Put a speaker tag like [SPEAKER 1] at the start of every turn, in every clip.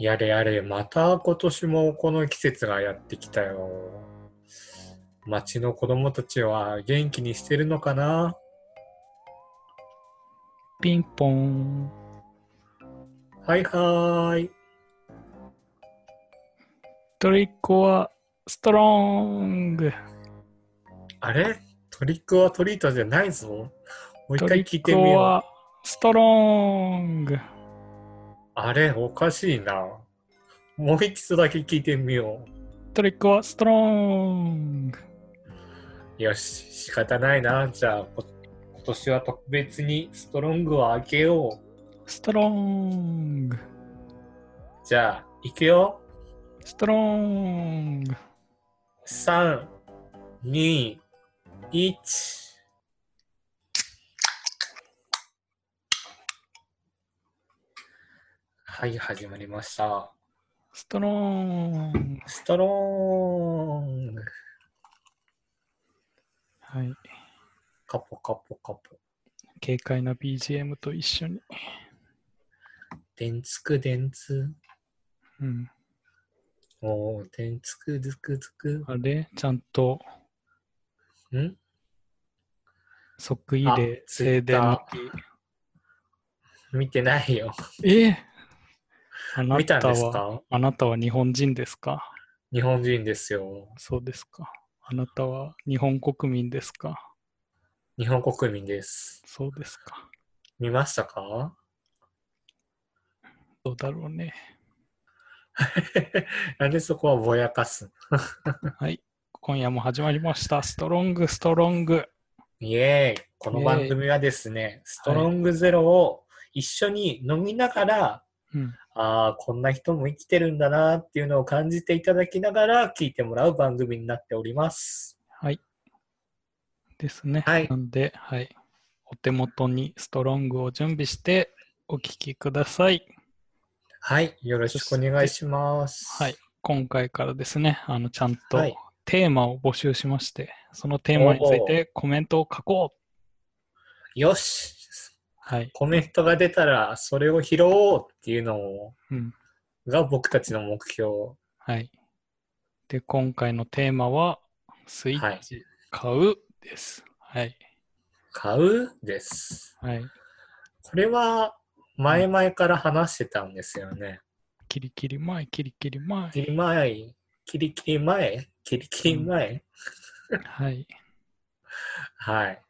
[SPEAKER 1] やれやれ、また今年もこの季節がやってきたよ。町の子供たちは元気にしてるのかな
[SPEAKER 2] ピンポン。
[SPEAKER 1] はいはーい。
[SPEAKER 2] トリックはストロング。
[SPEAKER 1] あれトリックはトリートじゃないぞ。もう一
[SPEAKER 2] ト
[SPEAKER 1] 回
[SPEAKER 2] リ
[SPEAKER 1] 聞い
[SPEAKER 2] ッ
[SPEAKER 1] て
[SPEAKER 2] ク
[SPEAKER 1] みよう。
[SPEAKER 2] はストロング。
[SPEAKER 1] あれおかしいな。もう一度だけ聞いてみよ
[SPEAKER 2] トリックはストロング。
[SPEAKER 1] う。よし、仕方ないな。じゃあ、こ今年は特別にストロングを開けよう。
[SPEAKER 2] ストロング。
[SPEAKER 1] じゃあ、いくよ。
[SPEAKER 2] ストロング。
[SPEAKER 1] 3、2、1。はい、始まりました。
[SPEAKER 2] ストロング。
[SPEAKER 1] ストローング。
[SPEAKER 2] はい。
[SPEAKER 1] カポカポカポ。
[SPEAKER 2] 軽快な BGM と一緒に。
[SPEAKER 1] 電つく電つ。
[SPEAKER 2] うん。
[SPEAKER 1] おー、電つくずくずく。
[SPEAKER 2] あれちゃんと
[SPEAKER 1] ん
[SPEAKER 2] 即位で
[SPEAKER 1] あ
[SPEAKER 2] 静電の
[SPEAKER 1] 見てないよ。
[SPEAKER 2] 日。えあな
[SPEAKER 1] 見たん
[SPEAKER 2] た
[SPEAKER 1] です
[SPEAKER 2] は、
[SPEAKER 1] か
[SPEAKER 2] あなたは日本人ですか
[SPEAKER 1] 日本人ですよ。
[SPEAKER 2] そうですか。あなたは日本国民ですか
[SPEAKER 1] 日本国民です。
[SPEAKER 2] そうですか。
[SPEAKER 1] 見ましたか
[SPEAKER 2] どうだろうね。
[SPEAKER 1] なんでそこはぼやかす
[SPEAKER 2] はい。今夜も始まりました。ストロング、ストロング。
[SPEAKER 1] イエーイこの番組はですね、ストロングゼロを一緒に飲みながら、
[SPEAKER 2] うん。
[SPEAKER 1] ああ、こんな人も生きてるんだなっていうのを感じていただきながら聞いてもらう番組になっております。
[SPEAKER 2] はい。ですね。
[SPEAKER 1] はい
[SPEAKER 2] なんで、はい。お手元にストロングを準備してお聞きください。
[SPEAKER 1] はい、よろしくお願いします。
[SPEAKER 2] はい。。今回からですね、あの、ちゃんと
[SPEAKER 1] はい
[SPEAKER 2] テーマを募集しまして、そのテーマについてコメントを書こう。
[SPEAKER 1] よし
[SPEAKER 2] はい。
[SPEAKER 1] コメントが出たらそれを拾おうっていうのを
[SPEAKER 2] うん。
[SPEAKER 1] が僕たちの目標。
[SPEAKER 2] はい。で、今回のテーマは、スイッチ買うです。はい。
[SPEAKER 1] 買うです。
[SPEAKER 2] はい。
[SPEAKER 1] これは前々から話してたんですよね。
[SPEAKER 2] キリキリ前、キリキリ前。
[SPEAKER 1] 切り前、切り切り前、切り切り前、
[SPEAKER 2] はい。
[SPEAKER 1] はい。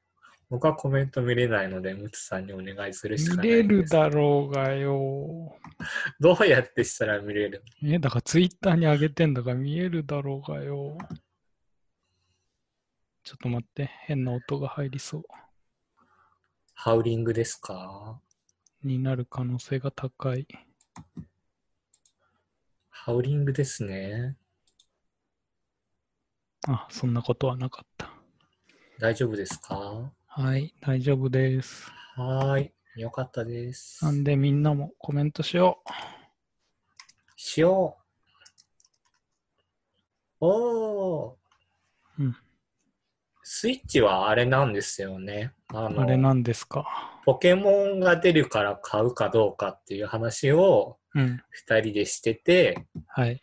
[SPEAKER 1] 僕はコメント見れないので、ムツさんにお願いするしか
[SPEAKER 2] 見
[SPEAKER 1] ないんです
[SPEAKER 2] れるだろうがよ。
[SPEAKER 1] どうやってしたら見れる
[SPEAKER 2] え、だからツイッターに上げてんだから見えるだろうがよ。ちょっと待って、変な音が入りそう。
[SPEAKER 1] ハウリングですか
[SPEAKER 2] になる可能性が高い。
[SPEAKER 1] ハウリングですね。
[SPEAKER 2] あ、そんなことはなかった。
[SPEAKER 1] 大丈夫ですか
[SPEAKER 2] はい、大丈夫です。
[SPEAKER 1] はーい。よかったです。
[SPEAKER 2] なんでみんなもコメントしよう。
[SPEAKER 1] しよう。おー。
[SPEAKER 2] うん
[SPEAKER 1] スイッチはあれなんですよね。あの
[SPEAKER 2] あれなんですか。
[SPEAKER 1] ポケモンが出るから買うかどうかっていう話を
[SPEAKER 2] うん。
[SPEAKER 1] 2人でしてて、
[SPEAKER 2] はい。。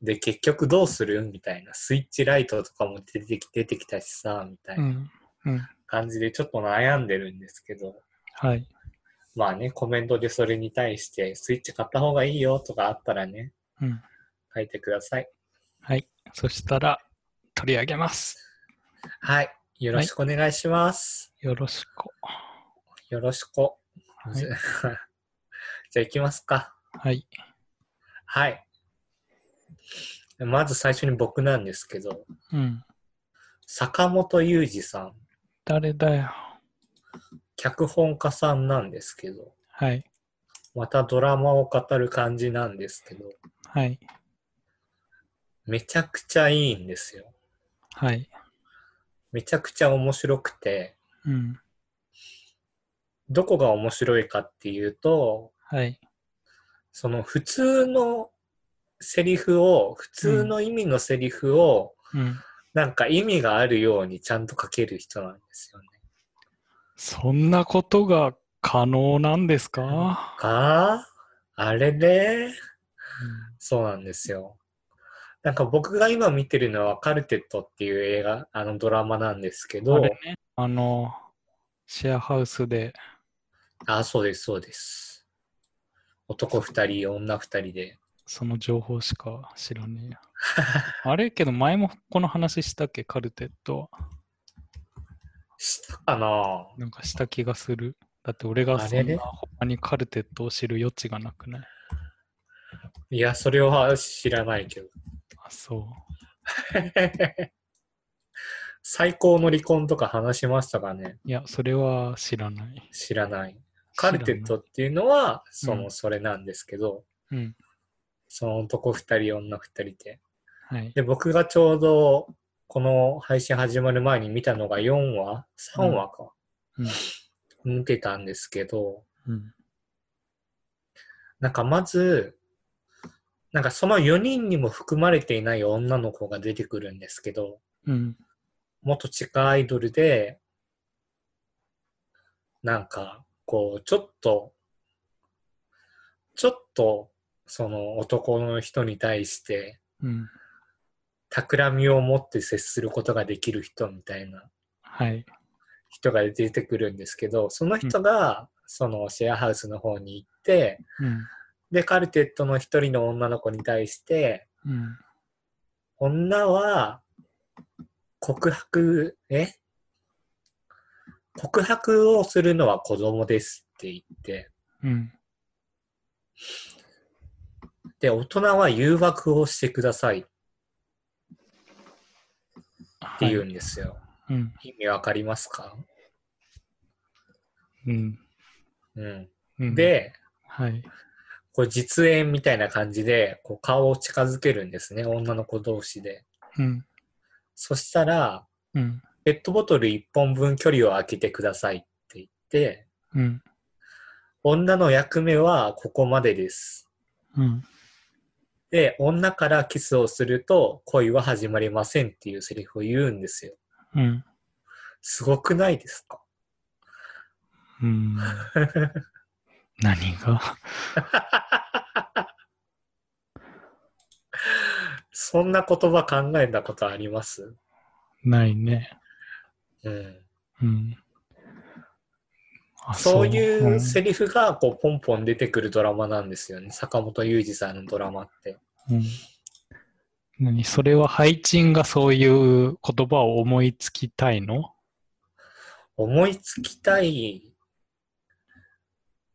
[SPEAKER 1] で、結局どうするみたいな。スイッチライトとかも出てき出てきたしさ、みたいうなん
[SPEAKER 2] うん。
[SPEAKER 1] 感じでちょっと悩んでるんですけど、
[SPEAKER 2] はい。
[SPEAKER 1] まあね、コメントでそれに対して、スイッチ買った方がいいよとかあったらね、
[SPEAKER 2] うん。
[SPEAKER 1] 書いてください。
[SPEAKER 2] はい。そしたら、取り上げます。
[SPEAKER 1] はい。よろしくお願いします。
[SPEAKER 2] よろしく。
[SPEAKER 1] よろしく。
[SPEAKER 2] い
[SPEAKER 1] じゃあ行きますか。
[SPEAKER 2] はい。
[SPEAKER 1] はい。まず最初に僕なんですけど、
[SPEAKER 2] うん。
[SPEAKER 1] 坂本雄二さん、
[SPEAKER 2] 誰だよ。
[SPEAKER 1] 脚本家さんなんですけど、
[SPEAKER 2] はい。
[SPEAKER 1] またドラマを語る感じなんですけど、
[SPEAKER 2] はい。
[SPEAKER 1] めちゃくちゃいいんですよ。
[SPEAKER 2] はい。
[SPEAKER 1] めちゃくちゃ面白くて、
[SPEAKER 2] うん。
[SPEAKER 1] どこが面白いかっていうと、
[SPEAKER 2] はい。
[SPEAKER 1] その普通のセリフを、普通の意味のセリフを、
[SPEAKER 2] うん。
[SPEAKER 1] なんか意味があるようにちゃんと書ける人なんですよね。
[SPEAKER 2] そんなことが可能なんですか
[SPEAKER 1] ああれで、そうなんですよ。なんか僕が今見てるのはカルテットっていう映画、あのドラマなんですけ
[SPEAKER 2] あ
[SPEAKER 1] ど
[SPEAKER 2] れ、ね、あの、シェアハウスで、
[SPEAKER 1] あ、そうです、そうです。男二人、女二人で。
[SPEAKER 2] その情報しか知らねえ や。あれけど、前もこの話したっけ、カルテットは。
[SPEAKER 1] したかな
[SPEAKER 2] なんかした気がする。だって俺がそ
[SPEAKER 1] あ
[SPEAKER 2] ん
[SPEAKER 1] れね
[SPEAKER 2] な他にカルテットを知る余地がなくない。
[SPEAKER 1] いや、それは知らない けど。
[SPEAKER 2] あ、そう。
[SPEAKER 1] 最高の離婚とか話しましたかね
[SPEAKER 2] いや、それは知らない。
[SPEAKER 1] 知らない。カルテッ
[SPEAKER 2] 知ら
[SPEAKER 1] トっていうのは、そ
[SPEAKER 2] うん
[SPEAKER 1] の、それなんですけど、
[SPEAKER 2] ない。うん。
[SPEAKER 1] その男二人、女二人で。
[SPEAKER 2] はい。
[SPEAKER 1] で、僕がちょうど、この配信始まる前に見たのが4話 ?3 話か。見てたんですけど、
[SPEAKER 2] うん。
[SPEAKER 1] なんかまず、なんかその4人にも含まれていない女の子が出てくるんですけど、
[SPEAKER 2] うん。
[SPEAKER 1] 元地下アイドルで、なんか、こう、ちょっと、ちょっと、その男の人に対して、
[SPEAKER 2] うん。
[SPEAKER 1] 企みを持って接することができる人みたいな
[SPEAKER 2] はい。
[SPEAKER 1] 人が出てくるんですけど、その人が、そのシェアハウスの方に行って、
[SPEAKER 2] うん。
[SPEAKER 1] で、カルテットの一人の女の子に対して、
[SPEAKER 2] うん。
[SPEAKER 1] 女は告白、え告白をするのは子供ですって言って、
[SPEAKER 2] うん。
[SPEAKER 1] で、大人は誘惑をしてくださいっ
[SPEAKER 2] って
[SPEAKER 1] 言うんですよ。
[SPEAKER 2] うん。
[SPEAKER 1] 意味わかりますか
[SPEAKER 2] うん
[SPEAKER 1] うん。
[SPEAKER 2] うん。、
[SPEAKER 1] で、
[SPEAKER 2] はい。
[SPEAKER 1] こう実演みたいな感じで、こう顔を近づけるんですね、女の子同士で。
[SPEAKER 2] うん。
[SPEAKER 1] そしたら、
[SPEAKER 2] うん。
[SPEAKER 1] ペットボトル1本分距離を空けてくださいって言って、
[SPEAKER 2] うん。
[SPEAKER 1] 女の役目はここまでです。
[SPEAKER 2] うん。
[SPEAKER 1] で、女からキスをすると恋は始まりませんっていうセリフを言うんですよ。
[SPEAKER 2] うん。
[SPEAKER 1] すごくないですか
[SPEAKER 2] うん。何が
[SPEAKER 1] そんな言葉考えたことあります
[SPEAKER 2] ないね。
[SPEAKER 1] うん。
[SPEAKER 2] うん。あ
[SPEAKER 1] そういううんセリフがこうポンポン出てくるドラマなんですよね。坂本雄二さんのドラマって。
[SPEAKER 2] うん何それは配置がそういう言葉を思いつきたいの
[SPEAKER 1] 思いつきたい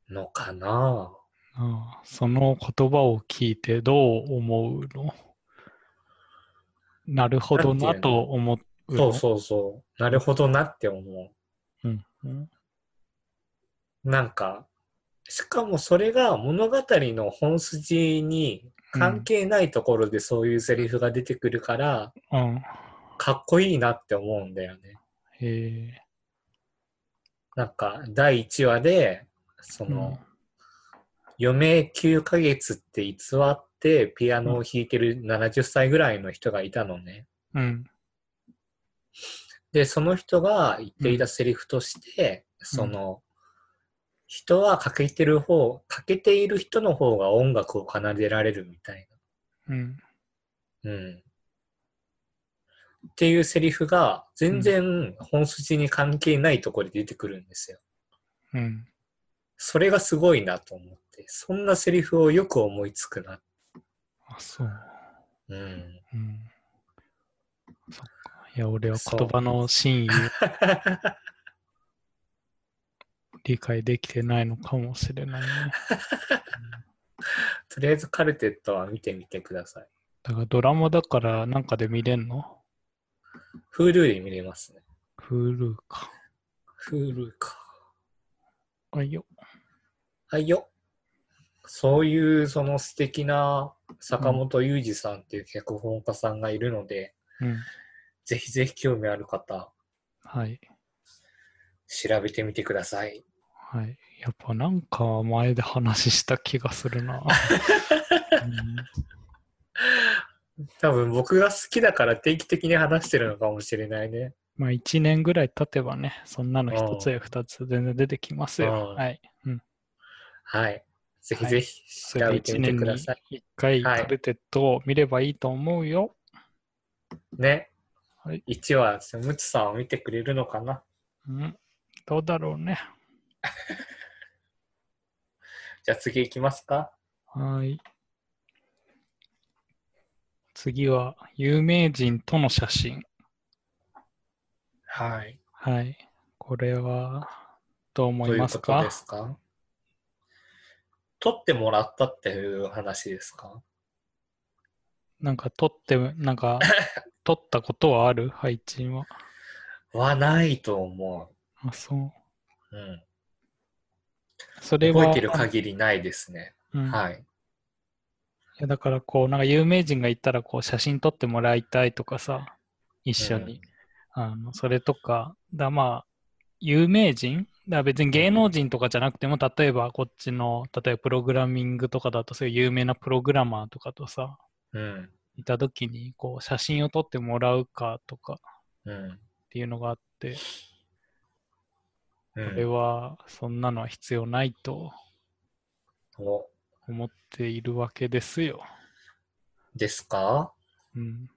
[SPEAKER 1] のかな
[SPEAKER 2] ああその言葉を聞いてどう思うのなるほどなと思う
[SPEAKER 1] そ
[SPEAKER 2] の
[SPEAKER 1] うそうそう。なるほどなって思う。
[SPEAKER 2] うんうん
[SPEAKER 1] なんか、しかもそれが物語の本筋に関係ないところでそういうセリフが出てくるから、
[SPEAKER 2] うん。
[SPEAKER 1] かっこいいなって思うんだよね。
[SPEAKER 2] へえ。
[SPEAKER 1] なんか、第1話で、その、余命9ヶ月って偽ってピアノを弾いてる70歳ぐらいの人がいたのね。
[SPEAKER 2] うん。
[SPEAKER 1] で、その人が言っていたセリフとして、その、人は欠けてる方、欠けている人の方が音楽を奏でられるみたいな。
[SPEAKER 2] うん。
[SPEAKER 1] うんっていうセリフが全然本筋に関係ないところで出てくるんですよ。
[SPEAKER 2] うん。
[SPEAKER 1] それがすごいなと思って、そんなセリフをよく思いつくな。
[SPEAKER 2] あ、そう。
[SPEAKER 1] うん。
[SPEAKER 2] うん。そっか。いや、俺は
[SPEAKER 1] そう
[SPEAKER 2] 言葉の真意を理解できてないのかもしれ ないね。
[SPEAKER 1] とりあえずカルテットは見てみてください。
[SPEAKER 2] だからドラマだからなんかで見れんの
[SPEAKER 1] Hulu で見れますね。
[SPEAKER 2] ?Hulu か。
[SPEAKER 1] Hulu か。
[SPEAKER 2] あいよ。
[SPEAKER 1] はいよ。そういうその素敵な坂本雄二さんっていう脚本家さんがいるので、
[SPEAKER 2] うん。
[SPEAKER 1] ぜひぜひ興味ある方、
[SPEAKER 2] はい。
[SPEAKER 1] 調べてみてください。
[SPEAKER 2] はい。やっぱなんか前で話した気がする な。
[SPEAKER 1] 多分僕が好きだから定期的に話してるのかもしれないね。
[SPEAKER 2] うん、まあ1年ぐらい経てばね、そんなの
[SPEAKER 1] うん
[SPEAKER 2] 一つや二つ全然出てきますよ。
[SPEAKER 1] うん
[SPEAKER 2] はい。
[SPEAKER 1] はい。ぜひぜひ
[SPEAKER 2] そ
[SPEAKER 1] 調
[SPEAKER 2] れ
[SPEAKER 1] べ
[SPEAKER 2] で
[SPEAKER 1] て
[SPEAKER 2] 1
[SPEAKER 1] みて
[SPEAKER 2] 年
[SPEAKER 1] く
[SPEAKER 2] に
[SPEAKER 1] ださ
[SPEAKER 2] 1
[SPEAKER 1] い。
[SPEAKER 2] 回
[SPEAKER 1] はい
[SPEAKER 2] カルテットを見ればいいと思うよ。
[SPEAKER 1] ね。
[SPEAKER 2] はい
[SPEAKER 1] 1話ですよ、ムツさんを見てくれるのかな
[SPEAKER 2] うん、どうだろうね。
[SPEAKER 1] じゃあ次行きますか。
[SPEAKER 2] はい。次は、有名人との写真。
[SPEAKER 1] はい。
[SPEAKER 2] はい。これは、ど
[SPEAKER 1] ど
[SPEAKER 2] う思
[SPEAKER 1] う
[SPEAKER 2] い
[SPEAKER 1] いう
[SPEAKER 2] ま
[SPEAKER 1] こ
[SPEAKER 2] す
[SPEAKER 1] と
[SPEAKER 2] か
[SPEAKER 1] ですか取ってもらったっていう話ですか
[SPEAKER 2] なんか、撮って、なん か、撮ったことはある配置は。
[SPEAKER 1] はないと思
[SPEAKER 2] あ、そう。
[SPEAKER 1] う。うん。
[SPEAKER 2] それは、
[SPEAKER 1] 覚えてる限りないですね。
[SPEAKER 2] うんい
[SPEAKER 1] はい。
[SPEAKER 2] やだから、こう、なんか有名人がいたら、こう、写真撮ってもらいたいとかさ、一緒に。あのそれとか、だまあ、有名人だ別に芸能人とかじゃなくても、例えばこっちの、例えばプログラミングとかだと、そういう有名なプログラマーとかとさ、
[SPEAKER 1] うん。
[SPEAKER 2] いたときに、こう、写真を撮ってもらうかとかっ
[SPEAKER 1] うん。
[SPEAKER 2] ていうのがあって、
[SPEAKER 1] う
[SPEAKER 2] これ
[SPEAKER 1] ん、
[SPEAKER 2] は、そんなのは必要ないと
[SPEAKER 1] お
[SPEAKER 2] 思っているわけですよ。
[SPEAKER 1] ですか
[SPEAKER 2] うん。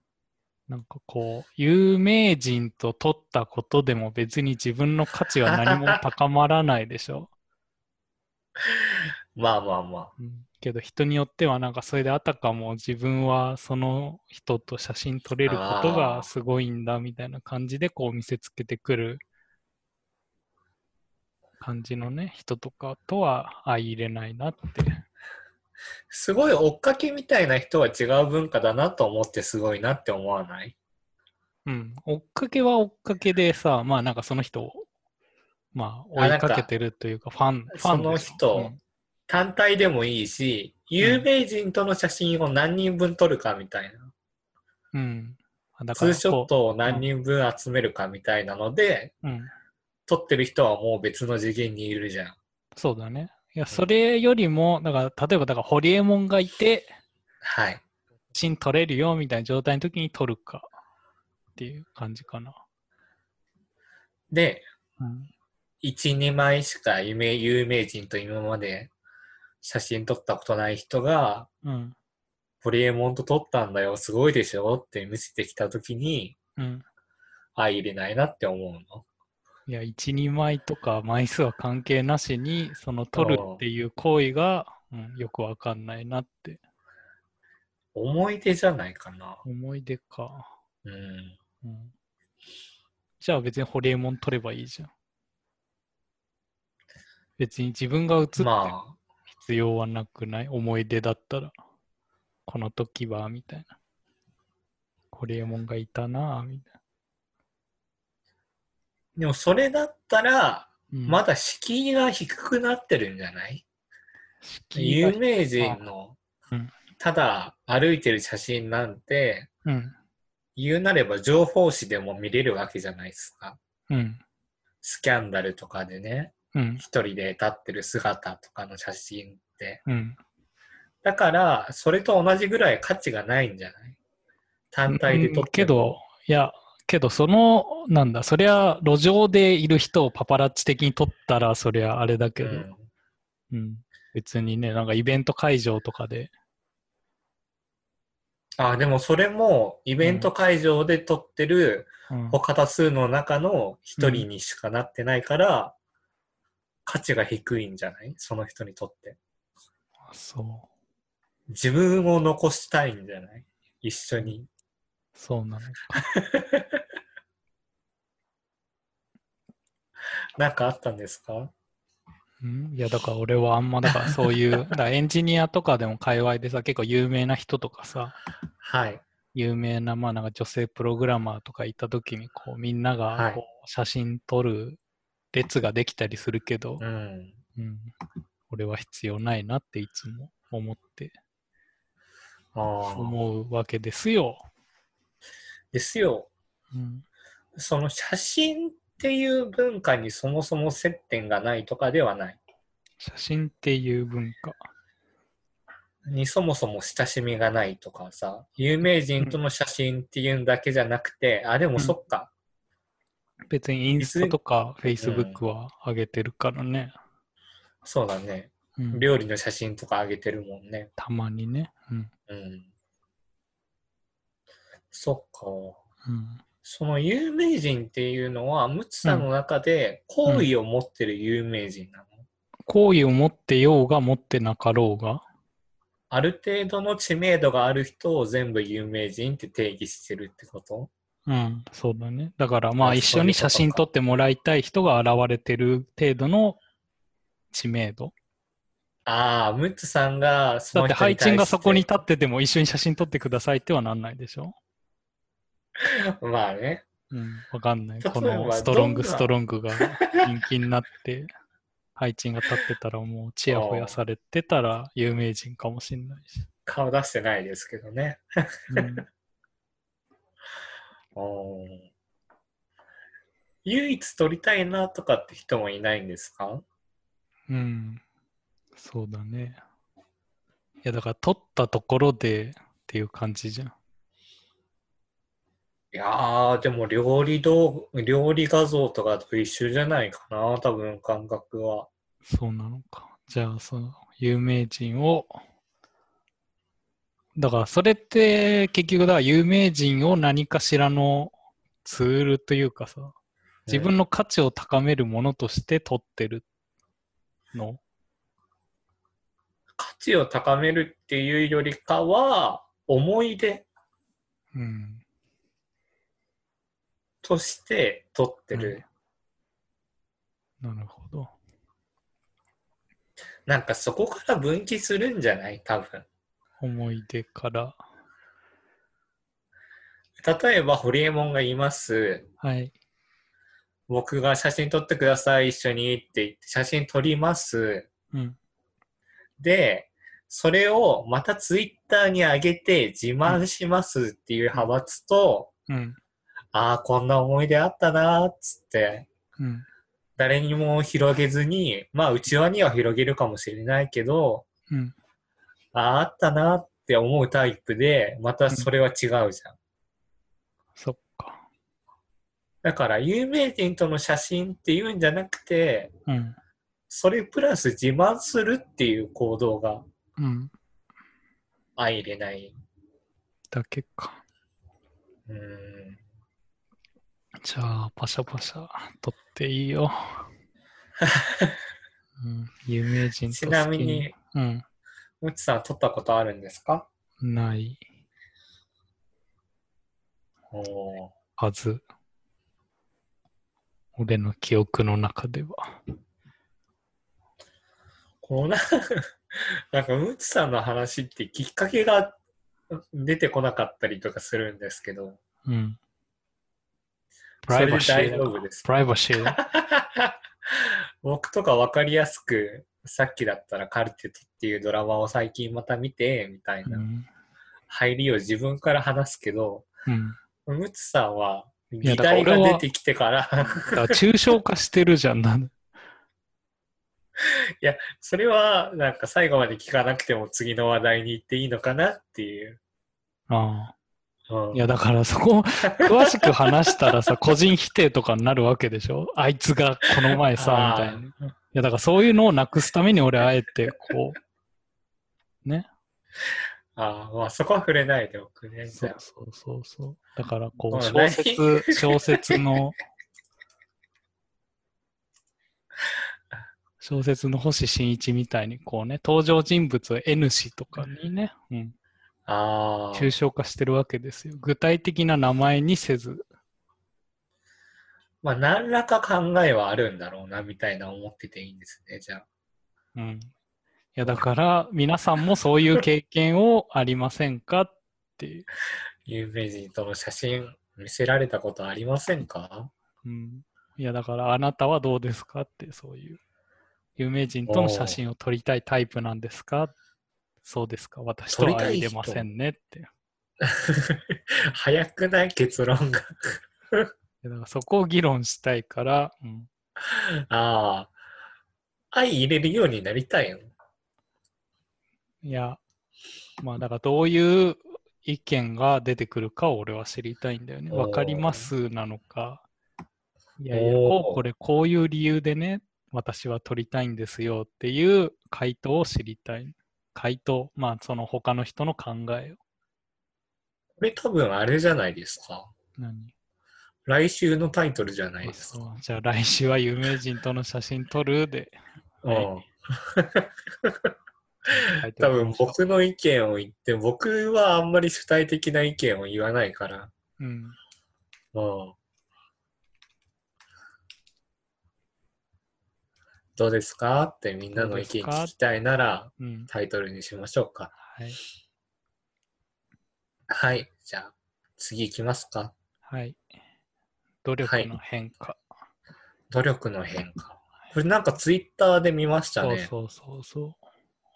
[SPEAKER 2] なんかこう、有名人と撮ったことでも別に自分の価値は何も高まらないでしょ。
[SPEAKER 1] まあまあまあ。
[SPEAKER 2] うんけど人によってはなんかそれであたかも自分はその人と写真撮れること
[SPEAKER 1] あー
[SPEAKER 2] がすごいんだみたいな感じでこう見せつけてくる感じのね人とかとは相入れないなって
[SPEAKER 1] すごい追っかけみたいな人は違う文化だなと思ってすごいなって思わない
[SPEAKER 2] うん追っかけは追っかけでさまあなんかその人をまあ
[SPEAKER 1] あ
[SPEAKER 2] 追
[SPEAKER 1] ないんか
[SPEAKER 2] かけてるというかファンファン
[SPEAKER 1] その
[SPEAKER 2] でしょ
[SPEAKER 1] 人
[SPEAKER 2] うん
[SPEAKER 1] 単体でもいいし、有名人との写真を何人分撮るかみたいな、
[SPEAKER 2] うんあだ
[SPEAKER 1] ツ
[SPEAKER 2] から
[SPEAKER 1] ーショッ
[SPEAKER 2] こう
[SPEAKER 1] トを何人分集めるかみたいなので、
[SPEAKER 2] うん
[SPEAKER 1] 撮ってる人はもう別の次元にいるじゃん。
[SPEAKER 2] そうだねいやそれよりもだから例えばだからホリエモンがいて
[SPEAKER 1] はい。
[SPEAKER 2] 写真撮れるよみたいな状態の時に撮るかっていう感じかな。
[SPEAKER 1] で、
[SPEAKER 2] うん、
[SPEAKER 1] 1、2枚しか有名有名人と今まで写真撮ったことない人が、
[SPEAKER 2] うん、
[SPEAKER 1] ホリエモンと撮ったんだよ、すごいでしょって見せてきたときに、
[SPEAKER 2] うん。
[SPEAKER 1] 相入れないなって思うの。
[SPEAKER 2] いや、1、2枚とか枚数は関係なしに、その撮るっていう行為が、うん、よくわかんないなって。
[SPEAKER 1] 思い出じゃないかな。
[SPEAKER 2] 思い出か。
[SPEAKER 1] うん。
[SPEAKER 2] うん、じゃあ別にホリエモン撮ればいいじゃん。別に自分が写って
[SPEAKER 1] まあ、
[SPEAKER 2] 必要はなくない思い出だったら。この時は、みたいな。ホリエモンがいたなぁ、みたい
[SPEAKER 1] でもそれだったら、
[SPEAKER 2] な。うん
[SPEAKER 1] まだ敷居が低くなってるんじゃない、
[SPEAKER 2] 敷居が
[SPEAKER 1] 有名人の
[SPEAKER 2] うん、
[SPEAKER 1] ただ歩いてる写真なんて、
[SPEAKER 2] うん。
[SPEAKER 1] 言うなれば情報誌でも見れるわけじゃないですか。
[SPEAKER 2] うん。
[SPEAKER 1] スキャンダルとかでね、
[SPEAKER 2] うん。
[SPEAKER 1] 一人で立ってる姿とかの写真って。
[SPEAKER 2] うん。
[SPEAKER 1] だから、それと同じぐらい価値がないんじゃない単体で撮っても
[SPEAKER 2] けど、、いや、けど、その、なんだ、そりゃ、路上でいる人をパパラッチ的に撮ったら、そりゃあれだけ
[SPEAKER 1] う
[SPEAKER 2] ど、
[SPEAKER 1] ん、
[SPEAKER 2] うん。別にね、なんかイベント会場とかで、
[SPEAKER 1] あでもそれもイベント会場で撮ってる
[SPEAKER 2] うん
[SPEAKER 1] 他多数の中の一人にしかなってないから、価値が低いんじゃないその人にとって。
[SPEAKER 2] そ
[SPEAKER 1] 自分を残したいんじゃない一緒に。
[SPEAKER 2] う、そうなのか。
[SPEAKER 1] なんかあったんですか
[SPEAKER 2] うん、いや、だから俺はあんま、だからそ ういう、だからエンジニアとかでも界隈でさ、結構有名な人とかさ、
[SPEAKER 1] はい。
[SPEAKER 2] 有名な、まあなんか女性プログラマーとかいた時に、こう、みんな
[SPEAKER 1] はい
[SPEAKER 2] がこう写真撮る列ができたりするけど、
[SPEAKER 1] うん。
[SPEAKER 2] うん、俺は必要ないなっていつも思って
[SPEAKER 1] ああ。
[SPEAKER 2] 思うわけですよ。
[SPEAKER 1] ですよ。
[SPEAKER 2] うん、
[SPEAKER 1] その写真っていう文化にそもそも接点がないとかではない。
[SPEAKER 2] 写真っていう文化。
[SPEAKER 1] にそもそも親しみがないとかさ、有名人との写真っていうんだけじゃなくて、あ、でもそっか。
[SPEAKER 2] 別にインスタとかフェイスブックは上げてるからね。
[SPEAKER 1] そうだね。
[SPEAKER 2] うん
[SPEAKER 1] 料理の写真とかあげてるもんね。
[SPEAKER 2] たまにね。うん。
[SPEAKER 1] うん。そっか。
[SPEAKER 2] うん、
[SPEAKER 1] その有名人っていうのは、ムツさんの中で好意を持ってる有名人なの、
[SPEAKER 2] 好意を持ってようが持ってなかろうが。
[SPEAKER 1] ある程度の知名度がある人を全部有名人って定義してるってこと
[SPEAKER 2] うん、そうだね。だからまあ
[SPEAKER 1] あ
[SPEAKER 2] 一
[SPEAKER 1] そう
[SPEAKER 2] 緒
[SPEAKER 1] いう
[SPEAKER 2] に
[SPEAKER 1] ことか
[SPEAKER 2] 写真撮ってもらいたい人が現れてる程度の知名度。
[SPEAKER 1] ああ、ムツさんがそ
[SPEAKER 2] だ
[SPEAKER 1] の
[SPEAKER 2] って
[SPEAKER 1] 人
[SPEAKER 2] 配
[SPEAKER 1] に対して
[SPEAKER 2] 置がそこに立ってても一緒に写真撮ってくださいってはなんないでしょ
[SPEAKER 1] まあね。
[SPEAKER 2] うん、わかんない。
[SPEAKER 1] 例えば
[SPEAKER 2] このストロング
[SPEAKER 1] どんな
[SPEAKER 2] ストロングが人気になって、配置が立ってたらもうチヤホヤされてたら有名人かもしれないし。
[SPEAKER 1] 顔出してないですけどね。
[SPEAKER 2] うん、
[SPEAKER 1] おー唯一撮りたいなとかって人もいないんですか
[SPEAKER 2] うん。そうだね。いやだから撮ったところでっていう感じじゃん。
[SPEAKER 1] いやー、でも料理動画、料理画像とかと一緒じゃないかな、多分感覚は。
[SPEAKER 2] そうなのか。じゃあ、その有名人を、だからそれって結局だから有名人を何かしらのツールというかさ、自分の価値を高めるものとして取ってるの。
[SPEAKER 1] 価値を高めるっていうよりかは、思い出
[SPEAKER 2] うん。
[SPEAKER 1] として撮ってる。
[SPEAKER 2] なるほど。
[SPEAKER 1] なんかそこから分岐するんじゃない多分。
[SPEAKER 2] 思い出から。
[SPEAKER 1] 例えば、ホリエモンがいます。
[SPEAKER 2] はい。
[SPEAKER 1] 僕が写真撮ってください、一緒にって言って、写真撮ります。
[SPEAKER 2] うん。
[SPEAKER 1] で、それをまたツイッターに上げて自慢しますっていう派閥と、
[SPEAKER 2] うん。
[SPEAKER 1] ああ、こんな思い出あったなーっつって、
[SPEAKER 2] うん。
[SPEAKER 1] 誰にも広げずに、まあ、内輪には広げるかもしれないけど、
[SPEAKER 2] うん。
[SPEAKER 1] ああ、あったなーって思うタイプで、またそれは違うじゃん。
[SPEAKER 2] そっか。
[SPEAKER 1] だから、有名人との写真っていうんじゃなくて、
[SPEAKER 2] うん。
[SPEAKER 1] それプラス自慢するっていう行動が
[SPEAKER 2] うん。
[SPEAKER 1] 相入れない。
[SPEAKER 2] だけか。
[SPEAKER 1] うーん。
[SPEAKER 2] じゃあ、パシャパシャ撮ってい いよ。うん、有名人と
[SPEAKER 1] ちなみに、
[SPEAKER 2] うん、
[SPEAKER 1] むつさん撮ったことあるんですか
[SPEAKER 2] ない
[SPEAKER 1] おー
[SPEAKER 2] はず。俺の記憶の中では。
[SPEAKER 1] こうな、 なんかむつさんの話ってきっかけが出てこなかったりとかするんですけど、
[SPEAKER 2] うん。
[SPEAKER 1] そ
[SPEAKER 2] プライ
[SPEAKER 1] れで
[SPEAKER 2] バシー
[SPEAKER 1] 大
[SPEAKER 2] だ
[SPEAKER 1] 丈
[SPEAKER 2] な。
[SPEAKER 1] 夫です
[SPEAKER 2] プ
[SPEAKER 1] か。
[SPEAKER 2] ライバシ ーだ。。
[SPEAKER 1] 僕とかわかりやすく、さっきだったらカルテットっていうドラマを最近また見て、みたいうなん入りを自分から話すけど、
[SPEAKER 2] うん、
[SPEAKER 1] むつさんは
[SPEAKER 2] や
[SPEAKER 1] 議
[SPEAKER 2] だから
[SPEAKER 1] 題
[SPEAKER 2] 俺は
[SPEAKER 1] が出てきてから、
[SPEAKER 2] だから抽象化してるじゃん。なん
[SPEAKER 1] それはなんか最後まで聞かなくても次の話題に行っていいのかなっていう。
[SPEAKER 2] あ
[SPEAKER 1] う
[SPEAKER 2] あ
[SPEAKER 1] ん
[SPEAKER 2] いや、だからそこ、詳しく話したらさ、 個人否定とかになるわけでしょあいつがこの前さ、みたいな。
[SPEAKER 1] あー
[SPEAKER 2] いや、だからそういうのをなくすために俺、あえて、こう、ね。
[SPEAKER 1] あー、まあそこは触れないでおくね。じ
[SPEAKER 2] そ
[SPEAKER 1] ゃ
[SPEAKER 2] う
[SPEAKER 1] あ
[SPEAKER 2] そうそうそう。だから、こ
[SPEAKER 1] ま
[SPEAKER 2] う、
[SPEAKER 1] あ
[SPEAKER 2] 小説、小説の、小説の星新一みたいに、こうね、登場人物を N 氏とかにね、うん、
[SPEAKER 1] あー
[SPEAKER 2] 抽象化してるわけですよ。具体的な名前にせず。
[SPEAKER 1] まあ何らか考えはあるんだろうなみたいな思ってていいんですね、じゃあ。
[SPEAKER 2] うん。いや、だから、皆さんもそういう経験をありませんかっていう。
[SPEAKER 1] 有名人との写真見せられたことありませんか
[SPEAKER 2] うん、いやだからあなたはどうですかってそういう有名人との写真を撮りたいタイプなんですかそうですか私とは
[SPEAKER 1] 撮りた
[SPEAKER 2] 相
[SPEAKER 1] い
[SPEAKER 2] 入
[SPEAKER 1] 人
[SPEAKER 2] れませんねっていや
[SPEAKER 1] 早くない結論が。
[SPEAKER 2] だからそこを議論したいから、うん、
[SPEAKER 1] ああ。相入れるようになりたいの。
[SPEAKER 2] いやまあだからどういう意見が出てくるかを俺は知りたいんだよね
[SPEAKER 1] おー
[SPEAKER 2] わかりますなのかいやいや
[SPEAKER 1] おー
[SPEAKER 2] こうこれこういう理由でね私は取りたいんですよっていう回答を知りたい。回答、まあその他の人の考えを。
[SPEAKER 1] これ多分あれじゃないですか。
[SPEAKER 2] 何
[SPEAKER 1] 来週のタイトルじゃないですか。
[SPEAKER 2] そうじゃあ来週は有名人との写真撮るで。
[SPEAKER 1] う
[SPEAKER 2] はい
[SPEAKER 1] ん。多分僕の意見を言って、僕はあんまり主体的な意見を言わないから。
[SPEAKER 2] うん。
[SPEAKER 1] うん。どうですかってみんなの意見聞きたいなら
[SPEAKER 2] うん。
[SPEAKER 1] タイトルにしましょうか。
[SPEAKER 2] はい。
[SPEAKER 1] はい。じゃあ次行きますか。
[SPEAKER 2] はい。努力の変化。
[SPEAKER 1] 努力の変化。これなんかツイッターで見ましたね。
[SPEAKER 2] そうそうそうそう。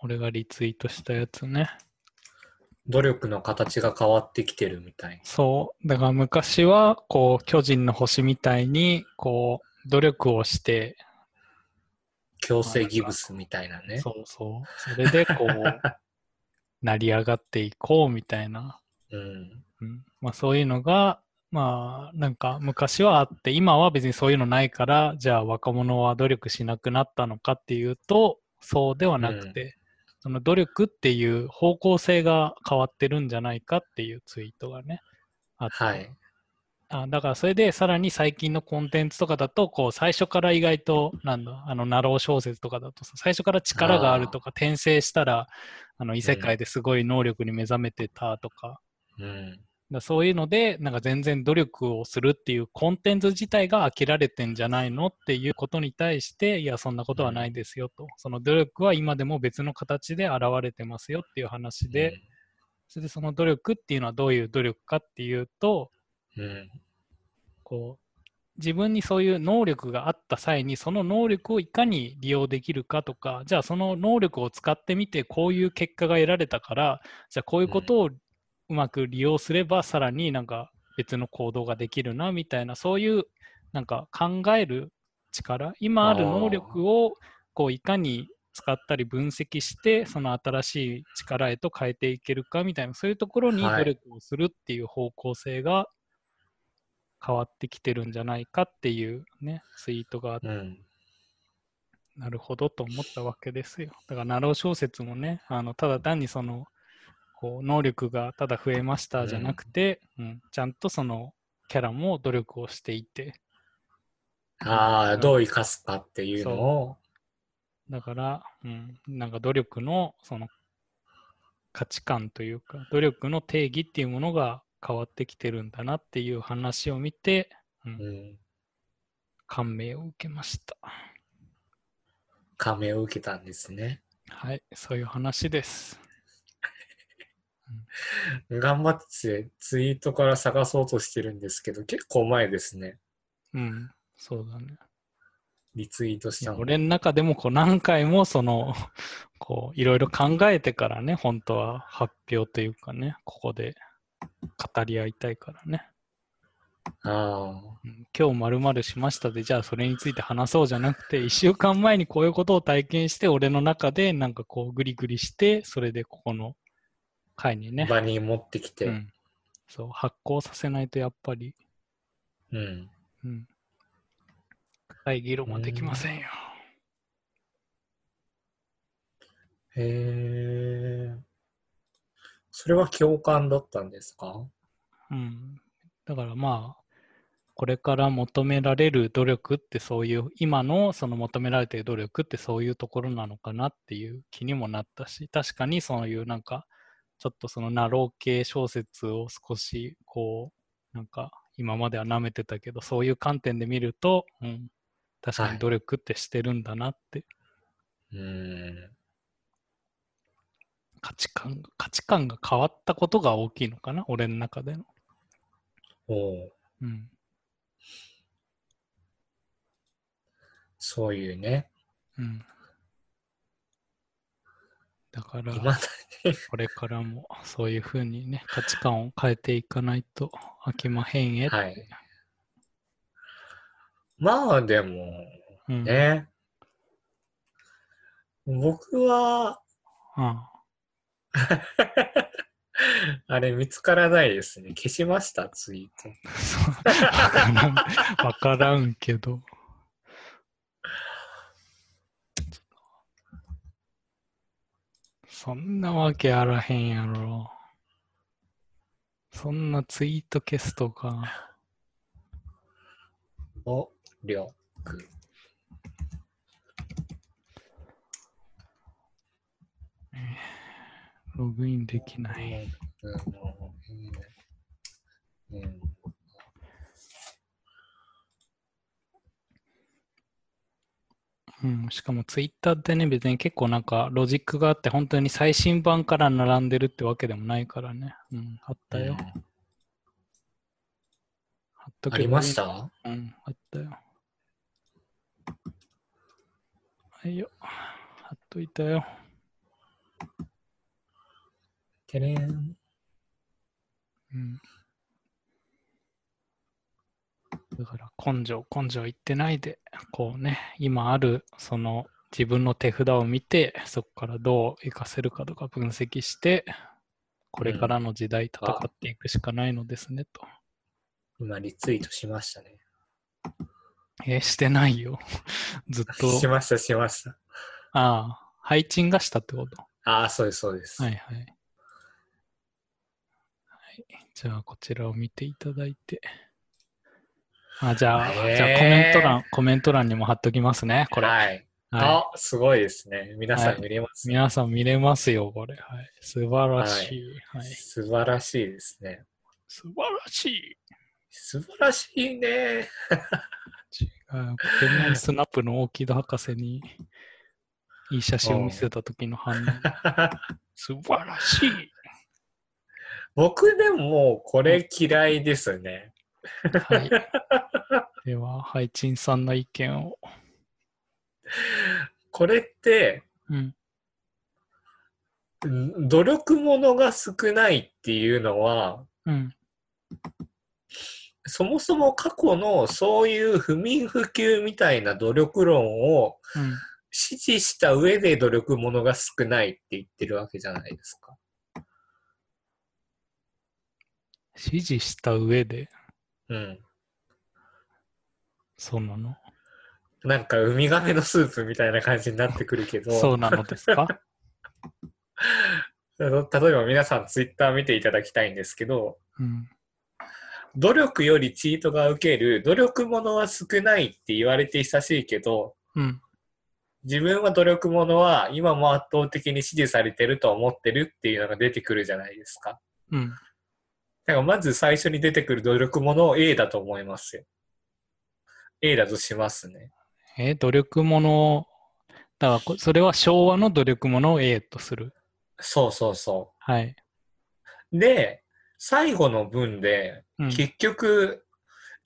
[SPEAKER 2] 俺がリツイートしたやつね。
[SPEAKER 1] 努力の形が変わってきてるみたい。
[SPEAKER 2] そう。だから昔は、こう、巨人の星みたいに、こう、努力をして、
[SPEAKER 1] 強制ギブスみたいなね。
[SPEAKER 2] そうそう。それで、 こう、成り上がっていこうみたいな。
[SPEAKER 1] うん。
[SPEAKER 2] うんまあ、そういうのが、まあ、なんか昔はあって、今は別にそういうのないから、じゃあ若者は努力しなくなったのかっていうと、そうではなくて、その努力っていう方向性が変わってるんじゃないかっていうツイートがね、あって
[SPEAKER 1] はい。
[SPEAKER 2] あだからそれでさらに最近のコンテンツとかだとこう最初から意外となんだあのナロー小説とかだとさ最初から力があるとか転生したらあの異世界ですごい能力に目覚めてたとか,、
[SPEAKER 1] うん。
[SPEAKER 2] そういうのでなんか全然努力をするっていうコンテンツ自体が飽きられてんじゃないのっていうことに対していやそんなことはないですよと、その努力は今でも別の形で現れてますよっていう話で、それでその努力っていうのはどういう努力かっていうと
[SPEAKER 1] うん、うん。
[SPEAKER 2] こう自分にそういう能力があった際にその能力をいかに利用できるかとかじゃあその能力を使ってみてこういう結果が得られたからじゃあこういうことをうまく利用すればさらになんか別の行動ができるなみたいなそういうなんか考える力今ある能力をこういかに使ったり分析してその新しい力へと変えていけるかみたいなそういうところに
[SPEAKER 1] はい
[SPEAKER 2] 努力をするっていう方向性が変わってきてるんじゃないかっていうねツイートがあって
[SPEAKER 1] うん。
[SPEAKER 2] なるほどと思ったわけですよだからナロー小説もねあのただ単にそのこう能力がただ増えましたじゃなくて、うんちゃんとそのキャラも努力をしていて
[SPEAKER 1] ああ、
[SPEAKER 2] うん
[SPEAKER 1] どう生かすかっていうのを。
[SPEAKER 2] だから、うん、なんか努力のその価値観というか、努力の定義っていうものが変わってきてるんだなっていう話を見て、うん
[SPEAKER 1] うん。
[SPEAKER 2] 感銘を受けました。
[SPEAKER 1] 感銘を受けたんですね。
[SPEAKER 2] はい、そういう話です。
[SPEAKER 1] 頑張ってツイートから探そうとしてるんですけど、結構前ですね。
[SPEAKER 2] うん、そうだね。
[SPEAKER 1] リツイートし
[SPEAKER 2] い
[SPEAKER 1] た
[SPEAKER 2] や
[SPEAKER 1] の。
[SPEAKER 2] 俺の中でもこう何回もその、 こう、いろいろ考えてからね、本当は発表というかね、ここで語り合いたいからね。
[SPEAKER 1] あ
[SPEAKER 2] うん今日まるまるしましたで、じゃあそれについて話そうじゃなくて、1週間前にこういうことを体験して、俺の中でなんかこうグリグリして、それでここの回に
[SPEAKER 1] あ、
[SPEAKER 2] ね、
[SPEAKER 1] 場に持ってきて。
[SPEAKER 2] う
[SPEAKER 1] うん。
[SPEAKER 2] ん、そう発行させないとやっぱり、うん、深い議論はできませんよ。
[SPEAKER 1] へえ。それは共感だったんですか
[SPEAKER 2] うん、だからまあこれから求められる努力ってそういう今のその求められている努力ってそういうところなのかなっていう気にもなったし確かにそういうなんかちょっとそのナロー系小説を少しこうなんか今までは舐めてたけどそういう観点で見ると、うん、確か
[SPEAKER 1] は
[SPEAKER 2] に
[SPEAKER 1] い
[SPEAKER 2] 努力ってしてるんだなって、
[SPEAKER 1] うーん。
[SPEAKER 2] 価値観が価値観が変わったことが大きいのかな俺の中での。
[SPEAKER 1] おう
[SPEAKER 2] うん
[SPEAKER 1] そういうね。
[SPEAKER 2] うん、だから
[SPEAKER 1] 今だね。
[SPEAKER 2] これからもそういうふうにね、価値観を変えていかないと飽きまへんえ。
[SPEAKER 1] はい。まあでも、
[SPEAKER 2] うん、
[SPEAKER 1] ね。僕は、
[SPEAKER 2] あ
[SPEAKER 1] あれ見つからないですね。消しました、ツイート。
[SPEAKER 2] あ そうわからんわからんけど。そんなわけあらへんやろ。そんなツイート消すとか。
[SPEAKER 1] お、りょうく。
[SPEAKER 2] ログインできない。
[SPEAKER 1] うんうん
[SPEAKER 2] うん、しかもツイッターってね、別に結構なんかロジックがあって、本当に最新版から並んでるってわけでもないからね。うん、あったよ。貼っとけば
[SPEAKER 1] あ
[SPEAKER 2] いい
[SPEAKER 1] りました
[SPEAKER 2] うん、あったよ。はいよ。貼っといたよ。
[SPEAKER 1] てれん。
[SPEAKER 2] うん。だから根性、根性言ってないで、こうね、今ある、その自分の手札を見て、そこからどう活かせるかとか分析して、これからの時代戦っていくしかないのですね、と。
[SPEAKER 1] 今、リツイートしましたね。
[SPEAKER 2] えーしてないよ。ずっ
[SPEAKER 1] し
[SPEAKER 2] と。
[SPEAKER 1] ました、しました。
[SPEAKER 2] ああ、配置がしたってこと。
[SPEAKER 1] ああ、そうです、そうです。
[SPEAKER 2] はいはい。はい、じゃあ、こちらを見ていただいて。あじゃあ、
[SPEAKER 1] へー
[SPEAKER 2] じゃあコメント欄、コメント欄にも貼っときますね、これ。はい
[SPEAKER 1] はい。あ、すごいですね。皆さ
[SPEAKER 2] は
[SPEAKER 1] ん
[SPEAKER 2] い
[SPEAKER 1] 見れますね。
[SPEAKER 2] 皆さん見れますよ、これ。はい、素晴らしい,、はい
[SPEAKER 1] 素晴らしいですね。
[SPEAKER 2] 素晴らしい。
[SPEAKER 1] 素晴らしいね。
[SPEAKER 2] 違う、ポケモンスナップの大木戸博士にいい写真を見せた時の 反応。素晴らしい。
[SPEAKER 1] 僕でもこれ嫌いですね。
[SPEAKER 2] はい、では、ハイチンさんの意見を。
[SPEAKER 1] これって、
[SPEAKER 2] うん。
[SPEAKER 1] ん努力ものが少ないっていうのは、
[SPEAKER 2] うん。
[SPEAKER 1] そもそも過去のそういう不眠不休みたいな努力論を
[SPEAKER 2] うん。
[SPEAKER 1] 支持した上で努力ものが少ないって言ってるわけじゃないですか。
[SPEAKER 2] 指示した上で、
[SPEAKER 1] うん。
[SPEAKER 2] そうなの
[SPEAKER 1] なんかウミガメのスープみたいな感じになってくるけど、
[SPEAKER 2] そうなのです か
[SPEAKER 1] 例えば皆さんツイッター見ていただきたいんですけど、
[SPEAKER 2] うん。
[SPEAKER 1] 努力よりチートが受ける、努力ものは少ないって言われて久しいけど、
[SPEAKER 2] うん。
[SPEAKER 1] 自分は努力ものは今も圧倒的に支持されてると思ってるっていうのが出てくるじゃないですか。
[SPEAKER 2] うん。
[SPEAKER 1] だからまず最初に出てくる努力ものを A だと思いますよ。A だとしますね。
[SPEAKER 2] えー努力ものを、だからこそれは昭和の努力ものを A とする。
[SPEAKER 1] そうそうそ
[SPEAKER 2] はい。
[SPEAKER 1] う。で、最後の文で、
[SPEAKER 2] うん。
[SPEAKER 1] 結局、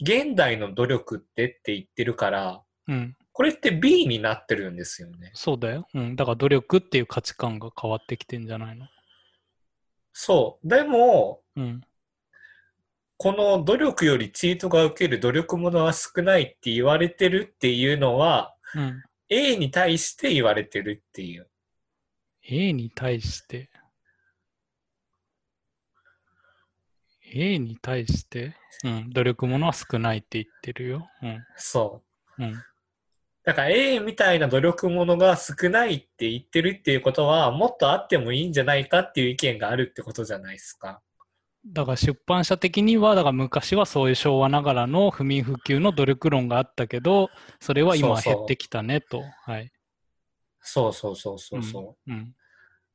[SPEAKER 1] 現代の努力ってって言ってるから、
[SPEAKER 2] うん、
[SPEAKER 1] これって B になってるんですよね。
[SPEAKER 2] そうだよ。うん。だから努力っていう価値観が変わってきてんじゃないの
[SPEAKER 1] そう。でも、
[SPEAKER 2] うん。
[SPEAKER 1] この努力よりチートが受ける努力ものは少ないって言われてるっていうのは、
[SPEAKER 2] うん。
[SPEAKER 1] A に対して言われてるっていう。
[SPEAKER 2] A に対して、A に対して、うん。努力ものは少ないって言ってるよ。
[SPEAKER 1] そう。
[SPEAKER 2] うん。うん。
[SPEAKER 1] だから A みたいな努力ものが少ないって言ってるっていうことは、もっとあってもいいんじゃないかっていう意見があるってことじゃないですか。
[SPEAKER 2] だから出版社的にはだから昔はそういう昭和ながらの不眠不休の努力論があったけどそれは今は
[SPEAKER 1] そうそう
[SPEAKER 2] 減ってきたねとはい
[SPEAKER 1] そうそうそうそうそう。
[SPEAKER 2] うん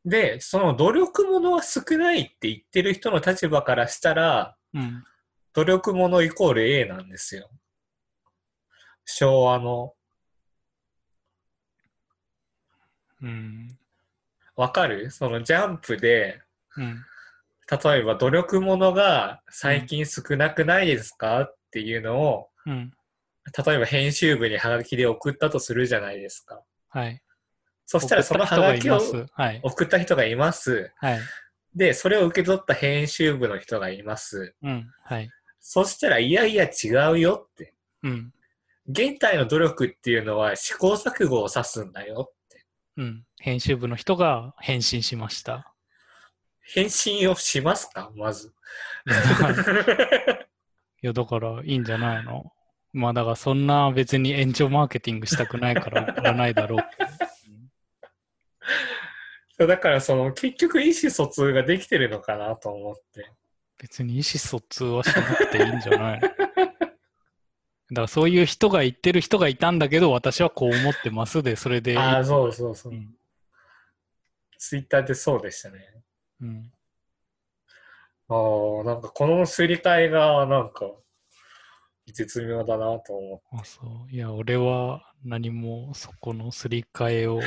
[SPEAKER 1] で、その努力ものは少ないって言ってる人の立場からしたら、
[SPEAKER 2] うん
[SPEAKER 1] 努力ものイコール A なんですよ。昭和の。
[SPEAKER 2] うん
[SPEAKER 1] わかるそのジャンプで、
[SPEAKER 2] うん
[SPEAKER 1] 例えば努力ものが最近少なくないですかっていうのを、
[SPEAKER 2] うん
[SPEAKER 1] 例えば編集部にハガキで送ったとするじゃないですか。
[SPEAKER 2] はい
[SPEAKER 1] そしたらそのハガキを
[SPEAKER 2] 送った人がいますはい
[SPEAKER 1] 送った人がいます。
[SPEAKER 2] はい
[SPEAKER 1] で、それを受け取った編集部の人がいます。
[SPEAKER 2] うんはい
[SPEAKER 1] そしたら、いやいや違うよって。
[SPEAKER 2] うん
[SPEAKER 1] 現代の努力っていうのは試行錯誤を指すんだよ。
[SPEAKER 2] うん編集部の人が返信しました
[SPEAKER 1] 返信をしますかまず。
[SPEAKER 2] いやだからいいんじゃないのまあだからそんな別に延長マーケティングしたくないから送らないだろうけど
[SPEAKER 1] だからその結局意思疎通ができてるのかなと思って。
[SPEAKER 2] 別に意思疎通はしなくていいんじゃない だからそういう人が言ってる人がいたんだけど、私はこう思ってますで、それで。
[SPEAKER 1] ああ、そうそうそうう。
[SPEAKER 2] ん
[SPEAKER 1] ツイッターでそうでしたね。
[SPEAKER 2] うん
[SPEAKER 1] ああ、なんかこのすり替えがなんか絶妙だなと思って。
[SPEAKER 2] あそういや、俺は何もそこのすり替えを、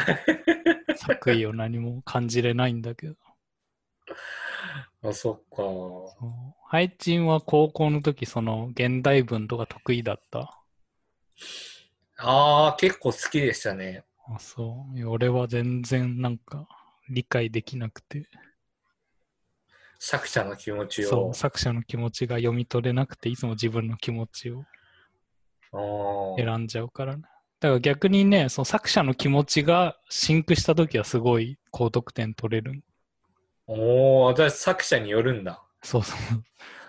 [SPEAKER 2] 作為を何も感じれないんだけど。
[SPEAKER 1] あ、そっか。
[SPEAKER 2] そうハイチンは高校の時、その現代文とか得意だった。
[SPEAKER 1] ああ、結構好きでしたね。
[SPEAKER 2] あ、そう。いや俺は全然なんか理解できなくて、
[SPEAKER 1] 作者の気持ち
[SPEAKER 2] そ
[SPEAKER 1] を
[SPEAKER 2] う、。作者の気持ちが読み取れなくて、いつも自分の気持ちを
[SPEAKER 1] あー
[SPEAKER 2] 選んじゃうからね。だから逆にね、その作者の気持ちがシンクした時はすごい高得点取れる。
[SPEAKER 1] おお、じゃあ作者によるんだ。
[SPEAKER 2] そうそう。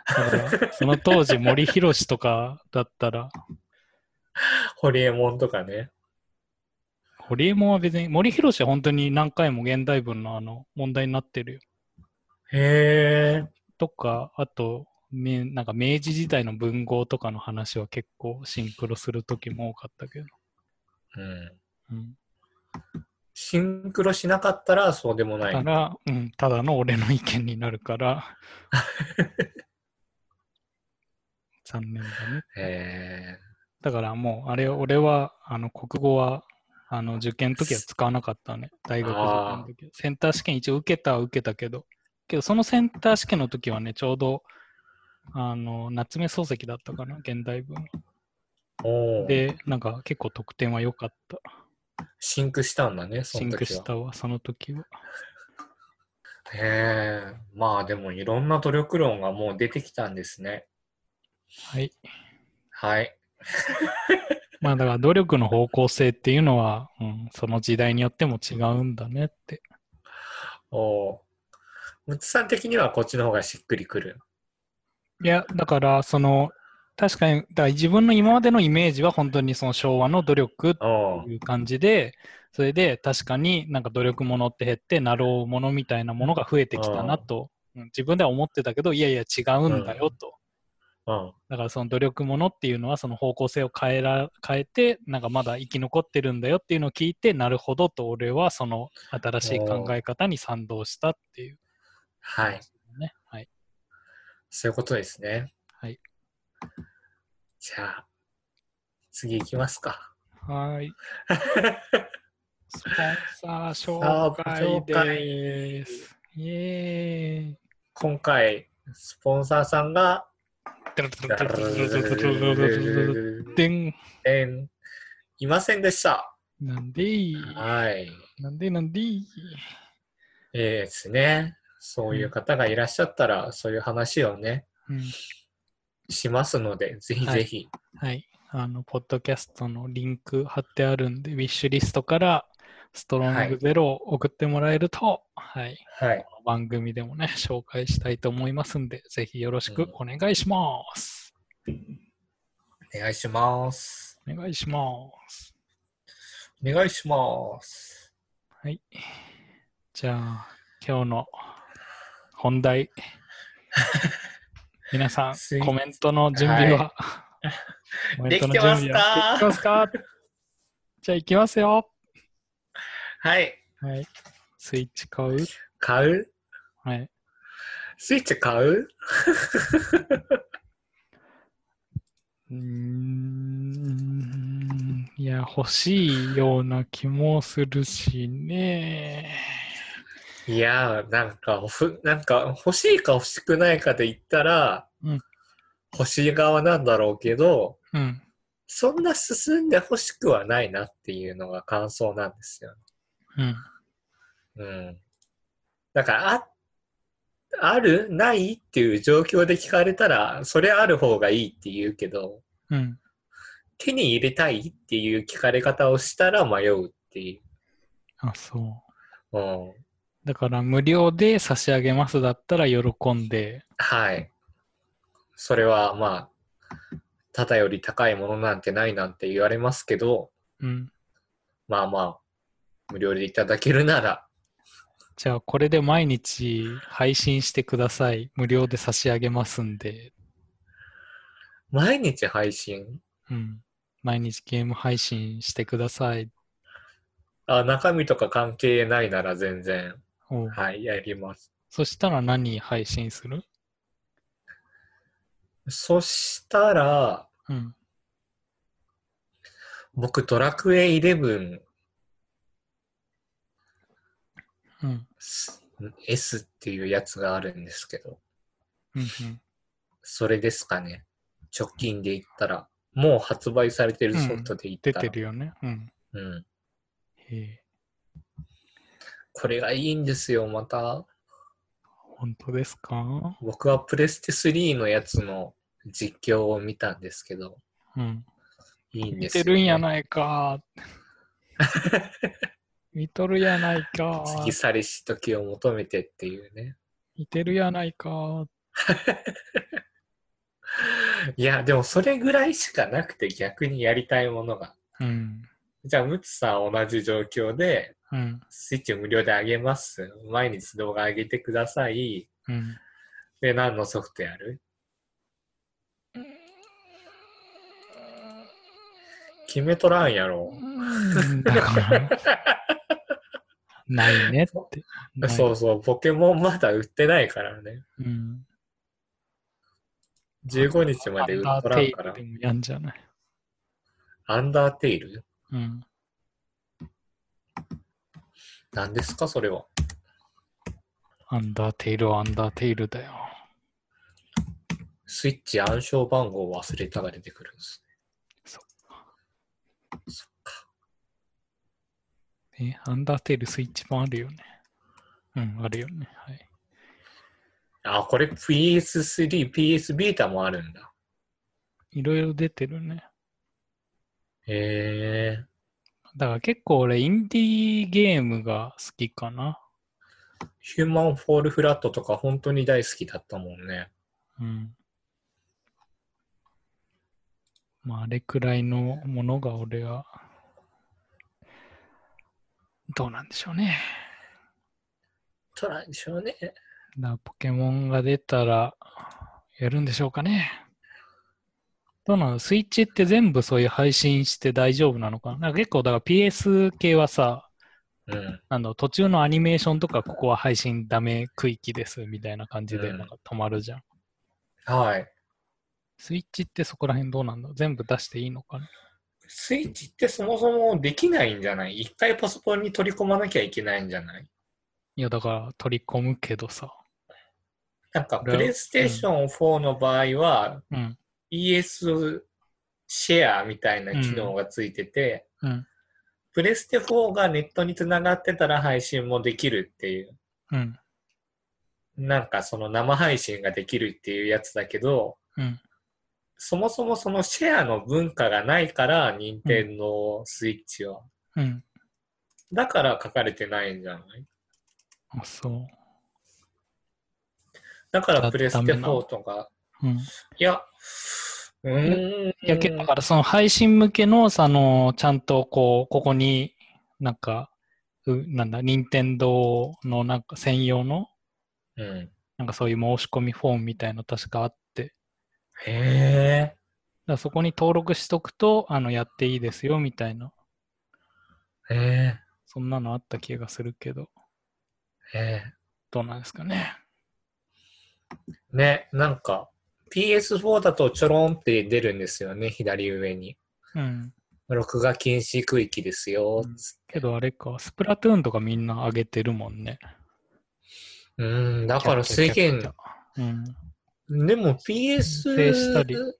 [SPEAKER 2] だから、その当時森博とかだったら、
[SPEAKER 1] ホリエモンとかね。
[SPEAKER 2] ホリエモンは別に、森博は本当に何回も現代文のあの問題になってるよ。
[SPEAKER 1] へえ。
[SPEAKER 2] とか、あと、めなんか明治時代の文豪とかの話は結構シンクロする時も多かったけど。
[SPEAKER 1] うん。
[SPEAKER 2] うん、
[SPEAKER 1] シンクロしなかったらそうでもな
[SPEAKER 2] だ
[SPEAKER 1] い。
[SPEAKER 2] から、うん、ただの俺の意見にな るから。残念だね。
[SPEAKER 1] へえ。
[SPEAKER 2] だからもう、あれ、俺は、あの、国語は、あの、受験の時は使わなかったね。大学受験の時は。センター試験一応受けたは受けたけど、けど、そのセンター試験の時はね、ちょうど、あの、夏目漱石だったかな、現代文は。
[SPEAKER 1] おお。
[SPEAKER 2] で、なんか結構得点は良かった。
[SPEAKER 1] シンクしたんだね、そ
[SPEAKER 2] シン
[SPEAKER 1] の
[SPEAKER 2] ク
[SPEAKER 1] 時
[SPEAKER 2] し
[SPEAKER 1] は。
[SPEAKER 2] たわ、その時は。
[SPEAKER 1] へえ。まあでもいろんな努力論がもう出てきたんですね。
[SPEAKER 2] はい。
[SPEAKER 1] はい。
[SPEAKER 2] まあだから努力の方向性っていうのは、うん、その時代によっても違うんだねって。
[SPEAKER 1] おお。むつさん的にはこっちの方がしっくりくる。
[SPEAKER 2] いや、だからその、確かに、だから自分の今までのイメージは本当にその昭和の努力っ
[SPEAKER 1] おお
[SPEAKER 2] て。いう感じで、それで確かになんか努力ものって減って、なろうものみたいなものが増えてきたなと、うん自分では思ってたけど、いやいや違うんだよと。
[SPEAKER 1] うん。
[SPEAKER 2] だからその努力ものっていうのはその方向性を変えら変えてなんかまだ生き残ってるんだよっていうのを聞いてなるほどと俺はその新しい考え方に賛同したっていう
[SPEAKER 1] はい。
[SPEAKER 2] ね。はい。
[SPEAKER 1] そういうことですね。
[SPEAKER 2] はい。
[SPEAKER 1] じゃあ、次行きますか。
[SPEAKER 2] はーい。スポンサー
[SPEAKER 1] さ
[SPEAKER 2] 紹
[SPEAKER 1] あ
[SPEAKER 2] 介
[SPEAKER 1] 紹介
[SPEAKER 2] です。イエーイ。
[SPEAKER 1] 今回、スポンサーさんが、
[SPEAKER 2] でん。
[SPEAKER 1] えんいませんでした。
[SPEAKER 2] なんでいい
[SPEAKER 1] はい。
[SPEAKER 2] なんでなんでいい
[SPEAKER 1] えーですね。そういう方がいらっしゃったら、そういう話をね、
[SPEAKER 2] うん
[SPEAKER 1] しますので、ぜひぜひ。
[SPEAKER 2] はい。あの、ポッドキャストのリンク貼ってあるんで、ウィッシュリストからストロングゼロを送ってもらえると、はい。
[SPEAKER 1] はい。
[SPEAKER 2] この番組でもね、紹介したいと思いますんで、ぜひよろしくお願いします。
[SPEAKER 1] お願いします。
[SPEAKER 2] お願いします。
[SPEAKER 1] お願いします。
[SPEAKER 2] はい。じゃあ、今日の 本題。皆さ
[SPEAKER 1] す
[SPEAKER 2] ん、
[SPEAKER 1] い
[SPEAKER 2] コメントの準備は、コメントの準備は
[SPEAKER 1] できてますか
[SPEAKER 2] できてますかじゃあ、行きますよ。
[SPEAKER 1] はい。
[SPEAKER 2] はい。スイッチ買う
[SPEAKER 1] 買う
[SPEAKER 2] はい。
[SPEAKER 1] スイッチ買う
[SPEAKER 2] うーん。いや、欲しいような気もするしね。
[SPEAKER 1] いやー、なんか、ふなんか欲しいか欲しくないかで言ったら、
[SPEAKER 2] うん
[SPEAKER 1] 欲しい側なんだろうけど、
[SPEAKER 2] うん。
[SPEAKER 1] そんな進んで欲しくはないなっていうのが感想なんですよ。
[SPEAKER 2] うん。
[SPEAKER 1] うん。だから、あ、あるないっていう状況で聞かれたら、それある方がいいって言うけど、
[SPEAKER 2] うん。
[SPEAKER 1] 手に入れたいっていう聞かれ方をしたら迷うってい
[SPEAKER 2] あ、そう。
[SPEAKER 1] う。うん。
[SPEAKER 2] だから、無料で差し上げますだったら喜んで、
[SPEAKER 1] はい。それはまあ、ただより高いものなんてないなんて言われますけど、
[SPEAKER 2] うん。
[SPEAKER 1] まあまあ、無料でいただけるなら
[SPEAKER 2] じゃあ、これで毎日配信してください。無料で差し上げますんで。
[SPEAKER 1] 毎日配信
[SPEAKER 2] うん。毎日ゲーム配信してください。
[SPEAKER 1] あ、中身とか関係ないなら全然、
[SPEAKER 2] おう
[SPEAKER 1] はい、やります。
[SPEAKER 2] そしたら何配信する
[SPEAKER 1] そしたら、
[SPEAKER 2] うん。
[SPEAKER 1] 僕、ドラクエ11
[SPEAKER 2] うん。うん。
[SPEAKER 1] S っていうやつがあるんですけど、
[SPEAKER 2] うん。
[SPEAKER 1] それですかね。直近で言ったら、もう発売されてるソフトで言った
[SPEAKER 2] 出
[SPEAKER 1] ら、
[SPEAKER 2] てるよね。うん。
[SPEAKER 1] うん。
[SPEAKER 2] へえ。
[SPEAKER 1] これがいいんですよ、また。
[SPEAKER 2] 本当ですか
[SPEAKER 1] 僕はプレステ3のやつの実況を見たんですけど、
[SPEAKER 2] うん。
[SPEAKER 1] いいんで
[SPEAKER 2] 見
[SPEAKER 1] すよ、
[SPEAKER 2] て
[SPEAKER 1] ね。
[SPEAKER 2] るんやない か。見とるやないか。
[SPEAKER 1] 月去りし時を求めてっていうね。
[SPEAKER 2] 見てるやないか。
[SPEAKER 1] いや、でもそれぐらいしかなくて逆にやりたいものが。
[SPEAKER 2] うん。
[SPEAKER 1] じゃあ、ムツさん同じ状況で、
[SPEAKER 2] うん。
[SPEAKER 1] スイッチ無料であげます。毎日動画上げてください。
[SPEAKER 2] うん。
[SPEAKER 1] で、何のソフトやる決めとらんやろ。
[SPEAKER 2] うんだから、ないねって。な い
[SPEAKER 1] そうそう、ポケモンまだ売ってないからね。
[SPEAKER 2] うん。
[SPEAKER 1] 15日まで売っ
[SPEAKER 2] アン
[SPEAKER 1] とら
[SPEAKER 2] ダーテ
[SPEAKER 1] ん
[SPEAKER 2] イ
[SPEAKER 1] か
[SPEAKER 2] ル
[SPEAKER 1] ら
[SPEAKER 2] で。もやんじゃない。
[SPEAKER 1] アンダーテイル
[SPEAKER 2] うん。
[SPEAKER 1] 何ですか、それは。
[SPEAKER 2] アンダーテイルはアンダーテイルだよ。
[SPEAKER 1] スイッチ暗証番号を忘れたが出てくるんです。
[SPEAKER 2] え、アンダーテイルスイッチもあるよね。うん、あるよね。はい。
[SPEAKER 1] あ、これ PS3、PS ビータもあるんだ。
[SPEAKER 2] いろいろ出てるね。
[SPEAKER 1] へえ。
[SPEAKER 2] だから結構俺、インディーゲームが好きかな。
[SPEAKER 1] ヒューマンフォールフラットとか本当に大好きだったもんね。
[SPEAKER 2] うん。まあ、あれくらいのものが俺は、どうなんでしょうね。
[SPEAKER 1] となんでしょうね。
[SPEAKER 2] だからポケモンが出たら、やるんでしょうかね。どうなのスイッチって全部そういう配信して大丈夫なのかななんか結構、だから PS 系はさ、
[SPEAKER 1] うん。
[SPEAKER 2] あの途中のアニメーションとか、ここは配信ダメ区域ですみたいな感じで
[SPEAKER 1] うん
[SPEAKER 2] なんか止まるじゃん。
[SPEAKER 1] はい。
[SPEAKER 2] スイッチってそこら辺どうなんだ全部出していいのかな
[SPEAKER 1] スイッチってそもそもできないんじゃない一回パソコンに取り込まなきゃいけないんじゃない
[SPEAKER 2] いや、だから取り込むけどさ。
[SPEAKER 1] なんか、
[SPEAKER 2] これ
[SPEAKER 1] プ
[SPEAKER 2] は
[SPEAKER 1] レイステーション4の場合は、
[SPEAKER 2] うん。
[SPEAKER 1] ES シェアみたいな機能がついてて、
[SPEAKER 2] うん。
[SPEAKER 1] プレステ4がネットにつながってたら配信もできるっていう、
[SPEAKER 2] うん。
[SPEAKER 1] なんかその生配信ができるっていうやつだけど、
[SPEAKER 2] うん。
[SPEAKER 1] そもそもそのシェアの文化がないから、任天堂スイッチは。
[SPEAKER 2] うん。
[SPEAKER 1] だから書かれてないんじゃない
[SPEAKER 2] あ、そ
[SPEAKER 1] だから
[SPEAKER 2] だ
[SPEAKER 1] プレス
[SPEAKER 2] ダ
[SPEAKER 1] テ
[SPEAKER 2] メなの
[SPEAKER 1] 4とか、
[SPEAKER 2] う。うん。
[SPEAKER 1] いや、うーん。
[SPEAKER 2] いや、けだからその配信向けの、その、ちゃんとこう、ここに、なんか、うなんだ、任天堂のなんか専用の、
[SPEAKER 1] うん。
[SPEAKER 2] なんかそういう申し込みフォームみたいなの確かあって、だか
[SPEAKER 1] へ
[SPEAKER 2] らそこに登録しとくと、あの、やっていいですよ、みたいな、
[SPEAKER 1] え。へ
[SPEAKER 2] そんなのあった気がするけど、
[SPEAKER 1] え。へ
[SPEAKER 2] どうなんですかね。
[SPEAKER 1] え。ね、なんか、PS4 だとちょろんって出るんですよね、左上に。
[SPEAKER 2] うん。
[SPEAKER 1] 録画禁止区域ですよ
[SPEAKER 2] うん、
[SPEAKER 1] つって
[SPEAKER 2] けどあれか、スプラトゥーンとかみんな上げてるもんね。
[SPEAKER 1] うーん、だから
[SPEAKER 2] キャ
[SPEAKER 1] 制
[SPEAKER 2] ッキャ
[SPEAKER 1] 限
[SPEAKER 2] ッキャッキ。ャッ。うん。
[SPEAKER 1] でも
[SPEAKER 2] 制したり
[SPEAKER 1] PS、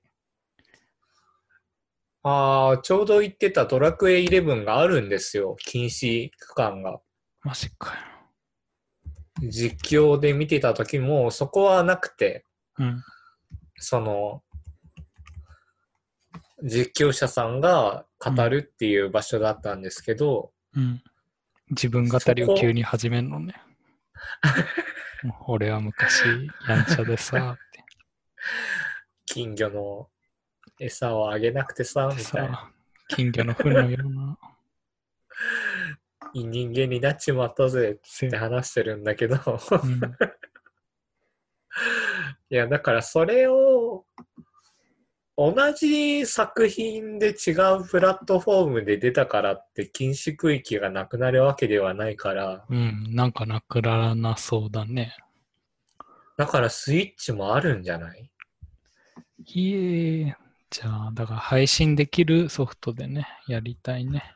[SPEAKER 1] ああ、ちょうど言ってたドラクエ11があるんですよ、禁止区間が。
[SPEAKER 2] マジかよ。
[SPEAKER 1] 実況で見てた時も、そこはなくて、
[SPEAKER 2] うん。
[SPEAKER 1] その、実況者さんが語るっていう場所だったんですけど、
[SPEAKER 2] うん。自分語りを急に始め るのね。俺は昔やんち ゃでさ、って
[SPEAKER 1] 金魚の餌をあげなくてさ、
[SPEAKER 2] 言って
[SPEAKER 1] みたいな。
[SPEAKER 2] さ、金魚の糞のような。
[SPEAKER 1] いい人間になっちまったぜ
[SPEAKER 2] せ
[SPEAKER 1] って話してるんだけど、
[SPEAKER 2] うん
[SPEAKER 1] いや、だからそれを、同じ作品で違うプラットフォームで出たからって禁止区域がなくなるわけではないから、
[SPEAKER 2] うん、なんかなくならなそうだね。
[SPEAKER 1] だからスイッチもあるんじゃない
[SPEAKER 2] いえ、じゃあ、だから配信できるソフトでね、やりたいね。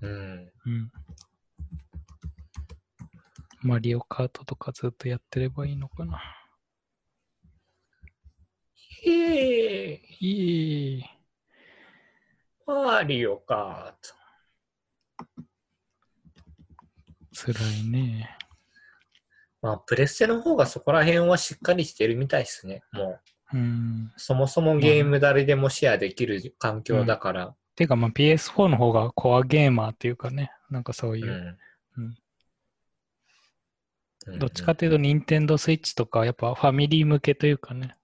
[SPEAKER 1] うん。
[SPEAKER 2] うん。マリオカートとかずっとやってればいいのかな。
[SPEAKER 1] へえ、
[SPEAKER 2] いい。
[SPEAKER 1] マリオかーと。
[SPEAKER 2] 辛いね。
[SPEAKER 1] まあ、プレステの方がそこら辺はしっかりしてるみたいですね。も
[SPEAKER 2] うん。
[SPEAKER 1] う、そもそもゲーム誰でもシェアできる環境だから。
[SPEAKER 2] てか、まあ PS4 の方がコアゲーマーっていうかね、なんかそういうう。
[SPEAKER 1] ん。
[SPEAKER 2] う
[SPEAKER 1] う
[SPEAKER 2] ん
[SPEAKER 1] ん
[SPEAKER 2] どっちかっていうと、任天堂スイッチとか、やっぱファミリー向けというかね、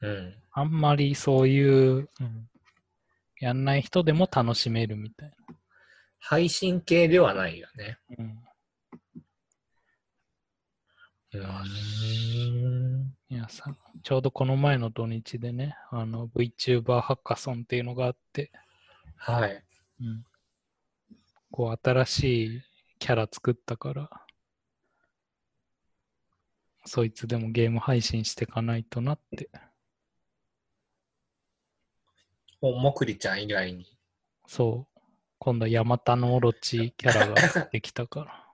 [SPEAKER 1] うん。
[SPEAKER 2] あんまりそういう、うんやんない人でも楽しめるみたい
[SPEAKER 1] 配信系ではないよね。
[SPEAKER 2] な。うん
[SPEAKER 1] うん。
[SPEAKER 2] いやさ、ちょうどこの前の土日でね、あの VTuber ハッカソンっていうのがあって、
[SPEAKER 1] はい。
[SPEAKER 2] うん、こう新しいキャラ作ったから、そいつでもゲーム配信していかないとなって。
[SPEAKER 1] お、もくりちゃん以外に。
[SPEAKER 2] そう。今度はヤマタノオロチキャラができたか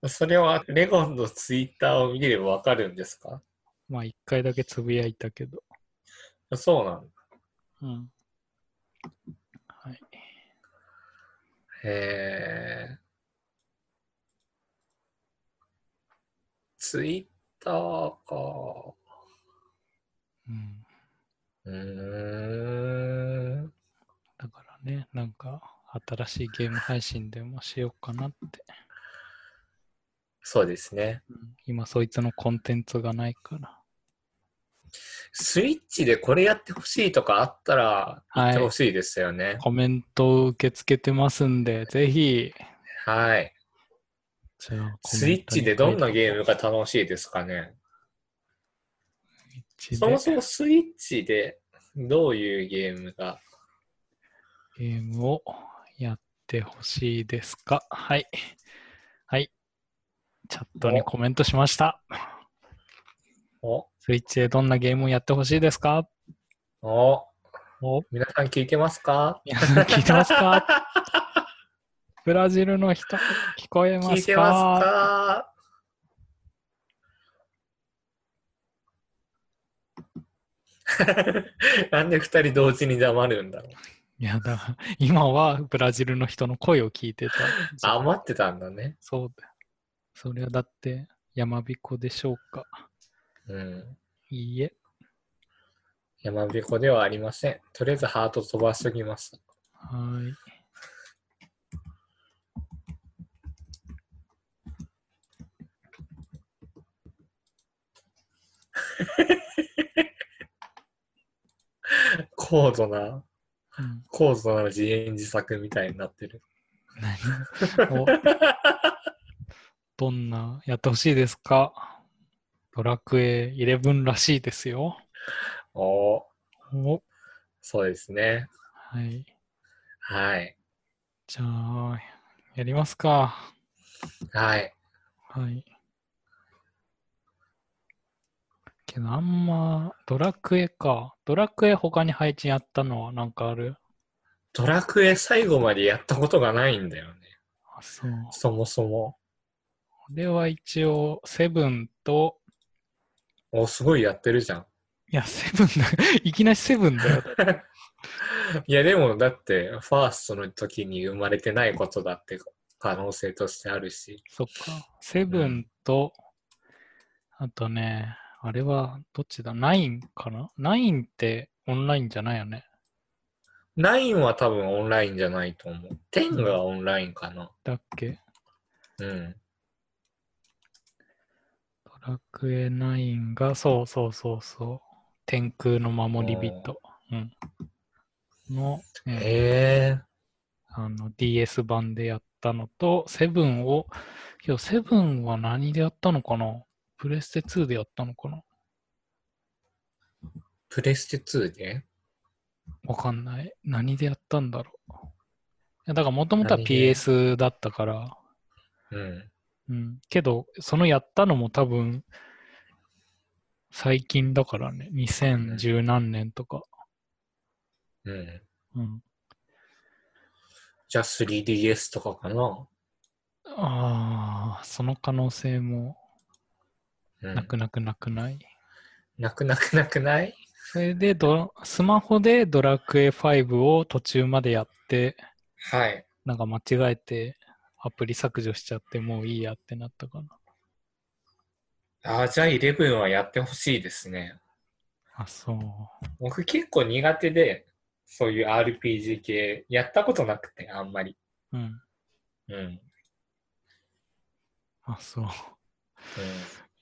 [SPEAKER 2] ら。
[SPEAKER 1] それは、レゴンのツイッターを見ればわかるんですか
[SPEAKER 2] まあ一回だけつぶやいたけど。
[SPEAKER 1] そうなんだ。
[SPEAKER 2] うん。はい。
[SPEAKER 1] へえ。ツイッターか。
[SPEAKER 2] うん。
[SPEAKER 1] うーん。
[SPEAKER 2] だからね、なんか新しいゲーム配信でもしようかなって。
[SPEAKER 1] そうですね。
[SPEAKER 2] うん今そいつのコンテンツがないから。
[SPEAKER 1] スイッチでこれやってほしいとかあったら、や
[SPEAKER 2] は
[SPEAKER 1] ってほ
[SPEAKER 2] い。
[SPEAKER 1] しいですよね。
[SPEAKER 2] コメントを受け付けてますんで、ぜひ、
[SPEAKER 1] はい。
[SPEAKER 2] じゃあコメントに
[SPEAKER 1] スイッチでどんなゲームが楽しいですかね。
[SPEAKER 2] スイッチで
[SPEAKER 1] そもそもスイッチでどういうゲームが。
[SPEAKER 2] ゲームをやってほしいですかはい。はい。チャットにコメントしました。
[SPEAKER 1] お
[SPEAKER 2] スイッチでどんなゲームをやってほしいです か
[SPEAKER 1] お
[SPEAKER 2] お
[SPEAKER 1] 皆さん聞いてますか
[SPEAKER 2] 皆さん聞いてますかブラジルの人、聞こえますか
[SPEAKER 1] 聞いてますか なんで二人同時に黙るんだろう。
[SPEAKER 2] いやだ、今はブラジルの人の声を聞いてた。
[SPEAKER 1] あ、待ってたんだね。
[SPEAKER 2] そうだ。それはだって、山彦でしょうか
[SPEAKER 1] うん。
[SPEAKER 2] いいえ。
[SPEAKER 1] 山びこではありません。とりあえずハート飛ばしときます。
[SPEAKER 2] はーい。
[SPEAKER 1] 高度な、
[SPEAKER 2] うん
[SPEAKER 1] 高度な自演自作みたいになってる。
[SPEAKER 2] 何おどんなやってほしいですかドラクエ11らしいですよ。
[SPEAKER 1] おー
[SPEAKER 2] お
[SPEAKER 1] そうですね。
[SPEAKER 2] はい。
[SPEAKER 1] はい。
[SPEAKER 2] じゃあ、やりますか。
[SPEAKER 1] はい。
[SPEAKER 2] はい。けど、あんま、ドラクエか。ドラクエ他に配置やったのはなんかある
[SPEAKER 1] ドラクエ最後までやったことがないんだよね。
[SPEAKER 2] あ、そう。
[SPEAKER 1] そもそも。
[SPEAKER 2] 俺は一応、セブンと、
[SPEAKER 1] お、すごいやってるじゃん。
[SPEAKER 2] いや、セブンだ。 いきなりセブンだよ。
[SPEAKER 1] いや、でもだって、ファーストの時に生まれてないことだって可能性としてあるし。
[SPEAKER 2] そっか。セブンと、あとね、あれはどっちだナインかなナインってオンラインじゃないよね。
[SPEAKER 1] 9は多分オンラインじゃないと思う。10がオンラインかな。
[SPEAKER 2] だっけ
[SPEAKER 1] うん。
[SPEAKER 2] ドラクエナインが、そうそうそうそう。天空の守り人。うん。の、えー
[SPEAKER 1] へえ。
[SPEAKER 2] あの DS 版でやったのと、セブンを、いや、セブンは何でやったのかなプレステ2でやったのかな
[SPEAKER 1] プレステ2で
[SPEAKER 2] わかんない。何でやったんだろう。いやだからもともとは
[SPEAKER 1] 何で
[SPEAKER 2] PS だったから、
[SPEAKER 1] うん。
[SPEAKER 2] うん。けど、そのやったのも多分、最近だからね、2010何年とか。
[SPEAKER 1] うん。
[SPEAKER 2] うん。
[SPEAKER 1] じゃあ 3DS とかかな。
[SPEAKER 2] ああ、その可能性も
[SPEAKER 1] うん、
[SPEAKER 2] なくなくなくない。
[SPEAKER 1] なくなくなくない
[SPEAKER 2] それでド、スマホでドラクエ5を途中までやって、
[SPEAKER 1] はい。
[SPEAKER 2] なんか間違えてアプリ削除しちゃってもういいやってなったかな。
[SPEAKER 1] ああ、じゃあ11はやってほしいですね。
[SPEAKER 2] あ、そう。
[SPEAKER 1] 僕結構苦手で、そういう RPG 系、やったことなくて、あんまり。
[SPEAKER 2] うん。
[SPEAKER 1] うん。うん、
[SPEAKER 2] あ、そう。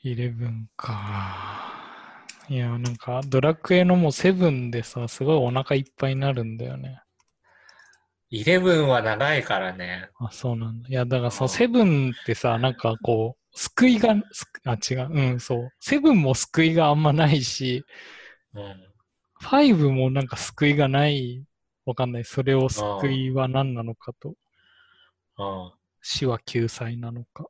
[SPEAKER 2] 11か。いや、なんかドラクエのもう7でさ、すごいお腹いっぱいになるんだよね。
[SPEAKER 1] 11は長いからね。
[SPEAKER 2] あ、そうなんだ。いや、だからさ、
[SPEAKER 1] あ
[SPEAKER 2] 7ってさ、なんかこう、救いが、すくあ、違う。うん、そう。7も救いがあんまないし、
[SPEAKER 1] うん。
[SPEAKER 2] 5もなんか救いがない、わかんない。それを救いは何なのかと、
[SPEAKER 1] うん。
[SPEAKER 2] 死は救済なのか。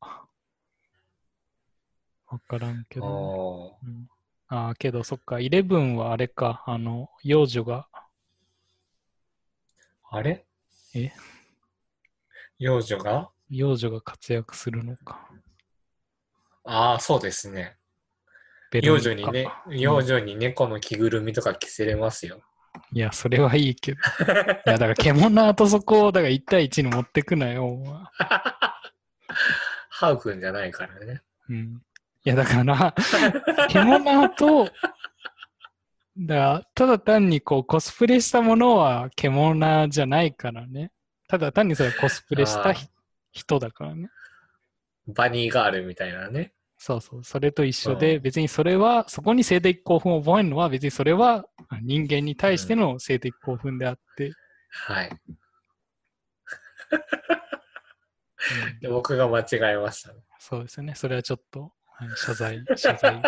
[SPEAKER 2] わからんけど。
[SPEAKER 1] お
[SPEAKER 2] うん、ああ、けどそっか、11はあれか、あの、幼女が、
[SPEAKER 1] ーあれ
[SPEAKER 2] え
[SPEAKER 1] 幼女が
[SPEAKER 2] 幼女が活躍するのか。
[SPEAKER 1] ああ、そうですね。
[SPEAKER 2] ベロ
[SPEAKER 1] 幼
[SPEAKER 2] ニカ
[SPEAKER 1] 女にね、
[SPEAKER 2] うん
[SPEAKER 1] 幼女に猫の着ぐるみとか着せれますよ。
[SPEAKER 2] いや、それはいいけど。いや、だから、獣とそこを、だから1対1に持ってくなよ、お前
[SPEAKER 1] ハウくんじゃないからね。
[SPEAKER 2] うん。いや、だ から、獣と、だからただ単にこうコスプレしたものは獣じゃないからね。ただ単にそれはコスプレしたひ人だからね。
[SPEAKER 1] バニーガールみたいなね。
[SPEAKER 2] そうそう。それと一緒で、
[SPEAKER 1] うん
[SPEAKER 2] 別にそれは、そこに性的興奮を覚えるのは、別にそれはあ人間に対しての性的興奮であって。
[SPEAKER 1] はい。
[SPEAKER 2] うん
[SPEAKER 1] で僕が間違えました、ね。
[SPEAKER 2] そうですよね。それはちょっと、はい謝罪、謝罪動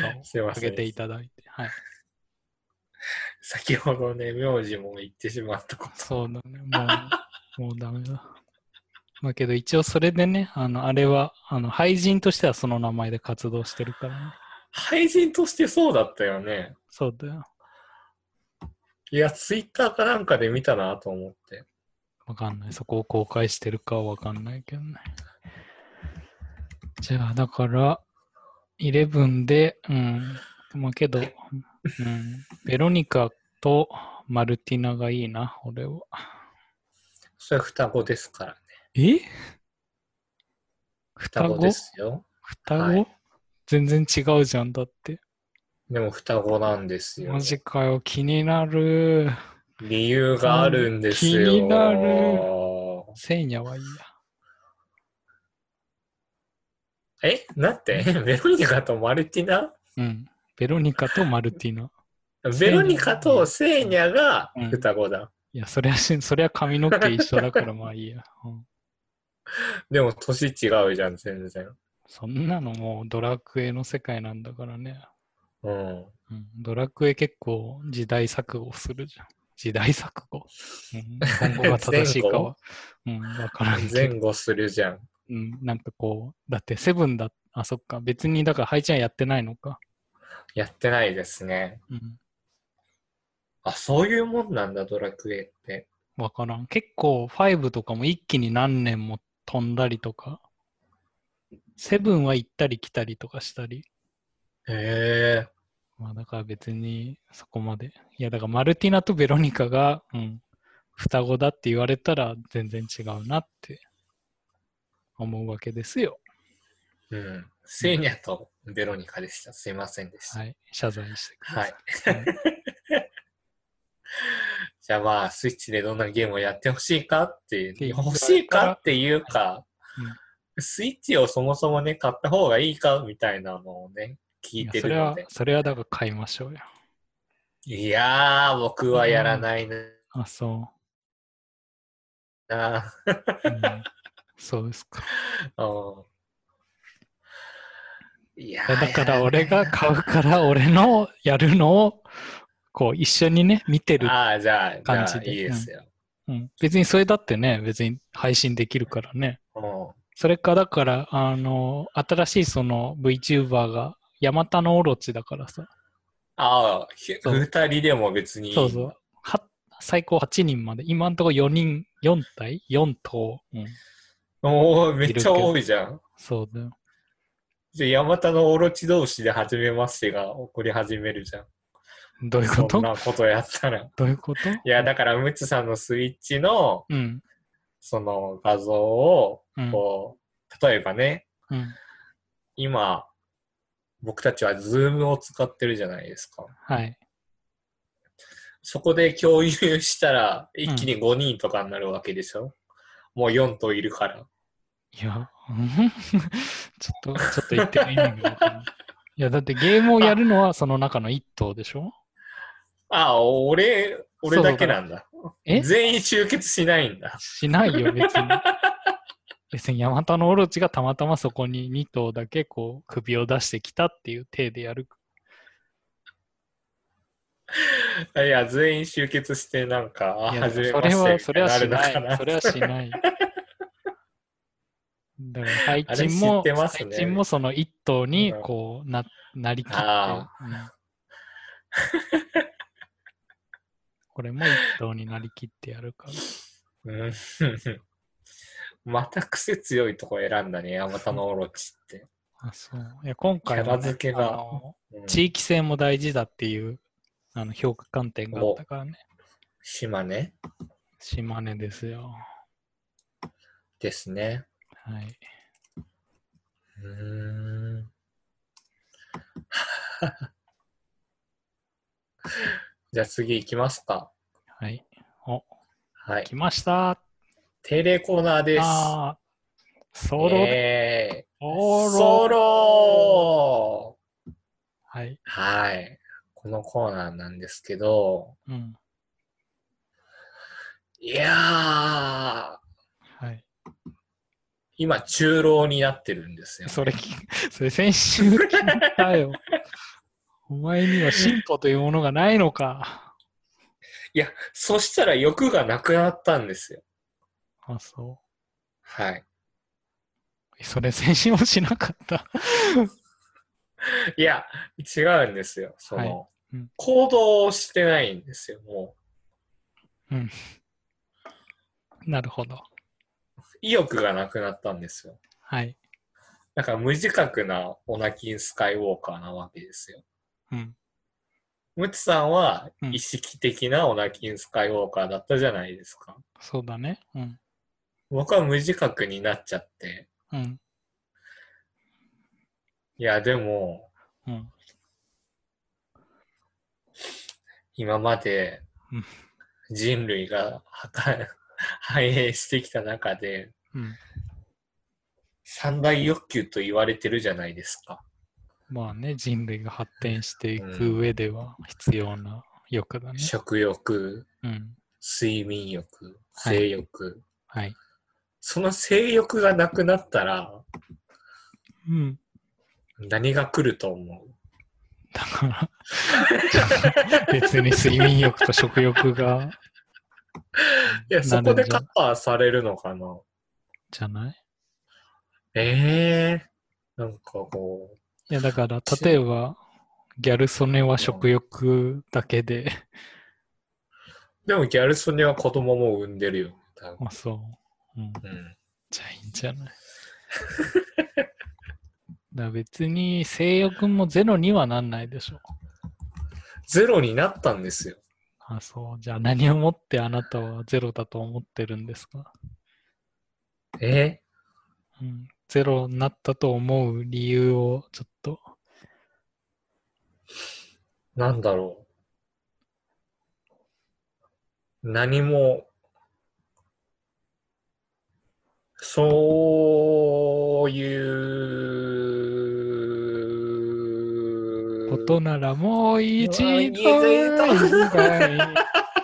[SPEAKER 2] 画 を
[SPEAKER 1] すいませ
[SPEAKER 2] 上げて
[SPEAKER 1] ん
[SPEAKER 2] い。ただいて。はい。
[SPEAKER 1] 先ほどね、名字も言ってしまったこと。
[SPEAKER 2] そうだね。もう、もうダメだ。まあけど一応それでね、あの、あれは、あの、廃人としてはその名前で活動してるからね。
[SPEAKER 1] 廃人としてそうだったよね。
[SPEAKER 2] そうだよ。
[SPEAKER 1] いや、ツイッターかなんかで見たなと思って。
[SPEAKER 2] わかんない。そこを公開してるかはわかんないけどね。じゃあ、だから、11で、うん。まあけど、うん。ベロニカとマルティナがいいな、俺は。
[SPEAKER 1] それ双子ですからね。
[SPEAKER 2] え
[SPEAKER 1] 双
[SPEAKER 2] 双
[SPEAKER 1] 子
[SPEAKER 2] 子
[SPEAKER 1] ですよ。
[SPEAKER 2] 双子、
[SPEAKER 1] はい
[SPEAKER 2] 全然違うじゃんだって。
[SPEAKER 1] でも双子なんですよ。
[SPEAKER 2] マジかよ、気になる。
[SPEAKER 1] 理由があるんですよ。
[SPEAKER 2] 気になるせいにゃはいいや。
[SPEAKER 1] えな ってベロニカとマルティナ
[SPEAKER 2] うん。ベロニカとマルティナ。
[SPEAKER 1] ベロニカとセーニャが双子だ。
[SPEAKER 2] いや、そりゃし、そりゃ髪の毛一緒だからまあいいや。 うん、
[SPEAKER 1] でも年違うじゃん、全然。
[SPEAKER 2] そんなのもうドラクエの世界なんだからね。
[SPEAKER 1] うん。
[SPEAKER 2] うん、ドラクエ結構時代錯誤するじゃん。時代錯誤。うん、 今後が正しいかは。うん、わからんけ
[SPEAKER 1] 前
[SPEAKER 2] ど。
[SPEAKER 1] 後するじゃん。
[SPEAKER 2] うん、なんかこう、だってセブンだ、あ、そっか。別に、だからハイちゃんやってないのか。
[SPEAKER 1] やってないですね。
[SPEAKER 2] うん。
[SPEAKER 1] あ、そういうもんなんだ、ドラクエって。
[SPEAKER 2] わからん。結構、5とかも一気に何年も飛んだりとか、7は行ったり来たりとかしたり、
[SPEAKER 1] へえ。
[SPEAKER 2] まあだから別にそこまで。いや、だからマルティナとベロニカが、うん、双子だって言われたら全然違うなって思うわけですよ。
[SPEAKER 1] うん。セーニャとベロニカでした。すいませんでした。
[SPEAKER 2] はい。謝罪してください。
[SPEAKER 1] はい。じゃあまあ、スイッチでどんなゲームをやってほしいかっていう、欲しいかっていうか
[SPEAKER 2] うん、
[SPEAKER 1] スイッチをそもそもね、買った方がいいかみたいなのをね、 聞い
[SPEAKER 2] や
[SPEAKER 1] て
[SPEAKER 2] そ
[SPEAKER 1] る
[SPEAKER 2] れ
[SPEAKER 1] の
[SPEAKER 2] は
[SPEAKER 1] で、。
[SPEAKER 2] それはだから買いましょうよ。
[SPEAKER 1] いやー、僕はやらないな。
[SPEAKER 2] あ、そう。
[SPEAKER 1] な。
[SPEAKER 2] うんそうですか。
[SPEAKER 1] うんいや
[SPEAKER 2] いやだから
[SPEAKER 1] 俺
[SPEAKER 2] 俺が買うから俺のやるのをこう一緒にね見てる、
[SPEAKER 1] ああ、じゃあ、じゃ
[SPEAKER 2] 感
[SPEAKER 1] あ
[SPEAKER 2] じ
[SPEAKER 1] い
[SPEAKER 2] で
[SPEAKER 1] いですよ。
[SPEAKER 2] うん別にそれだってね別に配信できるからね
[SPEAKER 1] うん
[SPEAKER 2] それかだからあの新しいその VTuber がヤマタノオロチだからさ
[SPEAKER 1] ああ、ひ
[SPEAKER 2] そう
[SPEAKER 1] 二人でも別に。
[SPEAKER 2] そうそうは最高8人まで今んとこ4人4体4頭、うん、
[SPEAKER 1] おお、めっちゃ多いじゃん。
[SPEAKER 2] そうだよ
[SPEAKER 1] じゃあ、ヤマタのオロチ同士で初めましてが起こり始めるじゃん。
[SPEAKER 2] どういうこと
[SPEAKER 1] そんなことやったら。
[SPEAKER 2] どういうこと
[SPEAKER 1] いや、だから、ムツさんのスイッチの、
[SPEAKER 2] うん
[SPEAKER 1] その画像を、
[SPEAKER 2] うん
[SPEAKER 1] こう、例えばね、
[SPEAKER 2] うん
[SPEAKER 1] 今、僕たちはズームを使ってるじゃないですか。
[SPEAKER 2] はい
[SPEAKER 1] そこで共有したら、一気に5人とかになるわけでしょ、もう4頭いるから。
[SPEAKER 2] いや、うん ちょっと、ちょっと言ってる意味がわかんない。いや、だってゲームをやるのはその中の一頭でしょ
[SPEAKER 1] ああ、俺、俺だけなんだ。
[SPEAKER 2] え
[SPEAKER 1] 全員集結しないんだ。
[SPEAKER 2] しないよ、別 に。別にヤマタノオロチがたまたまそこに2頭だけこう首を出してきたっていう体でやる。
[SPEAKER 1] いや、全員集結して、なんか、あ
[SPEAKER 2] いや
[SPEAKER 1] 初
[SPEAKER 2] そ
[SPEAKER 1] め
[SPEAKER 2] れ
[SPEAKER 1] ましてみた
[SPEAKER 2] は、そ
[SPEAKER 1] い
[SPEAKER 2] れ
[SPEAKER 1] にな
[SPEAKER 2] はし
[SPEAKER 1] るの
[SPEAKER 2] な
[SPEAKER 1] かな。
[SPEAKER 2] い。それはしない。だから配
[SPEAKER 1] あれ
[SPEAKER 2] 置
[SPEAKER 1] 知っ
[SPEAKER 2] も、
[SPEAKER 1] てますね
[SPEAKER 2] 配置もその一頭にこうななりきって、
[SPEAKER 1] あ
[SPEAKER 2] うんこれも一頭になりきってやるから。
[SPEAKER 1] うん また癖強いとこ選んだね、ヤマタのオロチって。
[SPEAKER 2] あそういや今回
[SPEAKER 1] キャ
[SPEAKER 2] は
[SPEAKER 1] ラ
[SPEAKER 2] ね、
[SPEAKER 1] 付けが
[SPEAKER 2] あの
[SPEAKER 1] うん
[SPEAKER 2] 地域性も大事だっていうあの評価観点があったからね。
[SPEAKER 1] 島根
[SPEAKER 2] 島根ですよ。
[SPEAKER 1] ですね。
[SPEAKER 2] はい。
[SPEAKER 1] うーん じゃあ次行きますか。
[SPEAKER 2] はい。お、
[SPEAKER 1] はい。
[SPEAKER 2] 来ました。
[SPEAKER 1] 定例コーナーです。
[SPEAKER 2] あーソロ、
[SPEAKER 1] えー
[SPEAKER 2] ソ
[SPEAKER 1] ソ
[SPEAKER 2] ロ
[SPEAKER 1] ロ
[SPEAKER 2] はい。
[SPEAKER 1] はい。このコーナーなんですけど、
[SPEAKER 2] うん。
[SPEAKER 1] いやー、
[SPEAKER 2] はい。
[SPEAKER 1] 今、中老になってるんですよ。
[SPEAKER 2] それ聞、 それ先週聞いた よ。お前には進歩というものがないのか。
[SPEAKER 1] いや、そしたら欲がなくなったんですよ。
[SPEAKER 2] あ、そ
[SPEAKER 1] はい。
[SPEAKER 2] う。それ先週もしなかった。
[SPEAKER 1] いや、違うんですよ。その、
[SPEAKER 2] いうん
[SPEAKER 1] 行動をしてないんですよ。も
[SPEAKER 2] なるほど。
[SPEAKER 1] う、意欲がなくなったんですよ。
[SPEAKER 2] はい。
[SPEAKER 1] だから、無自覚なオナキンスカイウォーカーなわけですよ。
[SPEAKER 2] うん。
[SPEAKER 1] ムツさんは
[SPEAKER 2] うん
[SPEAKER 1] 意識的なオナキンスカイウォーカーだったじゃないですか。
[SPEAKER 2] そうだね。うん。
[SPEAKER 1] 僕は無自覚になっちゃって。
[SPEAKER 2] うん。
[SPEAKER 1] いや、でも、
[SPEAKER 2] うん。
[SPEAKER 1] 今まで
[SPEAKER 2] うん
[SPEAKER 1] 人類が破壊、繁栄してきた中で、
[SPEAKER 2] うん。
[SPEAKER 1] 三大欲求と言われてるじゃないですか。
[SPEAKER 2] まあね、人類が発展していく上では必要な欲だね。
[SPEAKER 1] 食欲、
[SPEAKER 2] うん。
[SPEAKER 1] 睡眠欲、
[SPEAKER 2] はい
[SPEAKER 1] 性欲。
[SPEAKER 2] はい。
[SPEAKER 1] その性欲がなくなったら、
[SPEAKER 2] うん。
[SPEAKER 1] 何が来ると思う
[SPEAKER 2] だから、 別に睡眠欲と食欲が、
[SPEAKER 1] いや、そこで
[SPEAKER 2] なるんじゃ
[SPEAKER 1] カバーされるのかな
[SPEAKER 2] じゃない
[SPEAKER 1] ええなんかこう、
[SPEAKER 2] いや、だから、例えば、ギャル曽根は食欲だけで、
[SPEAKER 1] でもギャルソニは子供も産んでるよ。多分
[SPEAKER 2] あ、そう。うん。
[SPEAKER 1] うん、
[SPEAKER 2] じゃあいいんじゃ ないだから別に性欲もゼロにはなんないでしょ。
[SPEAKER 1] ゼロになったんですよ。
[SPEAKER 2] あ、そう。じゃあ何をもってあなたはゼロだと思ってるんですか
[SPEAKER 1] え
[SPEAKER 2] うんゼロになったと思う理由をちょっと、
[SPEAKER 1] なんだろう。何も、そういう、
[SPEAKER 2] ことならもう一度
[SPEAKER 1] うわ二度
[SPEAKER 2] 以外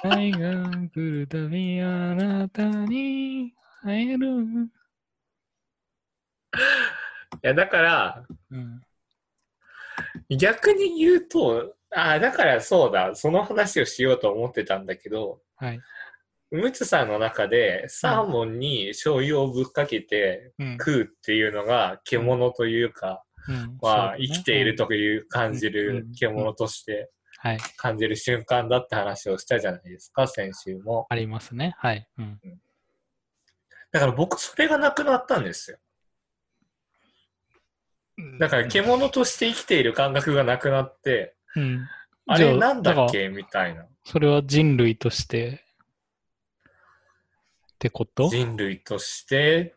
[SPEAKER 2] 愛が来るたびあなたに会える。
[SPEAKER 1] や、だから、
[SPEAKER 2] うん。
[SPEAKER 1] 逆に言うと、ああ、だからそうだ、その話をしようと思ってたんだけど、
[SPEAKER 2] はい。
[SPEAKER 1] ムツさんの中でサーモンに醤油をぶっかけて
[SPEAKER 2] うん。
[SPEAKER 1] 食うっていうのが獣というか、
[SPEAKER 2] うん
[SPEAKER 1] まあ、
[SPEAKER 2] そうだね
[SPEAKER 1] 生きているという感じる
[SPEAKER 2] うん
[SPEAKER 1] 獣として
[SPEAKER 2] はい。
[SPEAKER 1] 感じる瞬間だって話をしたじゃないですか、先週も。
[SPEAKER 2] ありますね。はい。うん。
[SPEAKER 1] だから僕それがなくなったんですよ。だから獣として生きている感覚がなくなって、
[SPEAKER 2] うん。
[SPEAKER 1] あ
[SPEAKER 2] じゃ
[SPEAKER 1] れなんだっ
[SPEAKER 2] から
[SPEAKER 1] けみたいな。
[SPEAKER 2] それは人類としてってこと
[SPEAKER 1] 人類として、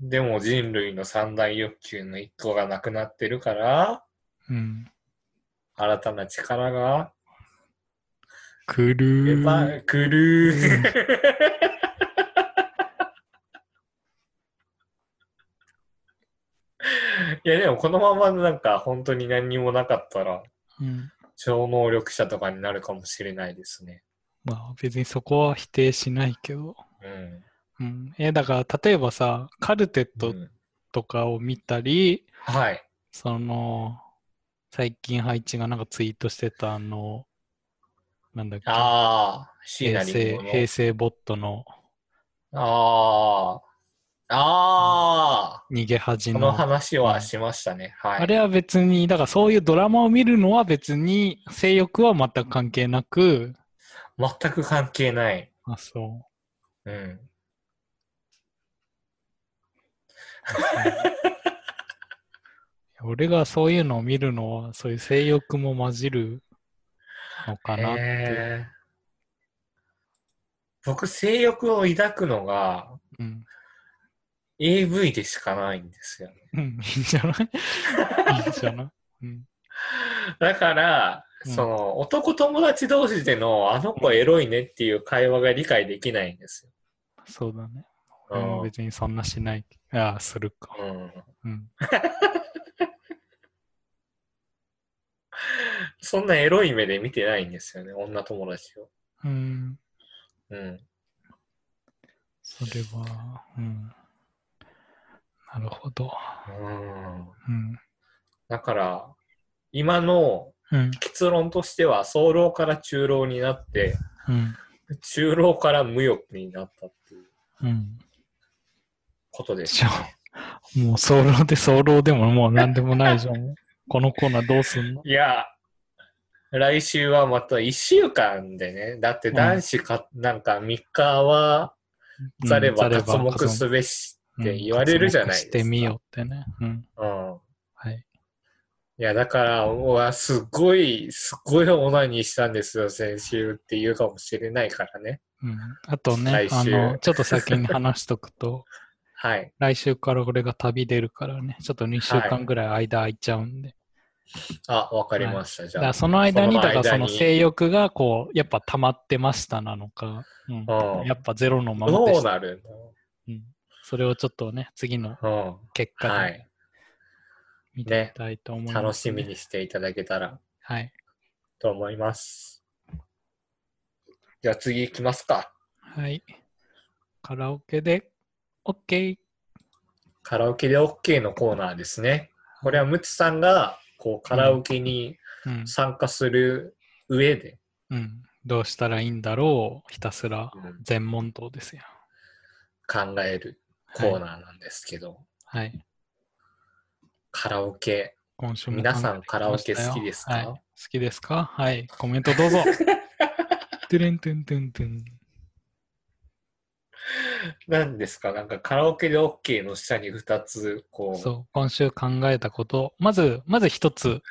[SPEAKER 1] でも人類の三大欲求の一個がなくなってるから、
[SPEAKER 2] うん。
[SPEAKER 1] 新たな力が
[SPEAKER 2] くる
[SPEAKER 1] やっ
[SPEAKER 2] ー。
[SPEAKER 1] ぱくるーいやでもこのままなんか本当に何にもなかったら
[SPEAKER 2] うん。
[SPEAKER 1] 超能力者とかになるかもしれないですね。
[SPEAKER 2] まあ別にそこは否定しないけど。
[SPEAKER 1] うん。
[SPEAKER 2] うん。え、だから例えばさ、カルテッ
[SPEAKER 1] う
[SPEAKER 2] ト
[SPEAKER 1] ん
[SPEAKER 2] とかを見たり、
[SPEAKER 1] はい。
[SPEAKER 2] その、最近ハイチがなんかツイートしてたあの、なんだっけ、
[SPEAKER 1] ああ、シーナ
[SPEAKER 2] 平
[SPEAKER 1] リ
[SPEAKER 2] 成
[SPEAKER 1] ンゴの。
[SPEAKER 2] 平成ボットの
[SPEAKER 1] ああ。ああ。
[SPEAKER 2] 逃げ恥
[SPEAKER 1] こ
[SPEAKER 2] の。
[SPEAKER 1] の話はしましたね。はい。
[SPEAKER 2] あれは別に、だからそういうドラマを見るのは別に性欲は全く関係な く、
[SPEAKER 1] 全く関係ない。
[SPEAKER 2] あ、そ
[SPEAKER 1] うん。
[SPEAKER 2] う。俺がそういうのを見るのは、そういう性欲も混じるのかなって。
[SPEAKER 1] えー僕、性欲を抱くのが
[SPEAKER 2] うん。
[SPEAKER 1] AV でしかないんですよね。
[SPEAKER 2] うん、いいんじゃないいいん じゃないうん。
[SPEAKER 1] だから、
[SPEAKER 2] うん
[SPEAKER 1] その男友達同士でのあの子エロいねっていう会話が理解できないんです
[SPEAKER 2] そうだね。
[SPEAKER 1] よ。う
[SPEAKER 2] 俺も
[SPEAKER 1] ん
[SPEAKER 2] 別にそんなしない。ああ、するか。
[SPEAKER 1] うん
[SPEAKER 2] うん。
[SPEAKER 1] そんなエロい目で見てないんですよね、女友達を。
[SPEAKER 2] うん。
[SPEAKER 1] うん、
[SPEAKER 2] それは、うん。なるほど。
[SPEAKER 1] うん
[SPEAKER 2] うん。
[SPEAKER 1] だから、今の
[SPEAKER 2] うん。
[SPEAKER 1] 結論としては、早老から中老になって、
[SPEAKER 2] うん。
[SPEAKER 1] 中老から無欲になったっていう
[SPEAKER 2] うん。
[SPEAKER 1] ことです
[SPEAKER 2] じゃあもう、早漏で早漏でももう何でもないじ ゃん。このコーナーどうすんの
[SPEAKER 1] いや、来週はまた1週間でね、だって男子か、なんか3日はざれば活目すべしって言われるじゃないですか。
[SPEAKER 2] うんしてみようってね。うん。
[SPEAKER 1] うん。
[SPEAKER 2] はい。
[SPEAKER 1] いや、だから、うわ、すっごい、すっごいオナニーしたんですよ、先週って言うかもしれないからね。
[SPEAKER 2] うん、あとね
[SPEAKER 1] 来、
[SPEAKER 2] あ
[SPEAKER 1] 週
[SPEAKER 2] の、ちょっと先に話しとく と、
[SPEAKER 1] はい。
[SPEAKER 2] 来週から俺が旅出るからね、ちょっと2週
[SPEAKER 1] は
[SPEAKER 2] 間
[SPEAKER 1] い
[SPEAKER 2] ぐらい間空いちゃうんで。
[SPEAKER 1] あ、わかりました、じ
[SPEAKER 2] だ
[SPEAKER 1] ゃ
[SPEAKER 2] か
[SPEAKER 1] あ。
[SPEAKER 2] らその間に、だからそ
[SPEAKER 1] 間
[SPEAKER 2] の
[SPEAKER 1] に
[SPEAKER 2] 性欲がこう、やっぱ溜まってましたなのか、うん
[SPEAKER 1] うん
[SPEAKER 2] やっぱゼロのままで
[SPEAKER 1] ど
[SPEAKER 2] し
[SPEAKER 1] う
[SPEAKER 2] た、
[SPEAKER 1] なる
[SPEAKER 2] うん。それをちょっとね、次の
[SPEAKER 1] の
[SPEAKER 2] 結
[SPEAKER 1] うん。
[SPEAKER 2] 果
[SPEAKER 1] は
[SPEAKER 2] で
[SPEAKER 1] い。
[SPEAKER 2] 見てみたいと思います、
[SPEAKER 1] 楽しみ。にしていただけたら
[SPEAKER 2] はい。
[SPEAKER 1] と思います。じゃあ次行きますか。
[SPEAKER 2] はい。カラオケで OK。
[SPEAKER 1] カラオケで OK のコーナーですね。これはムツさんがこうカラオケに
[SPEAKER 2] うん。
[SPEAKER 1] 参加する上で、
[SPEAKER 2] うん。どうしたらいいんだろうひたすら
[SPEAKER 1] うん
[SPEAKER 2] 全問答ですよ。
[SPEAKER 1] 考えるコー
[SPEAKER 2] ー。
[SPEAKER 1] ナーなんですけど、
[SPEAKER 2] はい。
[SPEAKER 1] カラオケ、
[SPEAKER 2] 今週も
[SPEAKER 1] 皆さ
[SPEAKER 2] 考え
[SPEAKER 1] ん
[SPEAKER 2] てき
[SPEAKER 1] カラオ
[SPEAKER 2] まし
[SPEAKER 1] ケ
[SPEAKER 2] たよ
[SPEAKER 1] 好きですか、
[SPEAKER 2] はい好きですかはい。コメントど うぞ。トゥルントゥントゥントゥン。
[SPEAKER 1] なんですかなんかカラオケで OK の下に2つこう、
[SPEAKER 2] そう、今週考えたこと。まず、まず一つ。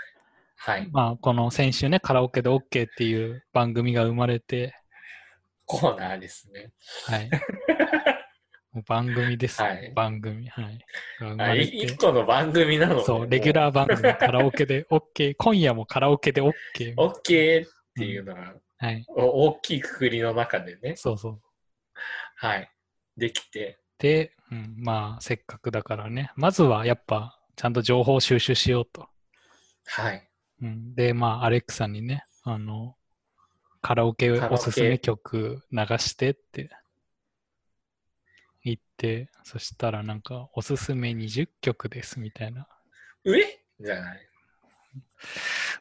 [SPEAKER 1] はい、
[SPEAKER 2] まあ、この先週ね、カラオケで OK っていう番組が生まれて、
[SPEAKER 1] コーナーですね。
[SPEAKER 2] はい。もう番組ですよ、
[SPEAKER 1] はい
[SPEAKER 2] 番組。はい。が生ま
[SPEAKER 1] あ
[SPEAKER 2] れ
[SPEAKER 1] い
[SPEAKER 2] て
[SPEAKER 1] 一個の番組なので。
[SPEAKER 2] そう、レギュ
[SPEAKER 1] ー。
[SPEAKER 2] ラー番組、カラオ ケで OK、今夜もカラオケで OK。
[SPEAKER 1] OK っていうのが、
[SPEAKER 2] はい、
[SPEAKER 1] お大きいくくりの中でね、
[SPEAKER 2] そうそう。
[SPEAKER 1] はい、できて、
[SPEAKER 2] で、うん、まあ、せっかくだからね、まずはやっぱ、ちゃんと情報収集しようと。
[SPEAKER 1] はい。
[SPEAKER 2] うん、で、まあ、アレクサにね、あの、カラオケ
[SPEAKER 1] カラオケ
[SPEAKER 2] おすすめ曲流してって言って、そしたらなんかおすすめ20曲ですみたいな。
[SPEAKER 1] 上じゃない。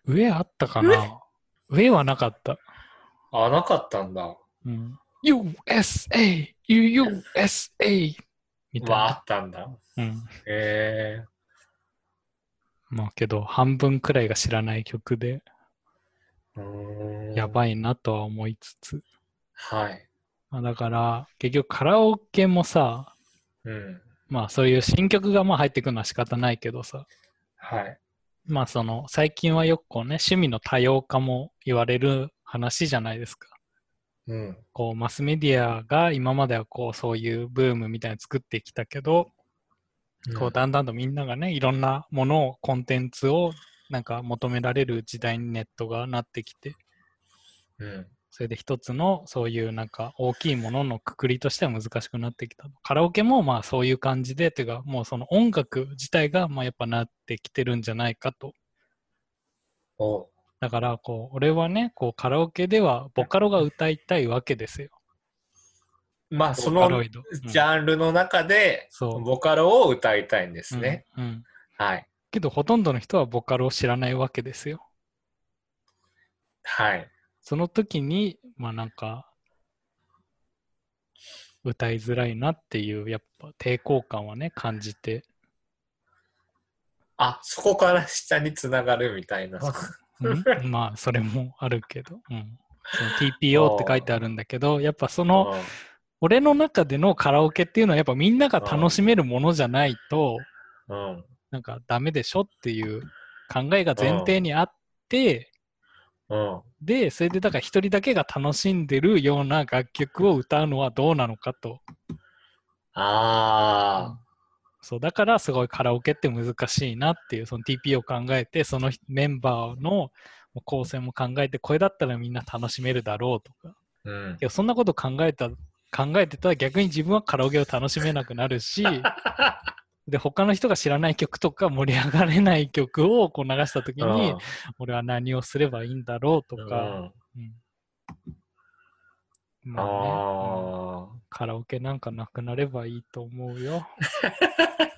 [SPEAKER 2] 上あったかな上はなかった。
[SPEAKER 1] あ、なかったんだ。
[SPEAKER 2] うん、USA! USA! みたい
[SPEAKER 1] はあ
[SPEAKER 2] な。
[SPEAKER 1] ったんだ。
[SPEAKER 2] うん、
[SPEAKER 1] ええ
[SPEAKER 2] まあけど、半分くらいが知らない曲で、
[SPEAKER 1] ー。
[SPEAKER 2] や
[SPEAKER 1] い。
[SPEAKER 2] ばいなとは思いつつ。
[SPEAKER 1] はい。
[SPEAKER 2] まあ、だから、結局カラオケもさ、
[SPEAKER 1] うん。
[SPEAKER 2] まあそういう新曲がまあ入ってくるのは仕方ないけどさ、
[SPEAKER 1] はい。
[SPEAKER 2] まあその最近はよくこうね、趣味の多様化も言われる話じゃないですか。
[SPEAKER 1] うん。
[SPEAKER 2] こうマスメディアが今まではこうそういうブームみたいなの作ってきたけど、こうだんだんとみんながね、いろんなものを、コンテンツをなんか求められる時代にネットがなってきて、
[SPEAKER 1] うん。
[SPEAKER 2] それで一つのそういうなんか大きいもののくくりとしては難しくなってきた。カラオケもまあそういう感じで、というかもうその音楽自体がまあやっぱなってきてるんじゃないかと。
[SPEAKER 1] お
[SPEAKER 2] だからこう、俺はね、こうカラオケではボカロが歌いたいわけですよ。
[SPEAKER 1] まあ、そ
[SPEAKER 2] ボカロ
[SPEAKER 1] の
[SPEAKER 2] イド。うん
[SPEAKER 1] ジャンルの中で、
[SPEAKER 2] そう
[SPEAKER 1] ボカロを歌いたいんですね。。
[SPEAKER 2] うんうん
[SPEAKER 1] はい。
[SPEAKER 2] けどほとんどの人はボカロを知らないわけですよ。
[SPEAKER 1] はい。
[SPEAKER 2] その時に、まあなんか、歌いづらいなっていう、やっぱ抵抗感はね、感じて。
[SPEAKER 1] あ、そこから下につながるみたいな。
[SPEAKER 2] うんまあ、それもあるけど。うん、その TPO って書いてあるんだけど、やっぱその、
[SPEAKER 1] うん
[SPEAKER 2] 俺の中でのカラオケっていうのは、やっぱみんなが楽しめるものじゃないと、
[SPEAKER 1] うん。
[SPEAKER 2] なんかダメでしょっていう考えが前提にあって、
[SPEAKER 1] うん。
[SPEAKER 2] で、それでだから一人だけが楽しんでるような楽曲を歌うのはどうなのかと。
[SPEAKER 1] あ
[SPEAKER 2] そうだからすごいカラオケって難しいなっていうその TP を考えてその人メンバーの構成も考えてこれだったらみんな楽しめるだろうとか
[SPEAKER 1] ー。うん
[SPEAKER 2] い。やそんなこと考えた考えてたら逆に自分はカラオケを楽しめなくなる しで他の人が知らない曲とか盛り上がれない曲をこう流した時に俺は何をすればいいんだろうと
[SPEAKER 1] うん
[SPEAKER 2] か、うんまあねうん
[SPEAKER 1] あ
[SPEAKER 2] カラオケなんかなくなればいいと思うよ。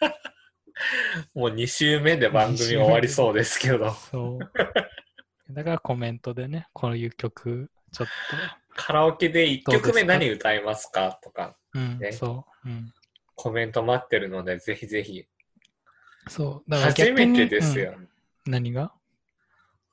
[SPEAKER 1] ーもう2週目で番組終わりそうですけど、
[SPEAKER 2] そう。だからコメントでね、こういう曲、ちょっ
[SPEAKER 1] カラオケで1曲目何歌いますかとか、
[SPEAKER 2] と、うん、
[SPEAKER 1] ね
[SPEAKER 2] そう、うん。
[SPEAKER 1] コメント待ってるので、ぜひぜひ。
[SPEAKER 2] そう、だから
[SPEAKER 1] 初
[SPEAKER 2] 逆
[SPEAKER 1] め
[SPEAKER 2] に
[SPEAKER 1] てですよ。
[SPEAKER 2] うん何が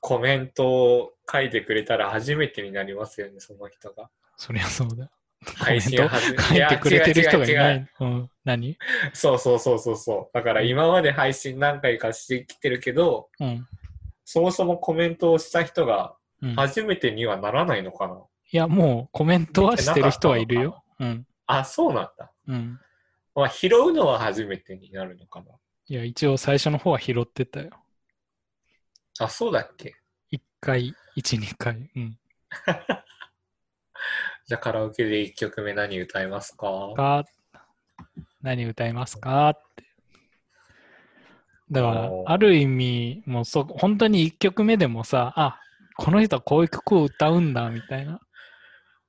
[SPEAKER 1] コメントを書いてくれたら初めてになりますよね、その人が。
[SPEAKER 2] そりゃそうだ。
[SPEAKER 1] 配信を始め
[SPEAKER 2] 書いてくれてる人がい
[SPEAKER 1] や
[SPEAKER 2] な
[SPEAKER 1] 違う違う違う
[SPEAKER 2] い。うん、何
[SPEAKER 1] そうそうそうそうそう。だから今まで配信何回かしてきてるけど、
[SPEAKER 2] うん。
[SPEAKER 1] そもそもコメントをした人が
[SPEAKER 2] うん、
[SPEAKER 1] 初めてにはならないのかな。
[SPEAKER 2] いや、もうコメントはしてる人はいるよ。うん。
[SPEAKER 1] あ、そうなんだ。
[SPEAKER 2] うん。
[SPEAKER 1] まあ、拾うのは初めてになるのかな。
[SPEAKER 2] いや、一応最初の方は拾ってたよ。
[SPEAKER 1] あ、そうだっけ
[SPEAKER 2] 1回、1、2回。うん。
[SPEAKER 1] じゃあカラオケで1曲目何歌いますか
[SPEAKER 2] か何歌いますかって。だから
[SPEAKER 1] お、ー
[SPEAKER 2] ある意味、もうそ、本当に1曲目でもさ、あ、この人はこういう曲を歌うんだ、みたいな。だか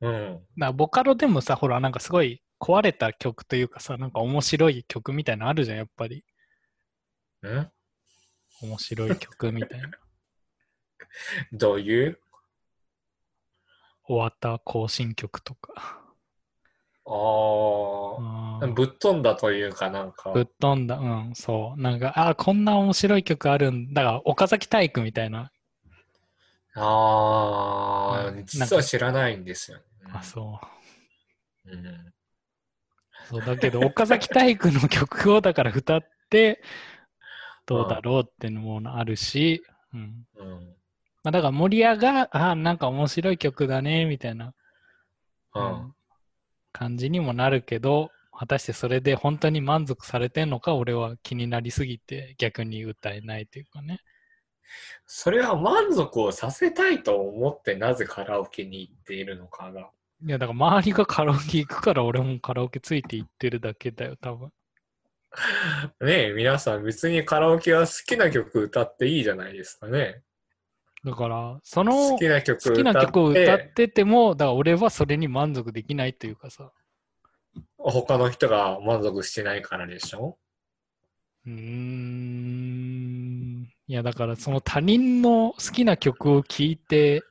[SPEAKER 1] うん。
[SPEAKER 2] らボカロでもさ、ほら、なんかすごい壊れた曲というかさ、なんか面白い曲みたいなのあるじゃん、やっぱり。
[SPEAKER 1] ん
[SPEAKER 2] 面白い曲み たいな。
[SPEAKER 1] どういう
[SPEAKER 2] 終わった更新曲とか。
[SPEAKER 1] あ
[SPEAKER 2] あ
[SPEAKER 1] あ、
[SPEAKER 2] ー
[SPEAKER 1] ぶっ飛んだというかなんか。
[SPEAKER 2] ぶっ飛んだ、うん、そう。なんか、あ、こんな面白い曲あるんだ。だから、岡崎体育みたいな。
[SPEAKER 1] あ
[SPEAKER 2] う
[SPEAKER 1] あ、
[SPEAKER 2] ん
[SPEAKER 1] 実は知らないんですよ、ね。
[SPEAKER 2] あ、そう。
[SPEAKER 1] うん。
[SPEAKER 2] そうだけど岡崎体育の曲をだから歌ってどうだろうっていうのもあるし、うん
[SPEAKER 1] うん。
[SPEAKER 2] まあ、だから森屋があーなんか面白い曲だねみたいな、
[SPEAKER 1] う。
[SPEAKER 2] うんん感じにもなるけど果たしてそれで本当に満足されてんのか俺は気になりすぎて逆に歌えないというかね
[SPEAKER 1] それは満足をさせたいと思ってなぜカラオケに行っているのかが。
[SPEAKER 2] いやだから周りがカラオケ行くから俺もカラオケついて行ってるだけだよ多分
[SPEAKER 1] ねえ、皆さん別にカラオケは好きな曲歌っていいじゃないですかね。
[SPEAKER 2] だから、その
[SPEAKER 1] 好
[SPEAKER 2] 好
[SPEAKER 1] きな曲
[SPEAKER 2] きな曲を歌
[SPEAKER 1] 歌っ
[SPEAKER 2] っててても、だから俺はそれに満足できないというかさ。
[SPEAKER 1] 他の人が満足してないからでしょ
[SPEAKER 2] うーん。いや、だからその他人の好きな曲を聴いて、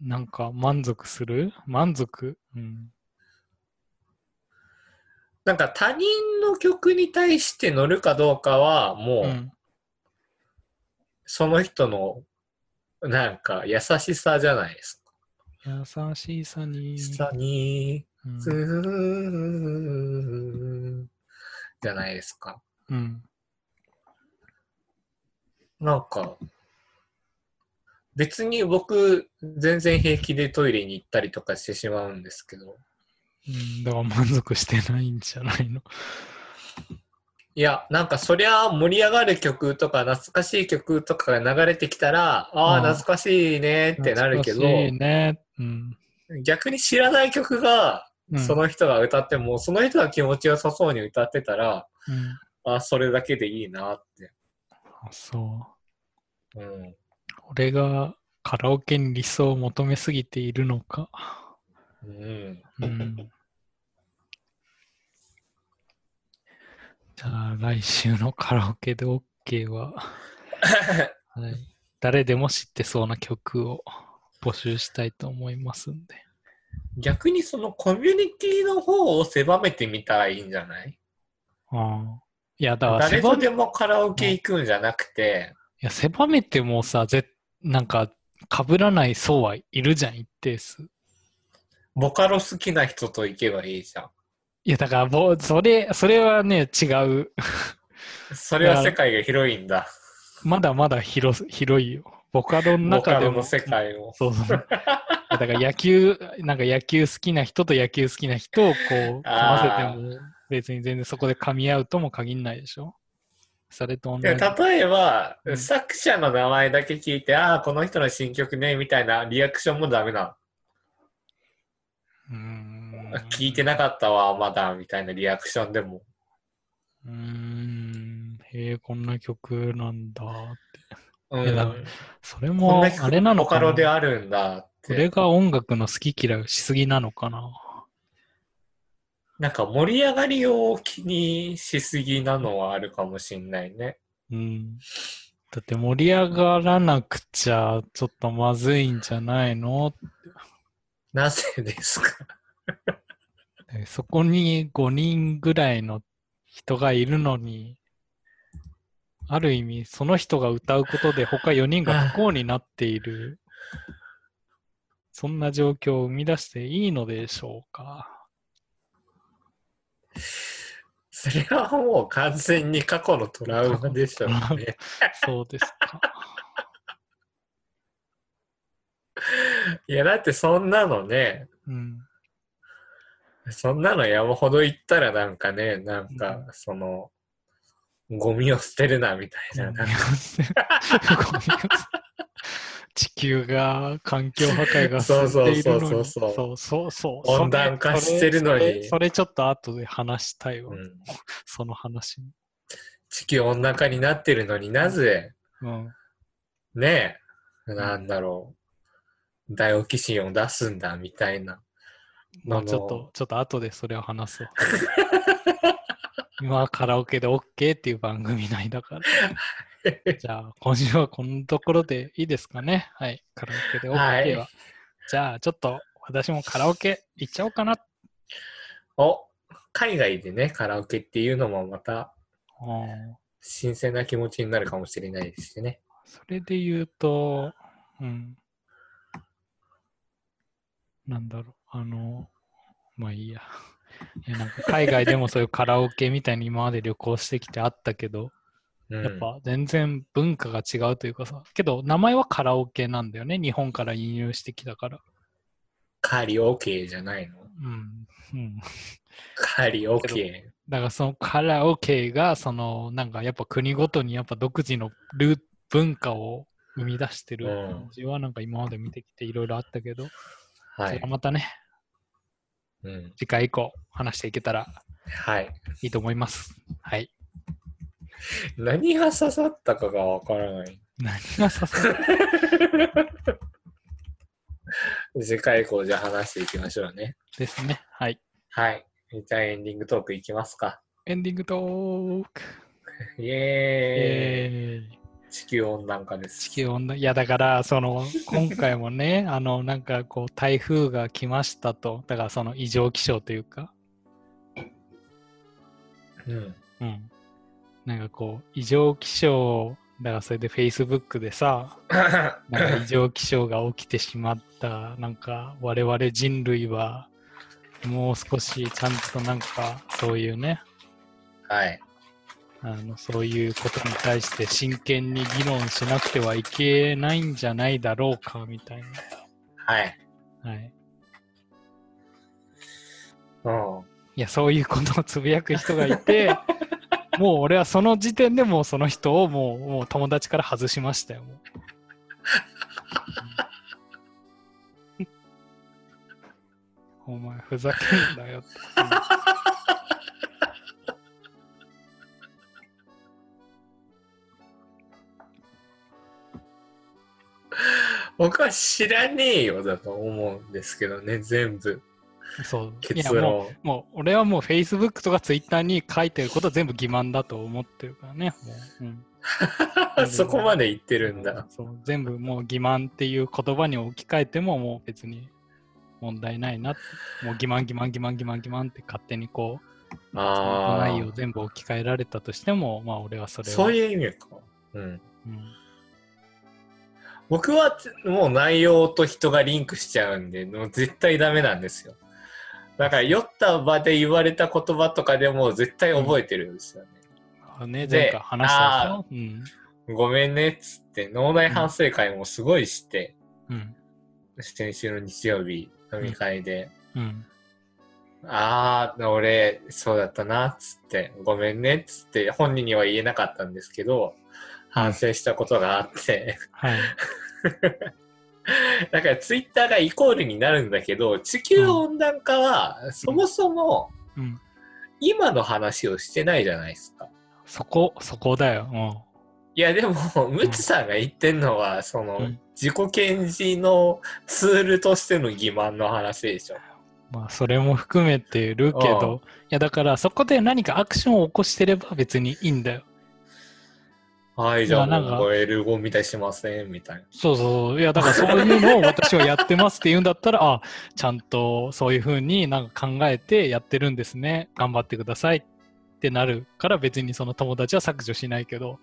[SPEAKER 2] なんか満足する満足うん。
[SPEAKER 1] なんか他人の曲に対して乗るかどうかはも
[SPEAKER 2] う
[SPEAKER 1] うんその人のなんか優しさじゃないですか。
[SPEAKER 2] 優しさに。
[SPEAKER 1] 下に
[SPEAKER 2] うん
[SPEAKER 1] ずーじゃないですか。
[SPEAKER 2] うん。
[SPEAKER 1] なんか別に僕全然平気でトイレに行ったりとかしてしまうんですけど
[SPEAKER 2] うんだから満足してないんじ ゃないの。
[SPEAKER 1] いやなんかそりゃ盛り上がる曲とか懐かしい曲とかが流れてきたらああ
[SPEAKER 2] うん
[SPEAKER 1] 懐かしいねってなるけど、
[SPEAKER 2] 懐かしいね。うん。
[SPEAKER 1] 逆に知らない曲が
[SPEAKER 2] うん
[SPEAKER 1] その人が歌っても、その人が気持ちよさそうに歌ってたら
[SPEAKER 2] うん
[SPEAKER 1] あそれだけでいいなって、
[SPEAKER 2] あそう。
[SPEAKER 1] うん、
[SPEAKER 2] 俺がカラオケに理想を求めすぎているのか。
[SPEAKER 1] うん、
[SPEAKER 2] うん。じゃあ、来週のカラオケで OK は、はい、誰でも知ってそうな曲を募集したいと思いますんで。
[SPEAKER 1] 逆にそのコミュニティの方を狭めてみたらいいんじゃない
[SPEAKER 2] ああ。いや、だから
[SPEAKER 1] 誰
[SPEAKER 2] 狭
[SPEAKER 1] と
[SPEAKER 2] め、
[SPEAKER 1] で
[SPEAKER 2] い
[SPEAKER 1] もカラオケ行くんじゃなくて、
[SPEAKER 2] や狭めてもさ、ぜなんか、被らない層はいるじゃん、一定数。
[SPEAKER 1] ボカロ好きな人と行けばいいじゃん。
[SPEAKER 2] いや、だからぼ、それ、それはね、違う。
[SPEAKER 1] それは世界が広いんだ。
[SPEAKER 2] まだまだ広す広いよ。ボカロの
[SPEAKER 1] ボカ
[SPEAKER 2] 中で
[SPEAKER 1] ロ
[SPEAKER 2] も。
[SPEAKER 1] の世界を。
[SPEAKER 2] そうそう。だから野球、なんか野球好きな人と野球好きな人をこう、組ま
[SPEAKER 1] あー
[SPEAKER 2] せても、別に全然そこで噛み合うとも限んないでしょ。それと同じ。
[SPEAKER 1] で例えば、
[SPEAKER 2] うん
[SPEAKER 1] 作者の名前だけ聞いて、ああ、この人の新曲ね、みたいなリアクションもダメな
[SPEAKER 2] うーん
[SPEAKER 1] の。聞いてなかったわ、まだ、みたいなリアクションでも。
[SPEAKER 2] うーん。へえ、こんな曲なんだって。
[SPEAKER 1] うん
[SPEAKER 2] いやだからそれ
[SPEAKER 1] こん
[SPEAKER 2] も
[SPEAKER 1] な、曲
[SPEAKER 2] あれなの
[SPEAKER 1] ボカ
[SPEAKER 2] か
[SPEAKER 1] ロ
[SPEAKER 2] な
[SPEAKER 1] であるんだっ
[SPEAKER 2] こ
[SPEAKER 1] て。
[SPEAKER 2] れが音楽の好き嫌いをしすぎなのかな
[SPEAKER 1] なんか盛り上がりを気にしすぎなのはあるかもしんないね。
[SPEAKER 2] うんだって盛り上がらなくちゃちょっとまずいんじゃないの
[SPEAKER 1] なぜですか
[SPEAKER 2] でそこに5人ぐらいの人がいるのにある意味その人が歌うことで他4人が不幸になっているそんな状況を生み出していいのでしょうか
[SPEAKER 1] それはもう完全に過去のトラウマでしょうね。
[SPEAKER 2] そうですか
[SPEAKER 1] いや、だってそんなのね、
[SPEAKER 2] うん
[SPEAKER 1] そんなの山ほど行ったらなんかね、なんか、その、ゴミを捨てるなみたいな、なんか
[SPEAKER 2] ゴミを捨て地球が環境破壊が進んでいるのに
[SPEAKER 1] そうそうそう
[SPEAKER 2] そうそうそう
[SPEAKER 1] 温暖化してるのに
[SPEAKER 2] それそれそれちょっと後で話したいわ、
[SPEAKER 1] うん
[SPEAKER 2] その話も
[SPEAKER 1] 地球温暖化になってるのになぜ、
[SPEAKER 2] うん
[SPEAKER 1] ねえ、なんだろう、ダイオキシンを出すんだみたいな。
[SPEAKER 2] まあ
[SPEAKER 1] の
[SPEAKER 2] ちょっとちょっと後でそれを話そう今はカラオケで OK っていう番組内だから じゃあ今週はこのところでいいですかねはいカラオケで OK は、
[SPEAKER 1] はい
[SPEAKER 2] じゃあちょっと私もカラオケ行っちゃおうかな
[SPEAKER 1] お、海外でね、カラオケっていうのもまた
[SPEAKER 2] うん
[SPEAKER 1] 新鮮な気持ちになるかもしれないですしね。
[SPEAKER 2] それで言うと、うん。なんだろう、あの、まあいいや。いやなんか海外でもそういうカラオケみたいに今まで旅行してきてあったけど、
[SPEAKER 1] うん
[SPEAKER 2] やっぱ全然文化が違うというかさ、けど名前はカラオケなんだよね、日本から輸入してきたから。
[SPEAKER 1] カリオケじゃないの
[SPEAKER 2] うん。うん、
[SPEAKER 1] カリオケ。
[SPEAKER 2] だからそのカラオケが、そのなんかやっぱ国ごとにやっぱ独自のルー文化を生み出してる
[SPEAKER 1] うん
[SPEAKER 2] 感じはなんか今まで見てきていろいろあったけど、
[SPEAKER 1] は
[SPEAKER 2] それ
[SPEAKER 1] い
[SPEAKER 2] は。またね、
[SPEAKER 1] うん。
[SPEAKER 2] 次回以降話していけたら
[SPEAKER 1] はい。
[SPEAKER 2] いいと思います。はい。
[SPEAKER 1] 何が刺さったかがわからない。
[SPEAKER 2] 何が刺さる
[SPEAKER 1] 次回以降じゃあ話していきましょうね。
[SPEAKER 2] ですね。はい。
[SPEAKER 1] はい。じゃあエンディングトークいきますか。
[SPEAKER 2] エンディングトーク。
[SPEAKER 1] イエーイ、
[SPEAKER 2] えーイ、
[SPEAKER 1] 地球温暖化です。
[SPEAKER 2] 地球温暖いやだからその今回もね あのなんかこう台風が来ましたとだからその異常気象というか、
[SPEAKER 1] うん。
[SPEAKER 2] うん、なんかこう異常気象だからそれで Facebook でさなんか異常気象が起きてしまったなんか我々人類はもう少しちゃんとなんかそういうね
[SPEAKER 1] はい。
[SPEAKER 2] あのそういうことに対して真剣に議論しなくてはいけないんじゃないだろうかみたい
[SPEAKER 1] はい。
[SPEAKER 2] な、はい、
[SPEAKER 1] うん。
[SPEAKER 2] いやそういうことをつぶやく人がい てもう俺はその時点でもうその人をもうもう友達から外しまし たよもうお前ふざけんなよって
[SPEAKER 1] 僕は知らねえよだと思うんですけどね、全部。
[SPEAKER 2] そうい
[SPEAKER 1] 結
[SPEAKER 2] やもう
[SPEAKER 1] 論。
[SPEAKER 2] もう俺はもう Facebook とか Twitter に書いてることは全部欺瞞だと思ってるからねもう、うん、うん
[SPEAKER 1] そこまで言ってるんだ。
[SPEAKER 2] そう全部もう欺瞞っていう言葉に置き換えてももう別に問題ないなってもう欺瞞欺瞞欺瞞欺瞞欺瞞って勝手にこう
[SPEAKER 1] ああ。
[SPEAKER 2] 内容を全部置き換えられたとしてもまあ俺はそれは
[SPEAKER 1] そういう意味か。うん。
[SPEAKER 2] うん
[SPEAKER 1] 僕はもう内容と人がリンクしちゃうんで、もう絶対ダメなんですよ。だから酔った場で言われた言葉とかでも絶対覚えてるんですよね。
[SPEAKER 2] あね、
[SPEAKER 1] で
[SPEAKER 2] 前回話したでしょうん
[SPEAKER 1] ごめんねっつって、脳内反省会もすごいして、
[SPEAKER 2] うん
[SPEAKER 1] 先週の日曜日飲み会で、
[SPEAKER 2] うん
[SPEAKER 1] ああ、俺、そうだったな、つって、ごめんね、っつって、本人には言えなかったんですけど、反省したことがあって、
[SPEAKER 2] はい
[SPEAKER 1] だからツイッターがイコールになるんだけど、地球温暖化は、そもそも
[SPEAKER 2] うん
[SPEAKER 1] 今の話をしてないじゃないですか。
[SPEAKER 2] そこそこだよも
[SPEAKER 1] いや、でも、ムツさんが言ってんのは、その
[SPEAKER 2] うん、
[SPEAKER 1] 自己検事のツールとしての欺瞞の話でしょ。
[SPEAKER 2] うまあそれも含めてるけどいやだからそこで何かアクションを起こしてれば別にいいんだよ
[SPEAKER 1] はい、じゃあ
[SPEAKER 2] まあなんか
[SPEAKER 1] もう L5 みたいしません、みたいな。
[SPEAKER 2] そうそう。いや、だからそういうのを私はやってますって言うんだったら、あ、ちゃんとそういうふうになんか考えてやってるんですね。頑張ってくださいってなるから別にその友達は削除しないけど、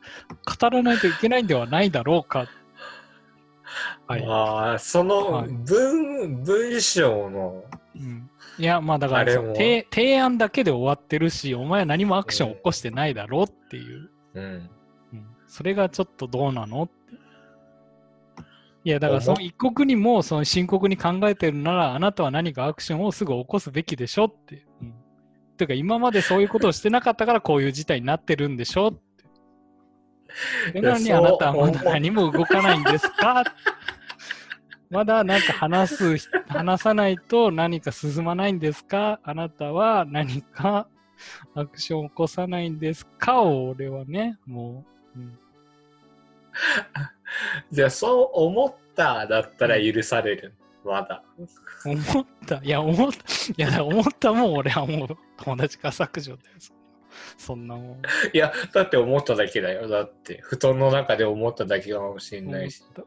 [SPEAKER 2] 語らないといけないんではないだろうか。はい。
[SPEAKER 1] ああ、そ
[SPEAKER 2] は
[SPEAKER 1] の
[SPEAKER 2] い
[SPEAKER 1] 文、文章の、
[SPEAKER 2] うん、いや、まあだか
[SPEAKER 1] あ
[SPEAKER 2] ら
[SPEAKER 1] れ
[SPEAKER 2] その
[SPEAKER 1] も
[SPEAKER 2] 提提案だけで終わってるし、お前は何もアクション起こしてないだろうっていう。
[SPEAKER 1] うん、
[SPEAKER 2] うんそれがちょっとどうなのっていやだか
[SPEAKER 1] 思
[SPEAKER 2] ら
[SPEAKER 1] っ
[SPEAKER 2] その一国にもその深刻に考えてるならあなたは何かアクションをすぐ起こすべきでしょって。うん、てか今までそういうことをしてなかったからこういう事態になってるんでしょって。それなのに
[SPEAKER 1] そう
[SPEAKER 2] あなたはまだ
[SPEAKER 1] 思う
[SPEAKER 2] 何も動かないんですかまだなんか話す人話さないと何か進まないんですかあなたは何かアクションを起こさないんですかを俺はね、もう、うん
[SPEAKER 1] じゃあ、そう思っただったら許される。まだ。
[SPEAKER 2] 思った、いや、思った、いや、だから思ったもん俺はもう友達から削除だよ。そんなもん。
[SPEAKER 1] いや、だって思っただけだよ。だって、布団の中で思っただけかもしれな
[SPEAKER 2] 思っ
[SPEAKER 1] いし、
[SPEAKER 2] た。う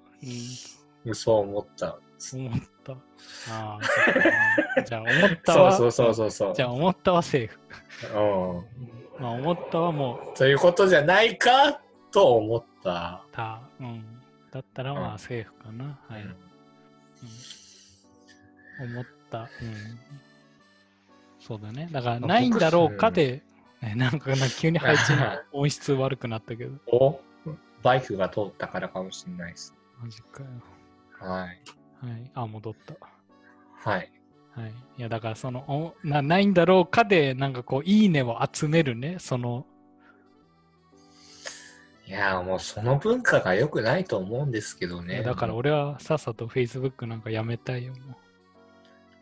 [SPEAKER 2] ん
[SPEAKER 1] そう思った。
[SPEAKER 2] 思った。ああ、そっかじゃあ思った
[SPEAKER 1] そう
[SPEAKER 2] は。
[SPEAKER 1] そうそうそうそう。
[SPEAKER 2] じゃあ思ったはセーフ。
[SPEAKER 1] うん。
[SPEAKER 2] まあ思ったはもう
[SPEAKER 1] ということじゃないかと思った。。
[SPEAKER 2] た。うん。だったらまあセーフかな。はいう
[SPEAKER 1] ん
[SPEAKER 2] 思った、うん、そうだねだからないんだろうかで、ねなんかな急に配置の音質悪くなったけど
[SPEAKER 1] おバイクが通ったからかもしれないです。
[SPEAKER 2] マジかよ
[SPEAKER 1] はい。
[SPEAKER 2] はいあ戻った
[SPEAKER 1] はい。
[SPEAKER 2] はいいやだからそのおなないんだろうかでなんかこういいねを集めるねその
[SPEAKER 1] いやー、もうその文化が良くないと思うんですけど
[SPEAKER 2] いや
[SPEAKER 1] ね。
[SPEAKER 2] だから俺はさっさと Facebook なんかやめたいよも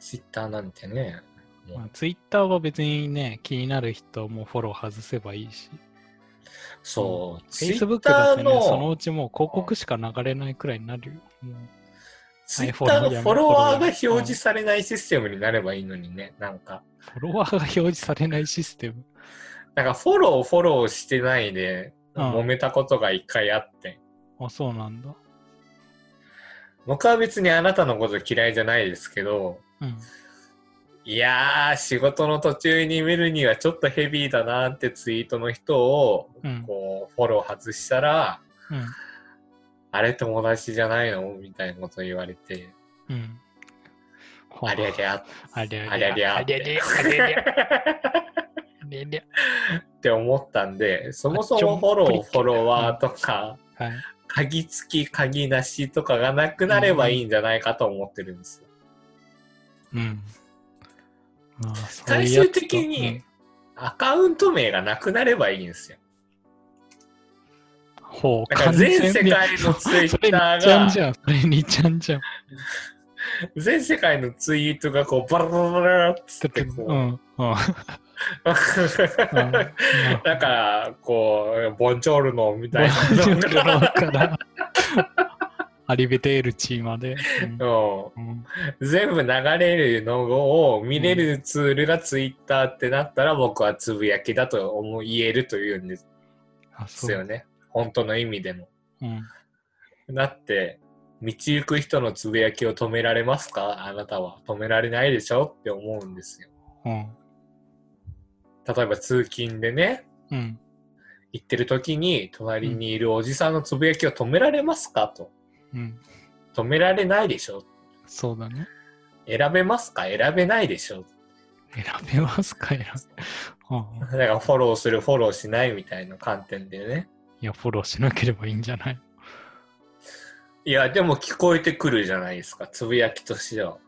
[SPEAKER 1] ツイッターなんてね、
[SPEAKER 2] う、
[SPEAKER 1] も
[SPEAKER 2] まあ
[SPEAKER 1] う、
[SPEAKER 2] Twitter は別にね気になる人もフォロー外せばいいし
[SPEAKER 1] そう、ツイッ
[SPEAKER 2] Facebook
[SPEAKER 1] タ
[SPEAKER 2] だっ
[SPEAKER 1] ー
[SPEAKER 2] てね、その
[SPEAKER 1] の、
[SPEAKER 2] うちもう広告しか流れないくらいになるよ。うん
[SPEAKER 1] ツイッターの
[SPEAKER 2] はいフォローやめ
[SPEAKER 1] フォロワーが
[SPEAKER 2] フォローやめ
[SPEAKER 1] 表示されないシステムになればいいのにね、なんか。
[SPEAKER 2] フォロワーが表示されないシステム。
[SPEAKER 1] なんかフォローフォローしてないで、
[SPEAKER 2] うん
[SPEAKER 1] 揉めたことが一回あって。
[SPEAKER 2] あ、そうなんだ。
[SPEAKER 1] 僕は別にあなたのこと嫌いじゃないですけど、
[SPEAKER 2] うん。
[SPEAKER 1] いやー、仕事の途中に見るにはちょっとヘビーだなーってツイートの人を、
[SPEAKER 2] うん。
[SPEAKER 1] こう、フォロー外したら、
[SPEAKER 2] うん。
[SPEAKER 1] あれ友達じゃないのみたいなこと言われて、
[SPEAKER 2] うん。ほう
[SPEAKER 1] ありゃりゃ、
[SPEAKER 2] ありゃ
[SPEAKER 1] ありゃりゃ
[SPEAKER 2] ありゃりゃ。ありゃ りゃ。ありゃり
[SPEAKER 1] って思ったんで、そもそ
[SPEAKER 2] あち
[SPEAKER 1] も
[SPEAKER 2] ょん
[SPEAKER 1] フォロ
[SPEAKER 2] ぷり
[SPEAKER 1] ー、
[SPEAKER 2] っ
[SPEAKER 1] フ
[SPEAKER 2] け
[SPEAKER 1] ォロワーとか、
[SPEAKER 2] ゃ。はい。
[SPEAKER 1] 鍵付き、鍵なしとかがなくなればいいんじゃないかと思ってるんですよ。
[SPEAKER 2] うん。まあ、そう
[SPEAKER 1] 最
[SPEAKER 2] いうやつ
[SPEAKER 1] 終
[SPEAKER 2] と
[SPEAKER 1] 的に、アカウント名がなくなればいいんですよ。
[SPEAKER 2] うんほう、
[SPEAKER 1] だから全世界の
[SPEAKER 2] 完全に
[SPEAKER 1] Twitter
[SPEAKER 2] それ2ちゃんじゃん。それ2ちゃんじゃん。
[SPEAKER 1] 全世界のツイートがこう、バラバラバラバラっつってこ
[SPEAKER 2] うん。うん。
[SPEAKER 1] う、だから、こう、ボンジョールノみ たい
[SPEAKER 2] 大丈夫
[SPEAKER 1] なのが
[SPEAKER 2] から。アリベテールチーまで。
[SPEAKER 1] うん
[SPEAKER 2] うんうん
[SPEAKER 1] 全部流れるのを見れるツールがツイッターってなったら僕はつぶやきだと思う言えるというんで
[SPEAKER 2] あ、
[SPEAKER 1] す
[SPEAKER 2] そ
[SPEAKER 1] よ
[SPEAKER 2] う。
[SPEAKER 1] ね。本当の意味での。
[SPEAKER 2] うん。
[SPEAKER 1] だって、道行く人のつぶやきを止められますかあなたは。止められないでしょって思うんですよ。
[SPEAKER 2] うん。
[SPEAKER 1] 例えば通勤でね、
[SPEAKER 2] うん。
[SPEAKER 1] 行ってる時に隣にいるおじさんのつぶやきを止められますかと。
[SPEAKER 2] うん。
[SPEAKER 1] 止められないでしょ
[SPEAKER 2] そうだね。
[SPEAKER 1] 選べますか選べないでしょ
[SPEAKER 2] 選べますか選べ。うん
[SPEAKER 1] だからフォローするフォローしないみたいな観点でね
[SPEAKER 2] いや、フォローしなければいいんじゃない
[SPEAKER 1] いやでも聞こえてくるじゃないですかつぶやきとしては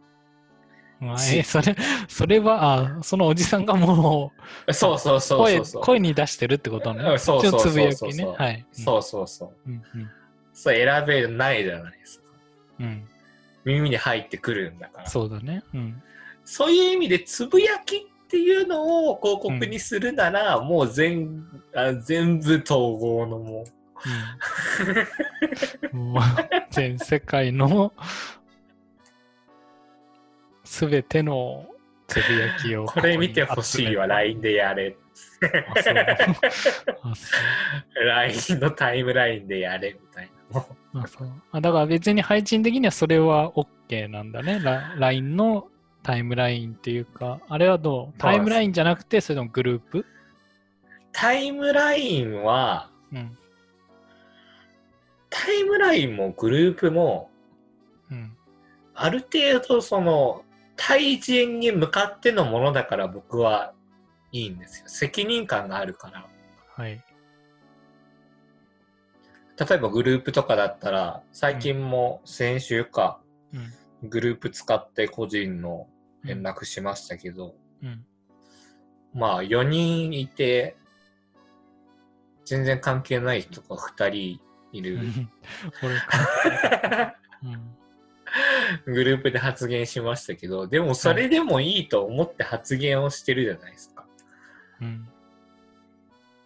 [SPEAKER 2] まあ
[SPEAKER 1] し
[SPEAKER 2] え、それ、それは、あそのおじさんがもう
[SPEAKER 1] そうそうそう
[SPEAKER 2] 声
[SPEAKER 1] そうそう
[SPEAKER 2] 声に出してるってことね
[SPEAKER 1] う。んそうそうそう
[SPEAKER 2] こっちのつぶや
[SPEAKER 1] そう
[SPEAKER 2] き
[SPEAKER 1] そ
[SPEAKER 2] ね。
[SPEAKER 1] う
[SPEAKER 2] はい。
[SPEAKER 1] そうそうそう
[SPEAKER 2] うん。うん。
[SPEAKER 1] そう選べないじゃないですか
[SPEAKER 2] うん。うん
[SPEAKER 1] 耳に入ってくるんだからそう
[SPEAKER 2] そうだね。うん。
[SPEAKER 1] いう意味でつぶやきっていうのを広告にするなら、もう全あ全部統合のもう
[SPEAKER 2] うんもう全世界のすべてのつぶやきを
[SPEAKER 1] これ見てほしいわ LINE でやれ
[SPEAKER 2] あそうあそう
[SPEAKER 1] LINE のタイムラインでやれみたいなもう
[SPEAKER 2] あそうあだから別に配信的にはそれは OK なんだね。ラ LINE のタイムラインっていうか、あれはどうタイムラインじゃなくて、それともグループ
[SPEAKER 1] タイムラインは
[SPEAKER 2] うん。
[SPEAKER 1] タイムラインもグループも
[SPEAKER 2] うん。
[SPEAKER 1] ある程度その対人に向かってのものだから僕はいいんですよ責任感があるから
[SPEAKER 2] はい。
[SPEAKER 1] 例えばグループとかだったら最近も先週か
[SPEAKER 2] うん。
[SPEAKER 1] グループ使って個人の連
[SPEAKER 2] うん
[SPEAKER 1] 絡しましたけど、
[SPEAKER 2] うん。
[SPEAKER 1] まあ4人いて全然関係ない人が2人いる、
[SPEAKER 2] 俺か。うん。
[SPEAKER 1] グループで発言しましたけど、でもそれでもいいと思って発言をしてるじゃないですか。
[SPEAKER 2] うん。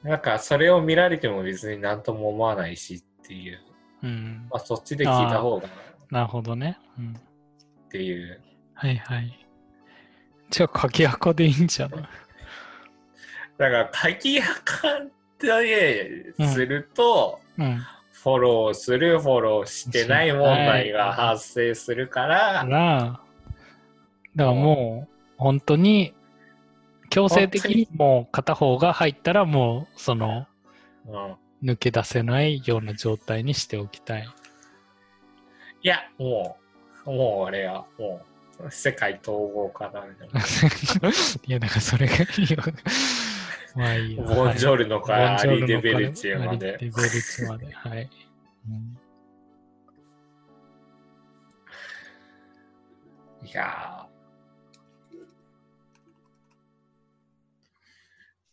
[SPEAKER 1] なんかそれを見られても別に何とも思わないしっていう、
[SPEAKER 2] うん
[SPEAKER 1] ま。あそっちで聞いた方がっ
[SPEAKER 2] なるほどね。うん。
[SPEAKER 1] ていう。
[SPEAKER 2] はいはい。じゃあ、鍵アカでいいんじゃない
[SPEAKER 1] だから鍵アカですると、
[SPEAKER 2] うん。
[SPEAKER 1] フォローする、フォローしてない問題が発生するから、
[SPEAKER 2] ら、だからもう、本当に、強制的にもう片方が入ったらもう、その、
[SPEAKER 1] うん、
[SPEAKER 2] 抜け出せないような状態にしておきたい。
[SPEAKER 1] いや、もう、もう俺は、もう、世界統合かなみたいな。
[SPEAKER 2] いや、だからそれがいいよ。ま あいいよ。
[SPEAKER 1] ボンジョルノからアリー・デベルチェま
[SPEAKER 2] ア
[SPEAKER 1] で
[SPEAKER 2] リ。デベルチェまで。はい。うん
[SPEAKER 1] いや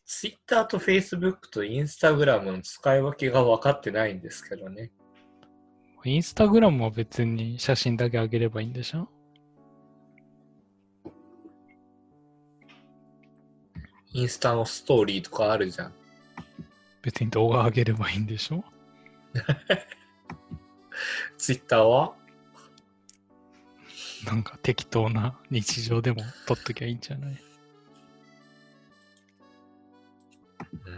[SPEAKER 1] ツイッター Twitter と Facebook と Instagram の使い分けが分かってないんですけどね。
[SPEAKER 2] インスタグラムは別に写真だけ上げればいいんでしょ
[SPEAKER 1] インスタのストーリーとかあるじゃん。
[SPEAKER 2] 別に動画上げればいいんでしょ
[SPEAKER 1] ツイッターは
[SPEAKER 2] なんか適当な日常でも撮っときゃいいんじゃない、
[SPEAKER 1] うん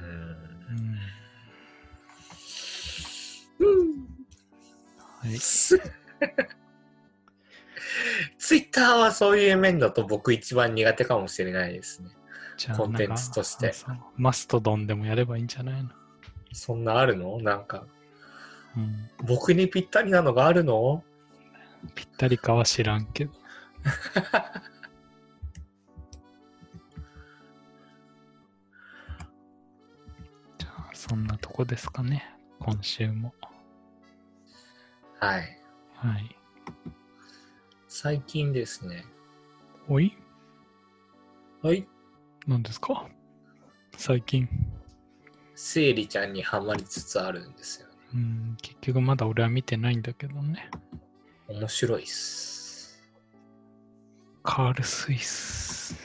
[SPEAKER 2] うん、はい。
[SPEAKER 1] ツイッターはそういう面だと僕一番苦手かもしれないですね。
[SPEAKER 2] じゃあ
[SPEAKER 1] コンテンツとして
[SPEAKER 2] なんかそうマストドンでもやればいいんじゃないの、
[SPEAKER 1] そんなあるのなんか、
[SPEAKER 2] うん、
[SPEAKER 1] 僕にぴったりなのがあるの
[SPEAKER 2] ぴったりかは知らんけど。 じゃあ、そんなとこですかね。今週も。
[SPEAKER 1] はい。
[SPEAKER 2] はい。
[SPEAKER 1] 最近ですね。
[SPEAKER 2] おい
[SPEAKER 1] はい。
[SPEAKER 2] 何ですか最近。
[SPEAKER 1] セイリちゃんにはまりつつあるんですよね。
[SPEAKER 2] うん、結局まだ俺は見てないんだけどね。
[SPEAKER 1] 面白いっす。
[SPEAKER 2] カール・スイス。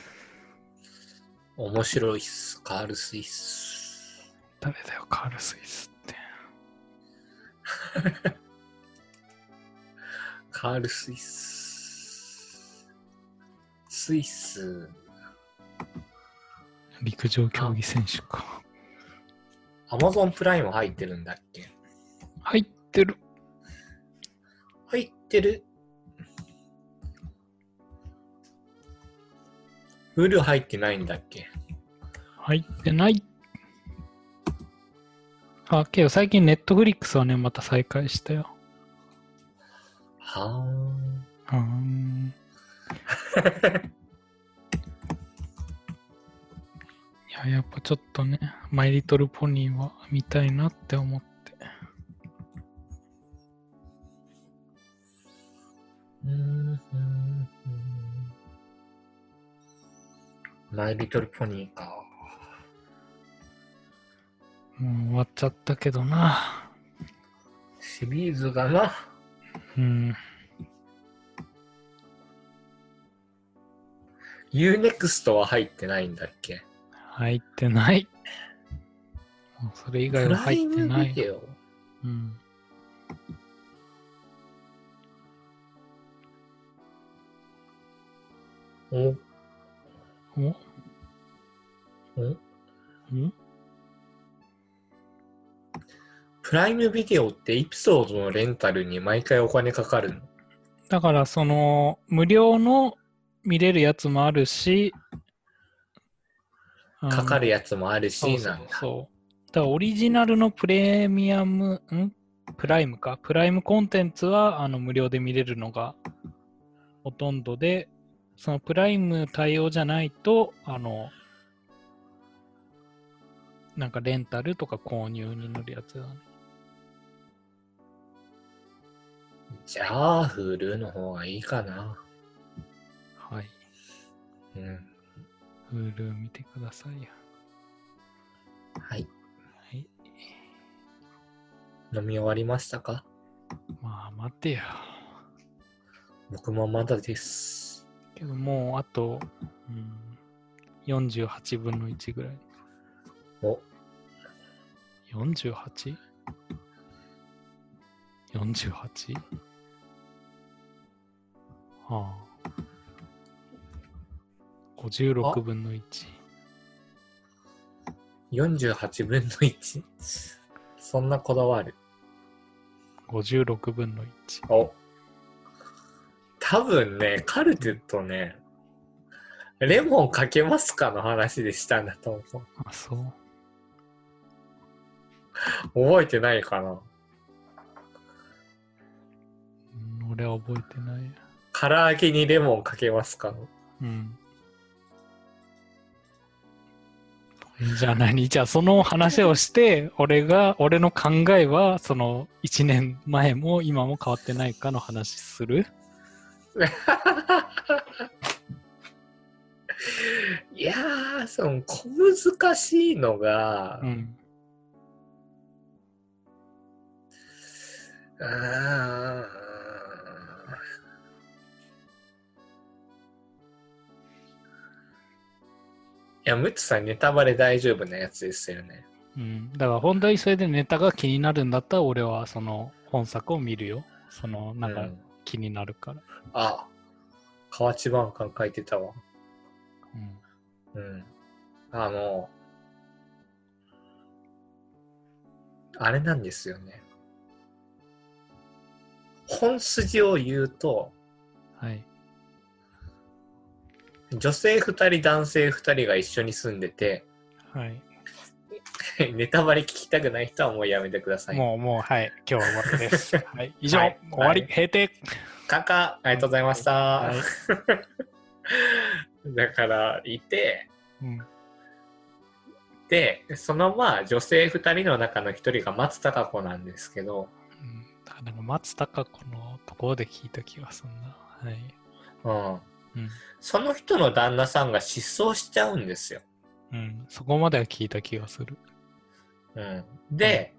[SPEAKER 1] 面白いっす。カールスイス。
[SPEAKER 2] 誰だよ、カール・スイスって。
[SPEAKER 1] カールスイス。スイス。
[SPEAKER 2] 陸上競技選手か。
[SPEAKER 1] アマゾンプライム入ってるんだっけ
[SPEAKER 2] 入ってる。
[SPEAKER 1] 入ってる。フル入ってないんだっけ
[SPEAKER 2] 入ってない。あ、けど最近ネットフリックスはね、また再開したよ。
[SPEAKER 1] はーん。
[SPEAKER 2] うーん。いや、やっぱちょっとね、マイリトルポニーは見たいなって思って。
[SPEAKER 1] うーんうーんマイリトルポニーか。
[SPEAKER 2] もう終わっちゃったけどな。
[SPEAKER 1] シリーズがな。
[SPEAKER 2] うん。
[SPEAKER 1] UNEXT は入ってないんだっけ
[SPEAKER 2] 入ってない。もうそれ以外は入って
[SPEAKER 1] プラ
[SPEAKER 2] な
[SPEAKER 1] イムビ
[SPEAKER 2] い。
[SPEAKER 1] デオ
[SPEAKER 2] うん。
[SPEAKER 1] お
[SPEAKER 2] おん
[SPEAKER 1] おプライムビデオってエピソードのレンタルに毎回お金かかるの
[SPEAKER 2] だからその無料の見れるやつもあるしあの
[SPEAKER 1] かかるやつもあるし、
[SPEAKER 2] そうそ
[SPEAKER 1] な
[SPEAKER 2] うん
[SPEAKER 1] だ。
[SPEAKER 2] そうだからオリジナルのプレミアムんプライムかプライムコンテンツはあの無料で見れるのがほとんどでそのプライム対応じゃないとあのなんかレンタルとか購入になるやつだね
[SPEAKER 1] じゃあ、フルの方がいいかな。
[SPEAKER 2] はい
[SPEAKER 1] うん。
[SPEAKER 2] Hulu 見てくださいよ
[SPEAKER 1] はい。
[SPEAKER 2] はい
[SPEAKER 1] 飲み終わりましたか
[SPEAKER 2] まあ待てよ
[SPEAKER 1] 僕もまだです。
[SPEAKER 2] けどもうあと、うん、48分の1ぐらい。
[SPEAKER 1] お、
[SPEAKER 2] 48?48? 48? はあ。56分の1。
[SPEAKER 1] 48分の1。そんなこだわる。
[SPEAKER 2] 56分の1。
[SPEAKER 1] お。多分ね、カルテットね、レモンかけますかの話でしたんだと思
[SPEAKER 2] あ、そう。
[SPEAKER 1] う。覚えてないかな。
[SPEAKER 2] うん俺は覚えてないや。
[SPEAKER 1] 唐揚げにレモンかけますかの。
[SPEAKER 2] うん。じゃあ何じゃあその話をして、俺が、俺の考えは、その1年前も今も変わってないかの話する
[SPEAKER 1] いやー、その小難しいのが、
[SPEAKER 2] うん。
[SPEAKER 1] うーんいや、ムツさんネタバレ大丈夫なやつですよね。
[SPEAKER 2] うん、だから本当にそれでネタが気になるんだったら俺はその本作を見るよ。そのなん
[SPEAKER 1] う
[SPEAKER 2] か
[SPEAKER 1] ん
[SPEAKER 2] 気になるから。
[SPEAKER 1] あ、河内晩館書いてたわ。
[SPEAKER 2] う
[SPEAKER 1] う
[SPEAKER 2] ん
[SPEAKER 1] ん。あの、あれなんですよね。本筋を言うと、
[SPEAKER 2] はい。
[SPEAKER 1] 女性2人、男性2人が一緒に住んでて、
[SPEAKER 2] はい。
[SPEAKER 1] ネタバレ聞きたくない人はもうやめてください。
[SPEAKER 2] もうもうはい。今日は終わり です。はい。以上、
[SPEAKER 1] はい
[SPEAKER 2] 終わり、
[SPEAKER 1] は
[SPEAKER 2] 閉店。
[SPEAKER 1] カンカン、ありがとうございました。
[SPEAKER 2] はい
[SPEAKER 1] だから、いて、
[SPEAKER 2] うん。
[SPEAKER 1] で、そのまあ女性2人の中の1人が松たか子なんですけど、
[SPEAKER 2] うんだからなんか松たか子のところで聞いた気がするな。はい。
[SPEAKER 1] うん、
[SPEAKER 2] うん。
[SPEAKER 1] その人の旦那さんが失踪しちゃうんですよ。
[SPEAKER 2] うん。そこまでは聞いた気がする。
[SPEAKER 1] うん、で、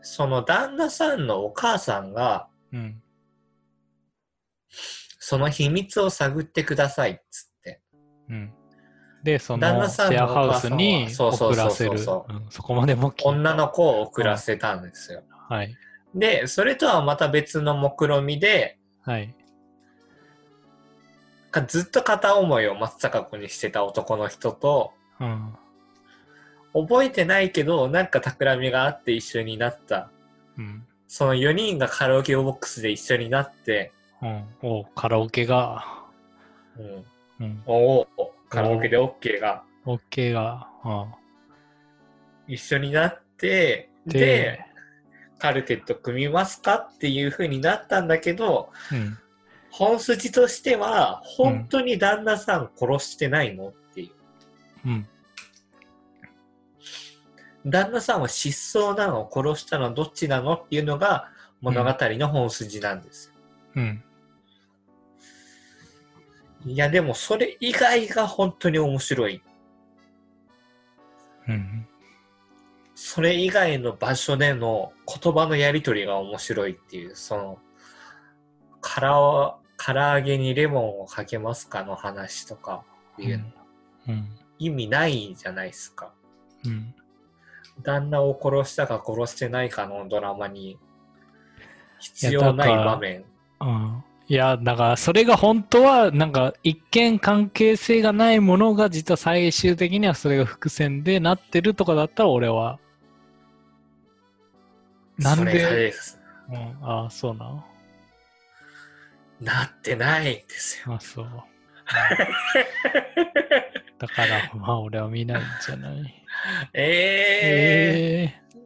[SPEAKER 1] その旦那さんのお母さんが、
[SPEAKER 2] うん。
[SPEAKER 1] その秘密を探ってくださいっつって。
[SPEAKER 2] うん。で、そ
[SPEAKER 1] 旦
[SPEAKER 2] の
[SPEAKER 1] 那
[SPEAKER 2] シ
[SPEAKER 1] さんの
[SPEAKER 2] ェアハウスに
[SPEAKER 1] お母さんはそうそうそうそう
[SPEAKER 2] 送らせる。うんそこまでも聞いた
[SPEAKER 1] 女の子を送らせたんですよ。
[SPEAKER 2] はい。
[SPEAKER 1] で、それとはまた別の目論みで、
[SPEAKER 2] はい。
[SPEAKER 1] かずっと片思いを松坂子にしてた男の人と、
[SPEAKER 2] うん。
[SPEAKER 1] 覚えてないけど、なんか企みがあって一緒になった。
[SPEAKER 2] うん。
[SPEAKER 1] その4人がカラオケボックスで一緒になって、
[SPEAKER 2] うん、おカラオケが、
[SPEAKER 1] うん、
[SPEAKER 2] うん、
[SPEAKER 1] おうカラオケで OK が
[SPEAKER 2] オッケーが、う
[SPEAKER 1] 一緒になって、
[SPEAKER 2] ん、
[SPEAKER 1] で、、カルテット組みますかっていう風になったんだけど、
[SPEAKER 2] うん、
[SPEAKER 1] 本筋としては、本当に旦那さん殺してないのっていう。
[SPEAKER 2] うん、
[SPEAKER 1] 旦那さんは失踪なの、殺したの、どっちなのっていうのが物語の本筋なんですよ。
[SPEAKER 2] うん、
[SPEAKER 1] いや、でもそれ以外が本当に面白い。
[SPEAKER 2] うん、
[SPEAKER 1] それ以外の場所での言葉のやりとりが面白いっていう、その、から、唐揚げにレモンをかけますかの話とかっていうの、
[SPEAKER 2] うん、
[SPEAKER 1] 意味ないじゃないですか。
[SPEAKER 2] うん、
[SPEAKER 1] 旦那を殺したか殺してないかのドラマに必要ないい
[SPEAKER 2] やだから
[SPEAKER 1] 場面。
[SPEAKER 2] うん。いや、だから、それが本当は、なんか、一見関係性がないものが、実は最終的にはそれが伏線でなってるとかだったら、俺は、なん
[SPEAKER 1] それが
[SPEAKER 2] で、
[SPEAKER 1] です
[SPEAKER 2] うん、ああ、そうなの。
[SPEAKER 1] なってないんですよ。
[SPEAKER 2] あ、そう。だから、まあ、俺は見ないんじゃない
[SPEAKER 1] ええ
[SPEAKER 2] え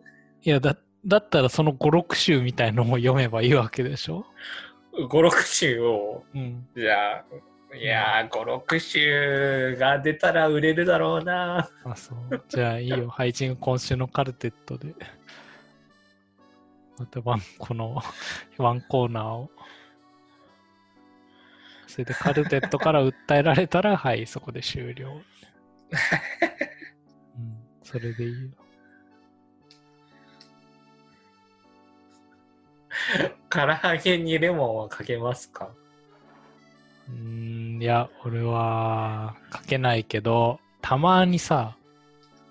[SPEAKER 2] ー、いやだだったらその56集みたいのも読めばいいわけでしょ、
[SPEAKER 1] ー、5、6週を、
[SPEAKER 2] うん、
[SPEAKER 1] じゃあ、いやー、5、6週が出たら売れるだろうな。
[SPEAKER 2] あそうじゃあいいよ配信今週のカルテットでまたワンこのワンコーナーをそれでカルテットから訴えられたらはいそこで終了、うん、それでいいよ
[SPEAKER 1] 唐揚げにレモンはかけますか
[SPEAKER 2] うーんいや俺は書けないけどたまにさ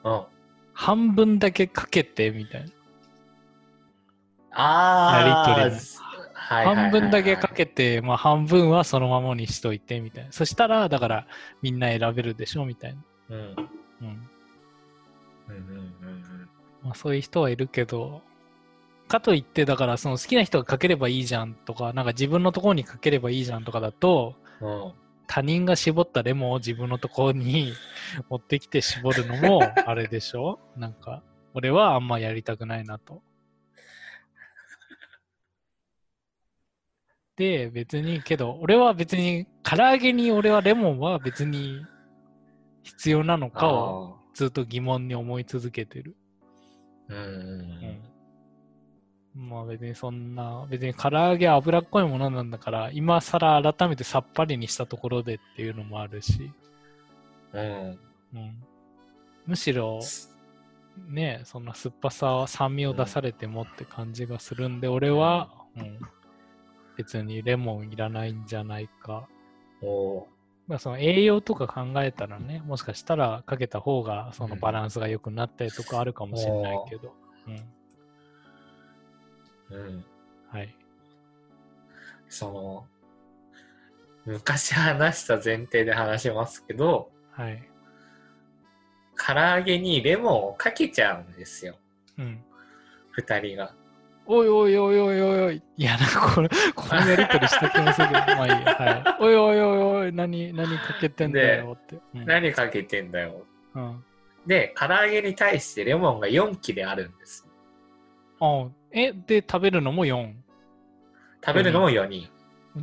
[SPEAKER 1] うん。
[SPEAKER 2] 半分だけかけてみたいな
[SPEAKER 1] あー。
[SPEAKER 2] やりとりね
[SPEAKER 1] はいはいはいはい
[SPEAKER 2] 半分だけかけて、まあ、半分はそのままにしといてみたいな。そしたら、だからみんな選べるでしょみたい
[SPEAKER 1] う
[SPEAKER 2] な。
[SPEAKER 1] ん。うん
[SPEAKER 2] うん
[SPEAKER 1] うんうん
[SPEAKER 2] まあ、そういう人はいるけど、かといって、だからその好きな人がかければいいじゃんとか、なんか自分のところにかければいいじゃんとかだと、
[SPEAKER 1] うん。うん。
[SPEAKER 2] 他人が絞ったレモンを自分のところ に持ってきて絞るのもあれでしょなんか、俺はあんまやりたくないなと。で、別に、けど、俺は別に、唐揚げに俺はレモンは別に必要なのかを
[SPEAKER 1] あ
[SPEAKER 2] ずっと疑問に思い続けてる。
[SPEAKER 1] ー。うんうんうん。
[SPEAKER 2] まあ別にそんな、別に唐揚げは脂っこいものなんだから、今更改めてさっぱりにしたところでっていうのもあるし。
[SPEAKER 1] うん。
[SPEAKER 2] うん、むしろねそんな酸っぱさ酸味を出されてもって感じがするんで、俺は、うん、別にレモンいらないんじゃないか
[SPEAKER 1] おー
[SPEAKER 2] まあ、その栄養とか考えたらね、もしかしたらかけた方がそのバランスが良くなったりとかあるかもしれないけど。うん
[SPEAKER 1] うん。
[SPEAKER 2] はい。
[SPEAKER 1] その、昔話した前提で話しますけど、
[SPEAKER 2] はい。
[SPEAKER 1] 唐揚げにレモンをかけちゃうんですよ。
[SPEAKER 2] うん。
[SPEAKER 1] 二人が。
[SPEAKER 2] おいおいおいおいおいおい。いや、なんかこれ、このやりとりした気もするけど、まあいいや。はい。おいおいおいおい、何、何かけてんだよって。うん
[SPEAKER 1] 何かけてんだよ。
[SPEAKER 2] うん。
[SPEAKER 1] で、唐揚げに対してレモンが4切れあるんです。
[SPEAKER 2] あえ、で、食べるのも4。
[SPEAKER 1] 食べるのも4人。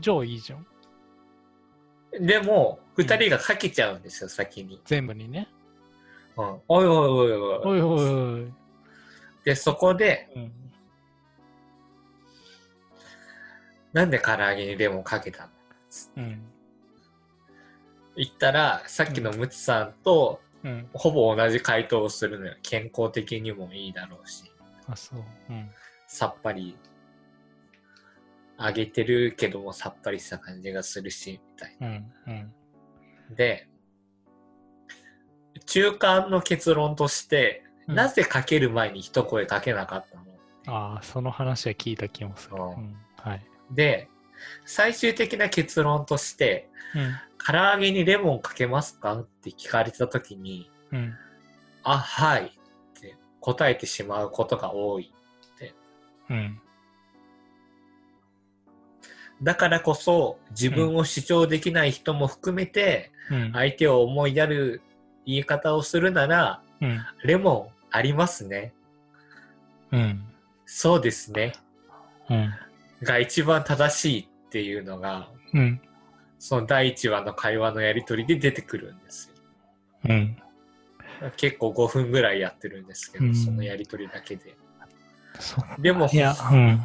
[SPEAKER 2] じゃあいいじゃん。
[SPEAKER 1] でも、二人がかけちゃうんですよ、先に。
[SPEAKER 2] 全部にね。
[SPEAKER 1] うん。おいおいおいお
[SPEAKER 2] お
[SPEAKER 1] い。
[SPEAKER 2] いおいおい。
[SPEAKER 1] で、そこで、
[SPEAKER 2] うん、
[SPEAKER 1] なんで唐揚げにレモンかけたの
[SPEAKER 2] うん、
[SPEAKER 1] 言ったら、さっきのムチさんと
[SPEAKER 2] うん。
[SPEAKER 1] ほぼ同じ回答をするのよ。健康的にもいいだろうし。
[SPEAKER 2] あ、そう。うん。
[SPEAKER 1] さっぱり揚げてるけどもさっぱりした感じがするしみたい
[SPEAKER 2] うん、うん。
[SPEAKER 1] なで中間の結論として、
[SPEAKER 2] うん
[SPEAKER 1] なぜかける前に一声かけなかったの
[SPEAKER 2] ああ、その話は聞いた気もする。
[SPEAKER 1] あ
[SPEAKER 2] う
[SPEAKER 1] ー
[SPEAKER 2] ん、はい。
[SPEAKER 1] で最終的な結論として
[SPEAKER 2] う
[SPEAKER 1] 唐揚げにレモンかけますかって聞かれた時に
[SPEAKER 2] ん、うん。
[SPEAKER 1] あはいって答えてしまうことが多い
[SPEAKER 2] うん、
[SPEAKER 1] だからこそ自分を主張できない人も含めて、
[SPEAKER 2] うん、
[SPEAKER 1] 相手を思いやる言い方をするなら、
[SPEAKER 2] うん、
[SPEAKER 1] レモンありますね。
[SPEAKER 2] うん、
[SPEAKER 1] そうですね。
[SPEAKER 2] うん、
[SPEAKER 1] が一番正しいっていうのが、
[SPEAKER 2] うん、
[SPEAKER 1] その第1話の会話のやりとりで出てくるんです
[SPEAKER 2] うん。
[SPEAKER 1] よ。結構5分ぐらいやってるんですけ
[SPEAKER 2] う
[SPEAKER 1] ど、
[SPEAKER 2] ん
[SPEAKER 1] そのやりとりだけで。
[SPEAKER 2] そう
[SPEAKER 1] でも、
[SPEAKER 2] いや、うん。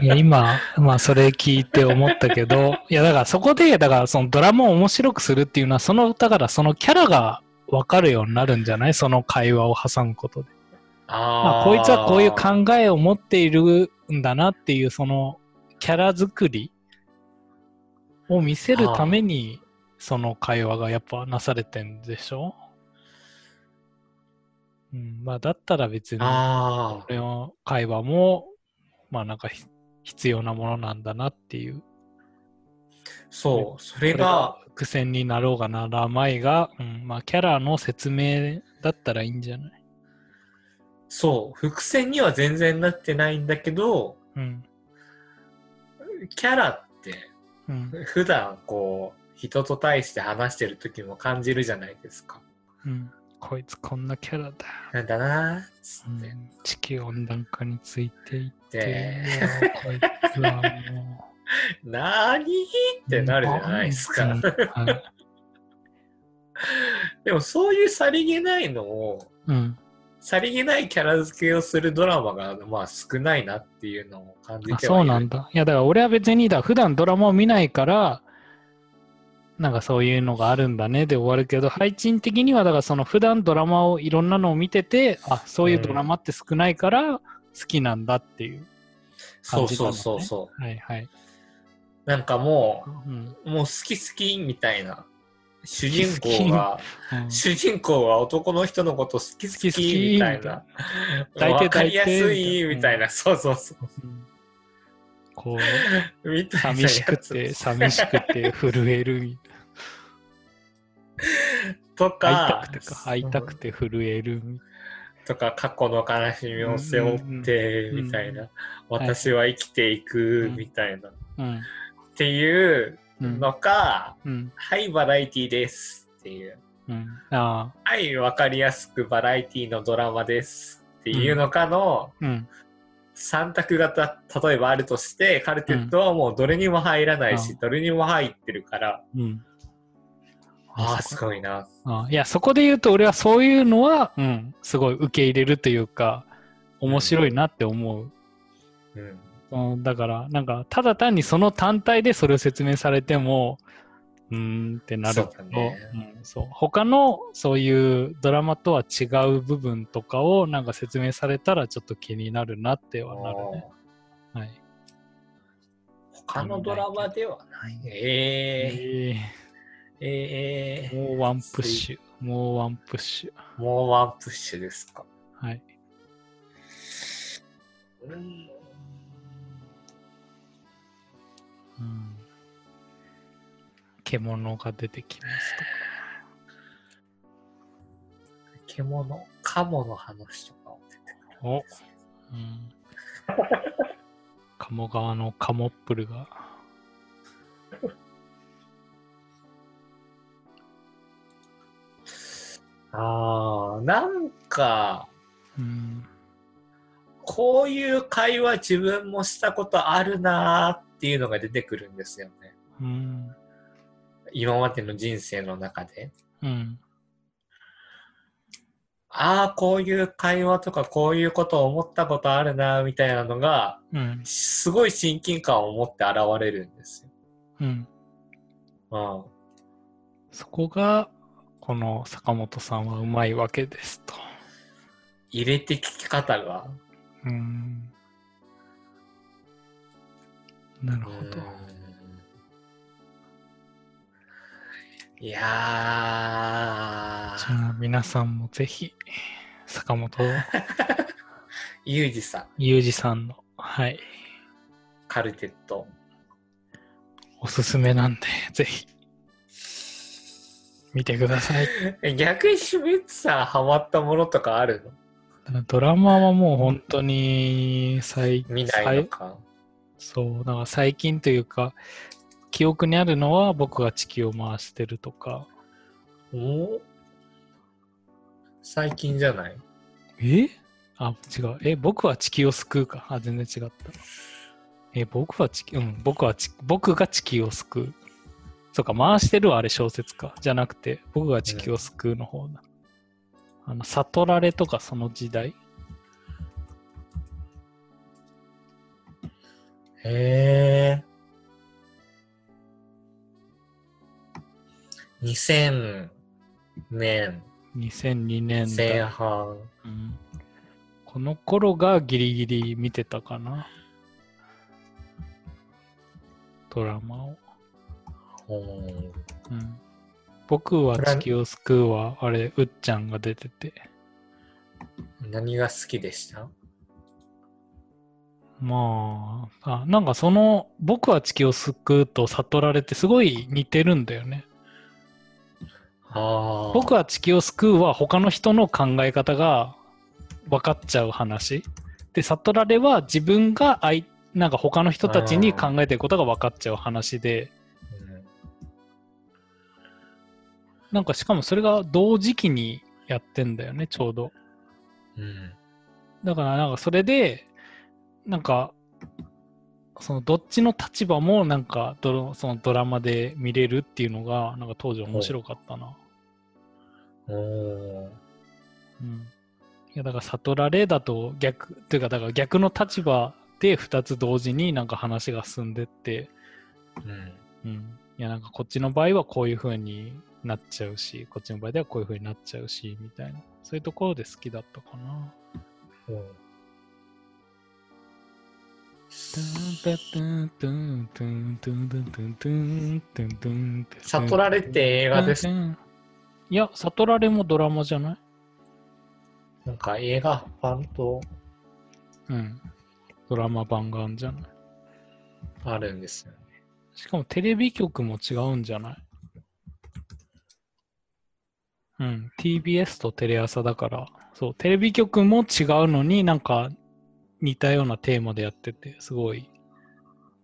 [SPEAKER 2] いや、今、まあ、それ聞いて思ったけど、いや、だから、そこで、だから、そのドラマを面白くするっていうのは、その、だから、そのキャラが分かるようになるんじゃないその会話を挟むことで。まあ、
[SPEAKER 1] あー
[SPEAKER 2] こいつはこういう考えを持っているんだなっていうそのキャラ作りを見せるためにその会話がやっぱなされてんでしょ、うん、まあだったら別にこ
[SPEAKER 1] あー
[SPEAKER 2] れの会話もまあなんかひ必要なものなんだなっていう
[SPEAKER 1] そう、そ
[SPEAKER 2] こ
[SPEAKER 1] れ
[SPEAKER 2] れ
[SPEAKER 1] が
[SPEAKER 2] が、苦戦になろうがならまいが、うん、まあキャラの説明だったらいいんじゃない
[SPEAKER 1] そう、伏線には全然なってないんだけど、
[SPEAKER 2] うん
[SPEAKER 1] キャラって、
[SPEAKER 2] うん
[SPEAKER 1] 普段こう人と対して話してる時も感じるじゃないですか。
[SPEAKER 2] うんこいつこんなキャラだ
[SPEAKER 1] なんだなーっつ
[SPEAKER 2] う
[SPEAKER 1] っ、
[SPEAKER 2] ん地球温暖化についていって
[SPEAKER 1] で、
[SPEAKER 2] こいつはも
[SPEAKER 1] なーにー
[SPEAKER 2] う
[SPEAKER 1] ってなるじゃないです
[SPEAKER 2] う
[SPEAKER 1] か
[SPEAKER 2] ん。はい
[SPEAKER 1] でもそういうさりげないのを、
[SPEAKER 2] うん、
[SPEAKER 1] さりげないキャラ付けをするドラマがまあ少ないなっていうのを感じては
[SPEAKER 2] あ
[SPEAKER 1] いる。
[SPEAKER 2] そうなんだ。いやだから俺は別にだ、普段ドラマを見ないから、なんかそういうのがあるんだねで終わるけど、配置的にはだからその普段ドラマをいろんなのを見てて、あそういうドラマって少ないから好きなんだっていう。
[SPEAKER 1] そう
[SPEAKER 2] 感じ
[SPEAKER 1] そ
[SPEAKER 2] なの
[SPEAKER 1] う
[SPEAKER 2] ね
[SPEAKER 1] そうそう。
[SPEAKER 2] はいはい。
[SPEAKER 1] なんかも
[SPEAKER 2] うん
[SPEAKER 1] う、もう好き好きみたいな。主人公が、
[SPEAKER 2] うん
[SPEAKER 1] 主人公は男の人のこと好き好きみたいな。
[SPEAKER 2] 大体
[SPEAKER 1] わかりやすいみたいな、そうそうそ
[SPEAKER 2] うんこう
[SPEAKER 1] う。みたいなや
[SPEAKER 2] 寂
[SPEAKER 1] つ
[SPEAKER 2] し くて、寂しくて震えるみたい
[SPEAKER 1] と
[SPEAKER 2] な。
[SPEAKER 1] か
[SPEAKER 2] 会いたくてか、会いたくて震えるみたい
[SPEAKER 1] とか過去の悲しみを背負って
[SPEAKER 2] うんうんうん
[SPEAKER 1] みたいな、
[SPEAKER 2] はい
[SPEAKER 1] 私は生きていく
[SPEAKER 2] うん
[SPEAKER 1] みたいな、っ
[SPEAKER 2] な。
[SPEAKER 1] ていう
[SPEAKER 2] うん。
[SPEAKER 1] のか、
[SPEAKER 2] うん。
[SPEAKER 1] はいバラエティですっていう
[SPEAKER 2] うん。ああ。
[SPEAKER 1] はいわかりやすくバラエティのドラマですっていうのかの
[SPEAKER 2] うん。
[SPEAKER 1] 3択がた例えばあるとしてカルテットはもうどれにも入らないし、
[SPEAKER 2] うん
[SPEAKER 1] どれにも入ってるから、
[SPEAKER 2] うん。
[SPEAKER 1] ああ
[SPEAKER 2] そ
[SPEAKER 1] す
[SPEAKER 2] こ
[SPEAKER 1] ごいな
[SPEAKER 2] ああいや、そこで言うと、俺はそういうのは、うん、すごい受け入れるというか、面白いなって思う。
[SPEAKER 1] うん
[SPEAKER 2] うん、だから、なんか、ただ単にその単体でそれを説明されても、うーんってなるけ
[SPEAKER 1] そうだ
[SPEAKER 2] ど、
[SPEAKER 1] ね
[SPEAKER 2] うん、そう他のそういうドラマとは違う部分とかをなんか説明されたらちょっと気になるなってはなるね。はい、
[SPEAKER 1] 他のドラマではない。ええ
[SPEAKER 2] え
[SPEAKER 1] え
[SPEAKER 2] もうワンプッシュ。もうワンプッシュ。
[SPEAKER 1] ー、もうワンプッシュですか。
[SPEAKER 2] はい。
[SPEAKER 1] うん
[SPEAKER 2] うん、獣が出てきますとか。
[SPEAKER 1] 獣、カモの話とかも出てくる。
[SPEAKER 2] お、うん、鴨川のカモップルが。
[SPEAKER 1] あー、なんか、
[SPEAKER 2] うん、
[SPEAKER 1] こういう会話自分もしたことあるなーっていうのが出てくるんですよね。
[SPEAKER 2] うん、
[SPEAKER 1] 今までの人生の中で。
[SPEAKER 2] うん、
[SPEAKER 1] ああ、こういう会話とかこういうことを思ったことあるなーみたいなのが、
[SPEAKER 2] うん、
[SPEAKER 1] すごい親近感を持って現れるんです
[SPEAKER 2] うん。
[SPEAKER 1] よ。
[SPEAKER 2] そこが、この坂本さんはうまいわけですと。
[SPEAKER 1] うん。入れて聞き方が。
[SPEAKER 2] うん。なるほ
[SPEAKER 1] う
[SPEAKER 2] ど。
[SPEAKER 1] んいや
[SPEAKER 2] じ
[SPEAKER 1] ー、
[SPEAKER 2] ゃあ皆さんもぜひ、坂本
[SPEAKER 1] ユージさん、
[SPEAKER 2] 裕二さんの、はい、
[SPEAKER 1] カルテット。
[SPEAKER 2] おすすめなんで、 ぜひ、見てください。
[SPEAKER 1] え逆にシュミッツさんハマったものとかあるの
[SPEAKER 2] ドラマはもう本当に最、
[SPEAKER 1] 見ないの
[SPEAKER 2] 最
[SPEAKER 1] か。
[SPEAKER 2] そう、だから最近というか、記憶にあるのは僕が地球を回してるとか、
[SPEAKER 1] お最近じゃない
[SPEAKER 2] えあ、違う。え、僕は地球を救うか。あ、全然違った。え、僕は地球、うん、僕はち、僕が地球を救う。そうか、回してるはあれ小説か。じゃなくて、僕が地球を救うの方だ。あの、悟られとかその時代。
[SPEAKER 1] へえ。2000年
[SPEAKER 2] 2002年
[SPEAKER 1] 前
[SPEAKER 2] 代。
[SPEAKER 1] 半。
[SPEAKER 2] うんこの頃がギリギリ見てたかな。ドラマを。
[SPEAKER 1] うん
[SPEAKER 2] うん、僕は地球を救うは、あれ、うっちゃんが出てて。
[SPEAKER 1] 何が好きでした
[SPEAKER 2] まあ、あなんかその、僕は地球を救うと悟られてすごい似てるんだよね。
[SPEAKER 1] ああ。
[SPEAKER 2] 僕は地球を救うは他の人の考え方が分かっちゃう話。で、悟られは自分が相、なんか他の人たちに考えてることが分かっちゃう話で、
[SPEAKER 1] うん
[SPEAKER 2] なんかしかもそれが同時期にやってんだよね、ちょうど。
[SPEAKER 1] うん。
[SPEAKER 2] だからなんかそれで、なんか、そのどっちの立場もなんかドラそのドラマで見れるっていうのがなんか当時面白かったな。
[SPEAKER 1] おー
[SPEAKER 2] うん、いやだから悟られだと逆というかだから逆の立場で2つ同時になんか話が進んでって、
[SPEAKER 1] うん。
[SPEAKER 2] うん、いやなんかこっちの場合はこういう風になっちゃうしこっちの場合ではこういう風になっちゃうしみたいなそういうところで好きだったかな。
[SPEAKER 1] うん
[SPEAKER 2] 悟
[SPEAKER 1] 悟られって映画です。
[SPEAKER 2] いや、悟られもドラマじゃない
[SPEAKER 1] なんか映画版と
[SPEAKER 2] うん。ドラマ版があるんじゃない
[SPEAKER 1] あるんですよね。
[SPEAKER 2] しかもテレビ局も違うんじゃないうん。TBS とテレ朝だから、そう、テレビ局も違うのになんか似たようなテーマでやってて、すごい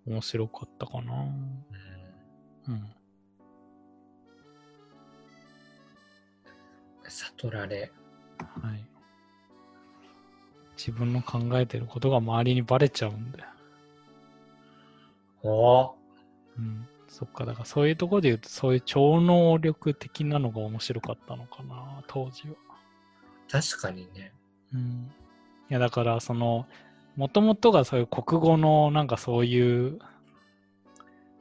[SPEAKER 2] 面白かったかな。
[SPEAKER 1] うん
[SPEAKER 2] うん。
[SPEAKER 1] 悟られ。
[SPEAKER 2] はい。自分の考えてることが周りにバレちゃうんだよ。
[SPEAKER 1] おー
[SPEAKER 2] うん。そっか、だからそういうところで言うと、そういう超能力的なのが面白かったのかな、当時は。
[SPEAKER 1] 確かにね。
[SPEAKER 2] うん。いや、だから、その、もともとがそういう国語の、なんかそういう、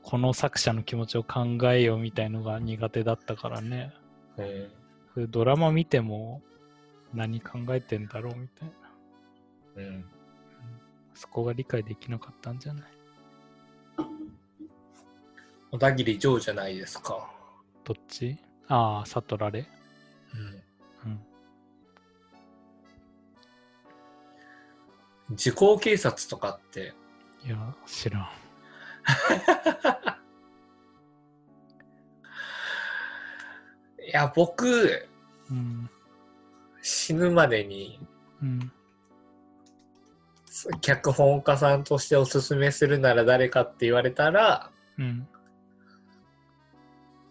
[SPEAKER 2] この作者の気持ちを考えようみたいのが苦手だったからね。
[SPEAKER 1] うん
[SPEAKER 2] そういうドラマ見ても、何考えてんだろうみたいな。
[SPEAKER 1] うん。
[SPEAKER 2] そこが理解できなかったんじゃない
[SPEAKER 1] 小田切ジョーじゃないですか。
[SPEAKER 2] どっちああ、悟られ。うん。
[SPEAKER 1] うん。時効警察とかって、
[SPEAKER 2] いや、知らん。
[SPEAKER 1] いや、僕、
[SPEAKER 2] うん。
[SPEAKER 1] 死ぬまでに、
[SPEAKER 2] うん。
[SPEAKER 1] 脚本家さんとしておすすめするなら誰かって言われたら、
[SPEAKER 2] うん。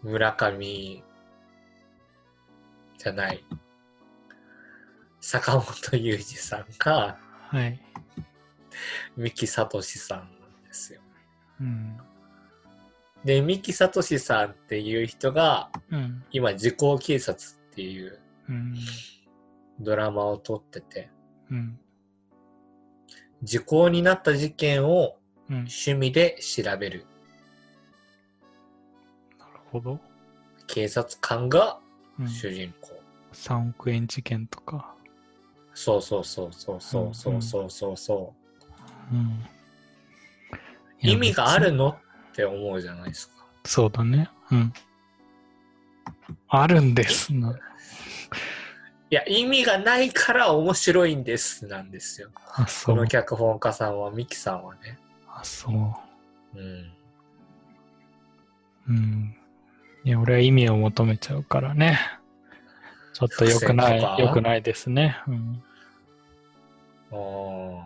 [SPEAKER 1] 村上じゃない坂本雄二さんか
[SPEAKER 2] はい。
[SPEAKER 1] 三木聡さんなんですよ。
[SPEAKER 2] うん。
[SPEAKER 1] で三木聡さんっていう人が
[SPEAKER 2] うん。
[SPEAKER 1] 今「時効警察」っていう
[SPEAKER 2] うん。
[SPEAKER 1] ドラマを撮ってて
[SPEAKER 2] うん。
[SPEAKER 1] 時効になった事件を
[SPEAKER 2] うん。なる
[SPEAKER 1] 趣味で調べる
[SPEAKER 2] ほど。
[SPEAKER 1] 警察官が
[SPEAKER 2] うん。
[SPEAKER 1] 主人公。
[SPEAKER 2] 3億円事件とか。
[SPEAKER 1] そうそうそうそうそうそうそうそうそう。
[SPEAKER 2] うん。いや
[SPEAKER 1] 意味がある
[SPEAKER 2] 別に
[SPEAKER 1] のって思うじゃないですか。
[SPEAKER 2] そうだね。うん。あるんですな。
[SPEAKER 1] いや、意味がないから面白いんです、なんですよ。
[SPEAKER 2] あ、そ
[SPEAKER 1] こ
[SPEAKER 2] う
[SPEAKER 1] の。脚本家さんは、ミキさんはね。
[SPEAKER 2] あ、そう。
[SPEAKER 1] うん。
[SPEAKER 2] うん。いや、俺は意味を求めちゃうからね。ちょっと良くな
[SPEAKER 1] 伏線とか
[SPEAKER 2] い、良くないですね。うん。
[SPEAKER 1] あー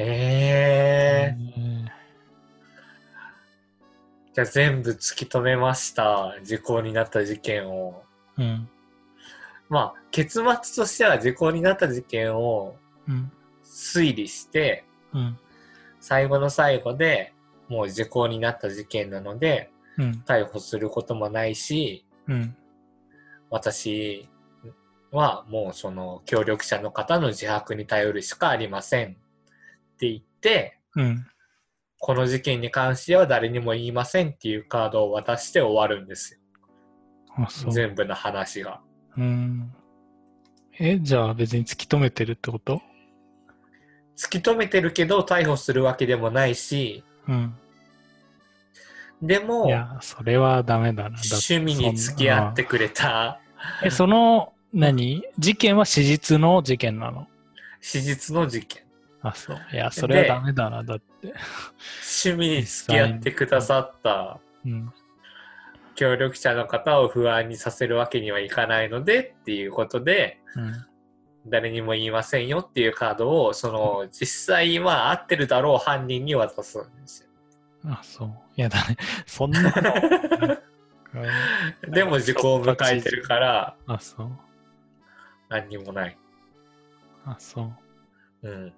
[SPEAKER 1] ええ
[SPEAKER 2] うん
[SPEAKER 1] じゃあ全部突き止めました。時効になった事件を。
[SPEAKER 2] うん。
[SPEAKER 1] まあ、結末としては時効になった事件を
[SPEAKER 2] うん。
[SPEAKER 1] 推理して、
[SPEAKER 2] うん。
[SPEAKER 1] 最後の最後でもう時効になった事件なので、
[SPEAKER 2] うん。
[SPEAKER 1] 逮捕することもないし、
[SPEAKER 2] うん。
[SPEAKER 1] 私はもうその協力者の方の自白に頼るしかありませんって言って、
[SPEAKER 2] うん。
[SPEAKER 1] この事件に関しては誰にも言いませんっていうカードを渡して終わるんですよ。
[SPEAKER 2] あ、そう。
[SPEAKER 1] 全部の話が。
[SPEAKER 2] うん。え、じゃあ別に突き止めてるってこと
[SPEAKER 1] 突き止めてるけど逮捕するわけでもないし、
[SPEAKER 2] うん。
[SPEAKER 1] で
[SPEAKER 2] い
[SPEAKER 1] も
[SPEAKER 2] や、それはダメだな。だって
[SPEAKER 1] 趣味に付き合ってくれた
[SPEAKER 2] え、その、何事件は史実の事件なの
[SPEAKER 1] 史実の事件。
[SPEAKER 2] あ、そう。いや、それはダメだな。だって。
[SPEAKER 1] 趣味に付き合ってくださった
[SPEAKER 2] うん。
[SPEAKER 1] 協力者の方を不安にさせるわけにはいかないのでっていうことで、
[SPEAKER 2] うん。
[SPEAKER 1] 誰にも言いませんよっていうカードをその実際は合ってるだろう犯人に渡すんですよ
[SPEAKER 2] あ、そう。いや、だね。 そんなの。うん
[SPEAKER 1] でも時効を迎えてるから
[SPEAKER 2] あ、そう。
[SPEAKER 1] 何にもない
[SPEAKER 2] あ、そう。
[SPEAKER 1] うん
[SPEAKER 2] いや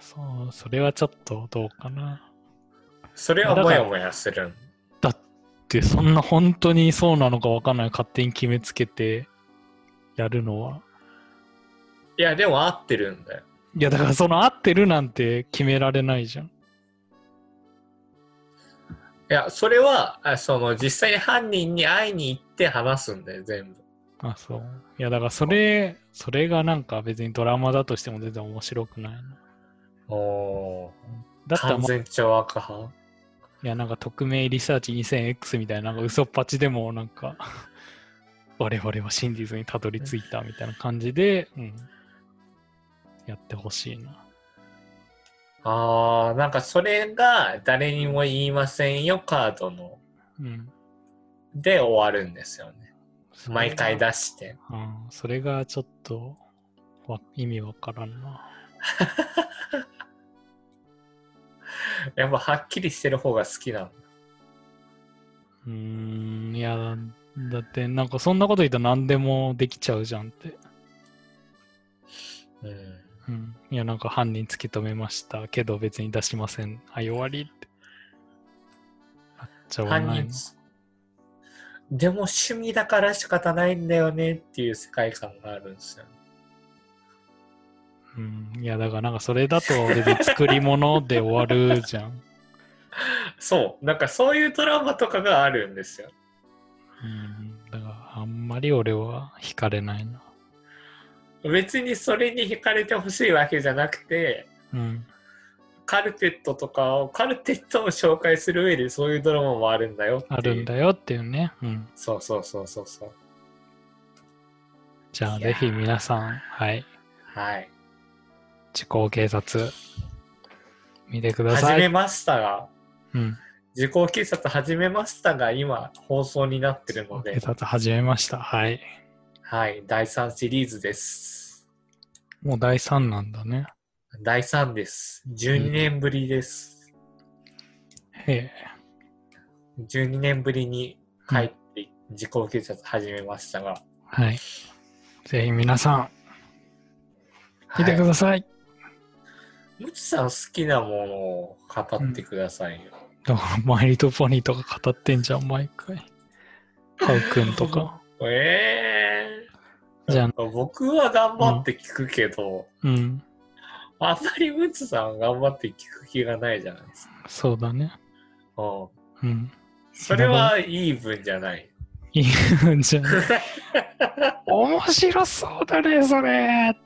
[SPEAKER 2] そう、それはちょっとどうかな。
[SPEAKER 1] それはモヤモヤする
[SPEAKER 2] だって、そんな本当にそうなのかわかんない。勝手に決めつけてやるのは。
[SPEAKER 1] いやでも合ってるんだよ
[SPEAKER 2] いや、だからその合ってるなんて決められないじゃん。
[SPEAKER 1] いやそれはあその実際に犯人に会いに行って話すんだよ全部
[SPEAKER 2] あ、そう。いや、だからそれ、それがなんか別にドラマだとしても全然面白くないな。
[SPEAKER 1] おー
[SPEAKER 2] だったら
[SPEAKER 1] 完
[SPEAKER 2] もう、
[SPEAKER 1] 全懲悪派
[SPEAKER 2] いや、なんか匿名リサーチ 2000X みたいな、なんか嘘っぱちでも、なんか、 我々は真実にたどり着いたみたいな感じで、うん、やってほしいな。
[SPEAKER 1] あーなんかそれが誰にも言いませんよカードの
[SPEAKER 2] うん。
[SPEAKER 1] で終わるんですよね毎回出して
[SPEAKER 2] うん、それがちょっとわ意味わからんな。
[SPEAKER 1] やっぱはっきりしてる方が好きなの。
[SPEAKER 2] うーん、いや、だだってなんかそんなこと言ったら何でもできちゃうじゃんって。
[SPEAKER 1] うん。
[SPEAKER 2] うん、いや、なんか犯人突き止めましたけど別に出しません。はい、終わりって。あっちゃわ
[SPEAKER 1] 犯
[SPEAKER 2] ない
[SPEAKER 1] 人
[SPEAKER 2] の。
[SPEAKER 1] でも趣味だから仕方ないんだよねっていう世界観があるんですよ。
[SPEAKER 2] うん、いや、だからなんかそれだと別に作り物で終わるじゃん。
[SPEAKER 1] そう。なんかそういうドラマとかがあるんですよ。
[SPEAKER 2] うん、だからあんまり俺は惹かれないな。
[SPEAKER 1] 別にそれに惹かれてほしいわけじゃなくて、
[SPEAKER 2] うん、
[SPEAKER 1] カルテットとかを、カルテットを紹介する上でそういうドラマもあるんだよっていう。
[SPEAKER 2] あるんだよっていうね。うん。
[SPEAKER 1] そうそうそうそうそう。
[SPEAKER 2] じゃあ、
[SPEAKER 1] いやー
[SPEAKER 2] ぜひ皆さん、はい。
[SPEAKER 1] はい。
[SPEAKER 2] 自己警察、見てくだ
[SPEAKER 1] 始
[SPEAKER 2] さ
[SPEAKER 1] め
[SPEAKER 2] い。
[SPEAKER 1] ましたが、
[SPEAKER 2] うん。
[SPEAKER 1] 時効警察始めましたが、今放送になってるの
[SPEAKER 2] 警
[SPEAKER 1] で、
[SPEAKER 2] 察始めました。はい。
[SPEAKER 1] はい、第3シリーズです。
[SPEAKER 2] もう第3なんだね。
[SPEAKER 1] 第3です。12年ぶりです。
[SPEAKER 2] へ
[SPEAKER 1] 12年ぶりに帰って、時効警察始めましたが、
[SPEAKER 2] え。はい。ぜひ皆さん、見て
[SPEAKER 1] は
[SPEAKER 2] く
[SPEAKER 1] い
[SPEAKER 2] ださい。
[SPEAKER 1] むちさん好きなものを語ってくださいよ。
[SPEAKER 2] だから、マイリトポニーとか語ってんじゃん、毎回。ハウくん とか。
[SPEAKER 1] ええ
[SPEAKER 2] じゃあ
[SPEAKER 1] 僕は頑張って聞くけど、
[SPEAKER 2] うん。
[SPEAKER 1] あんまりムツさん頑張って聞く気がないじゃないですか。
[SPEAKER 2] そうだね。
[SPEAKER 1] うん、
[SPEAKER 2] うん。
[SPEAKER 1] それはいい分じゃない。
[SPEAKER 2] いいんじゃん。 面白そうだね、それ。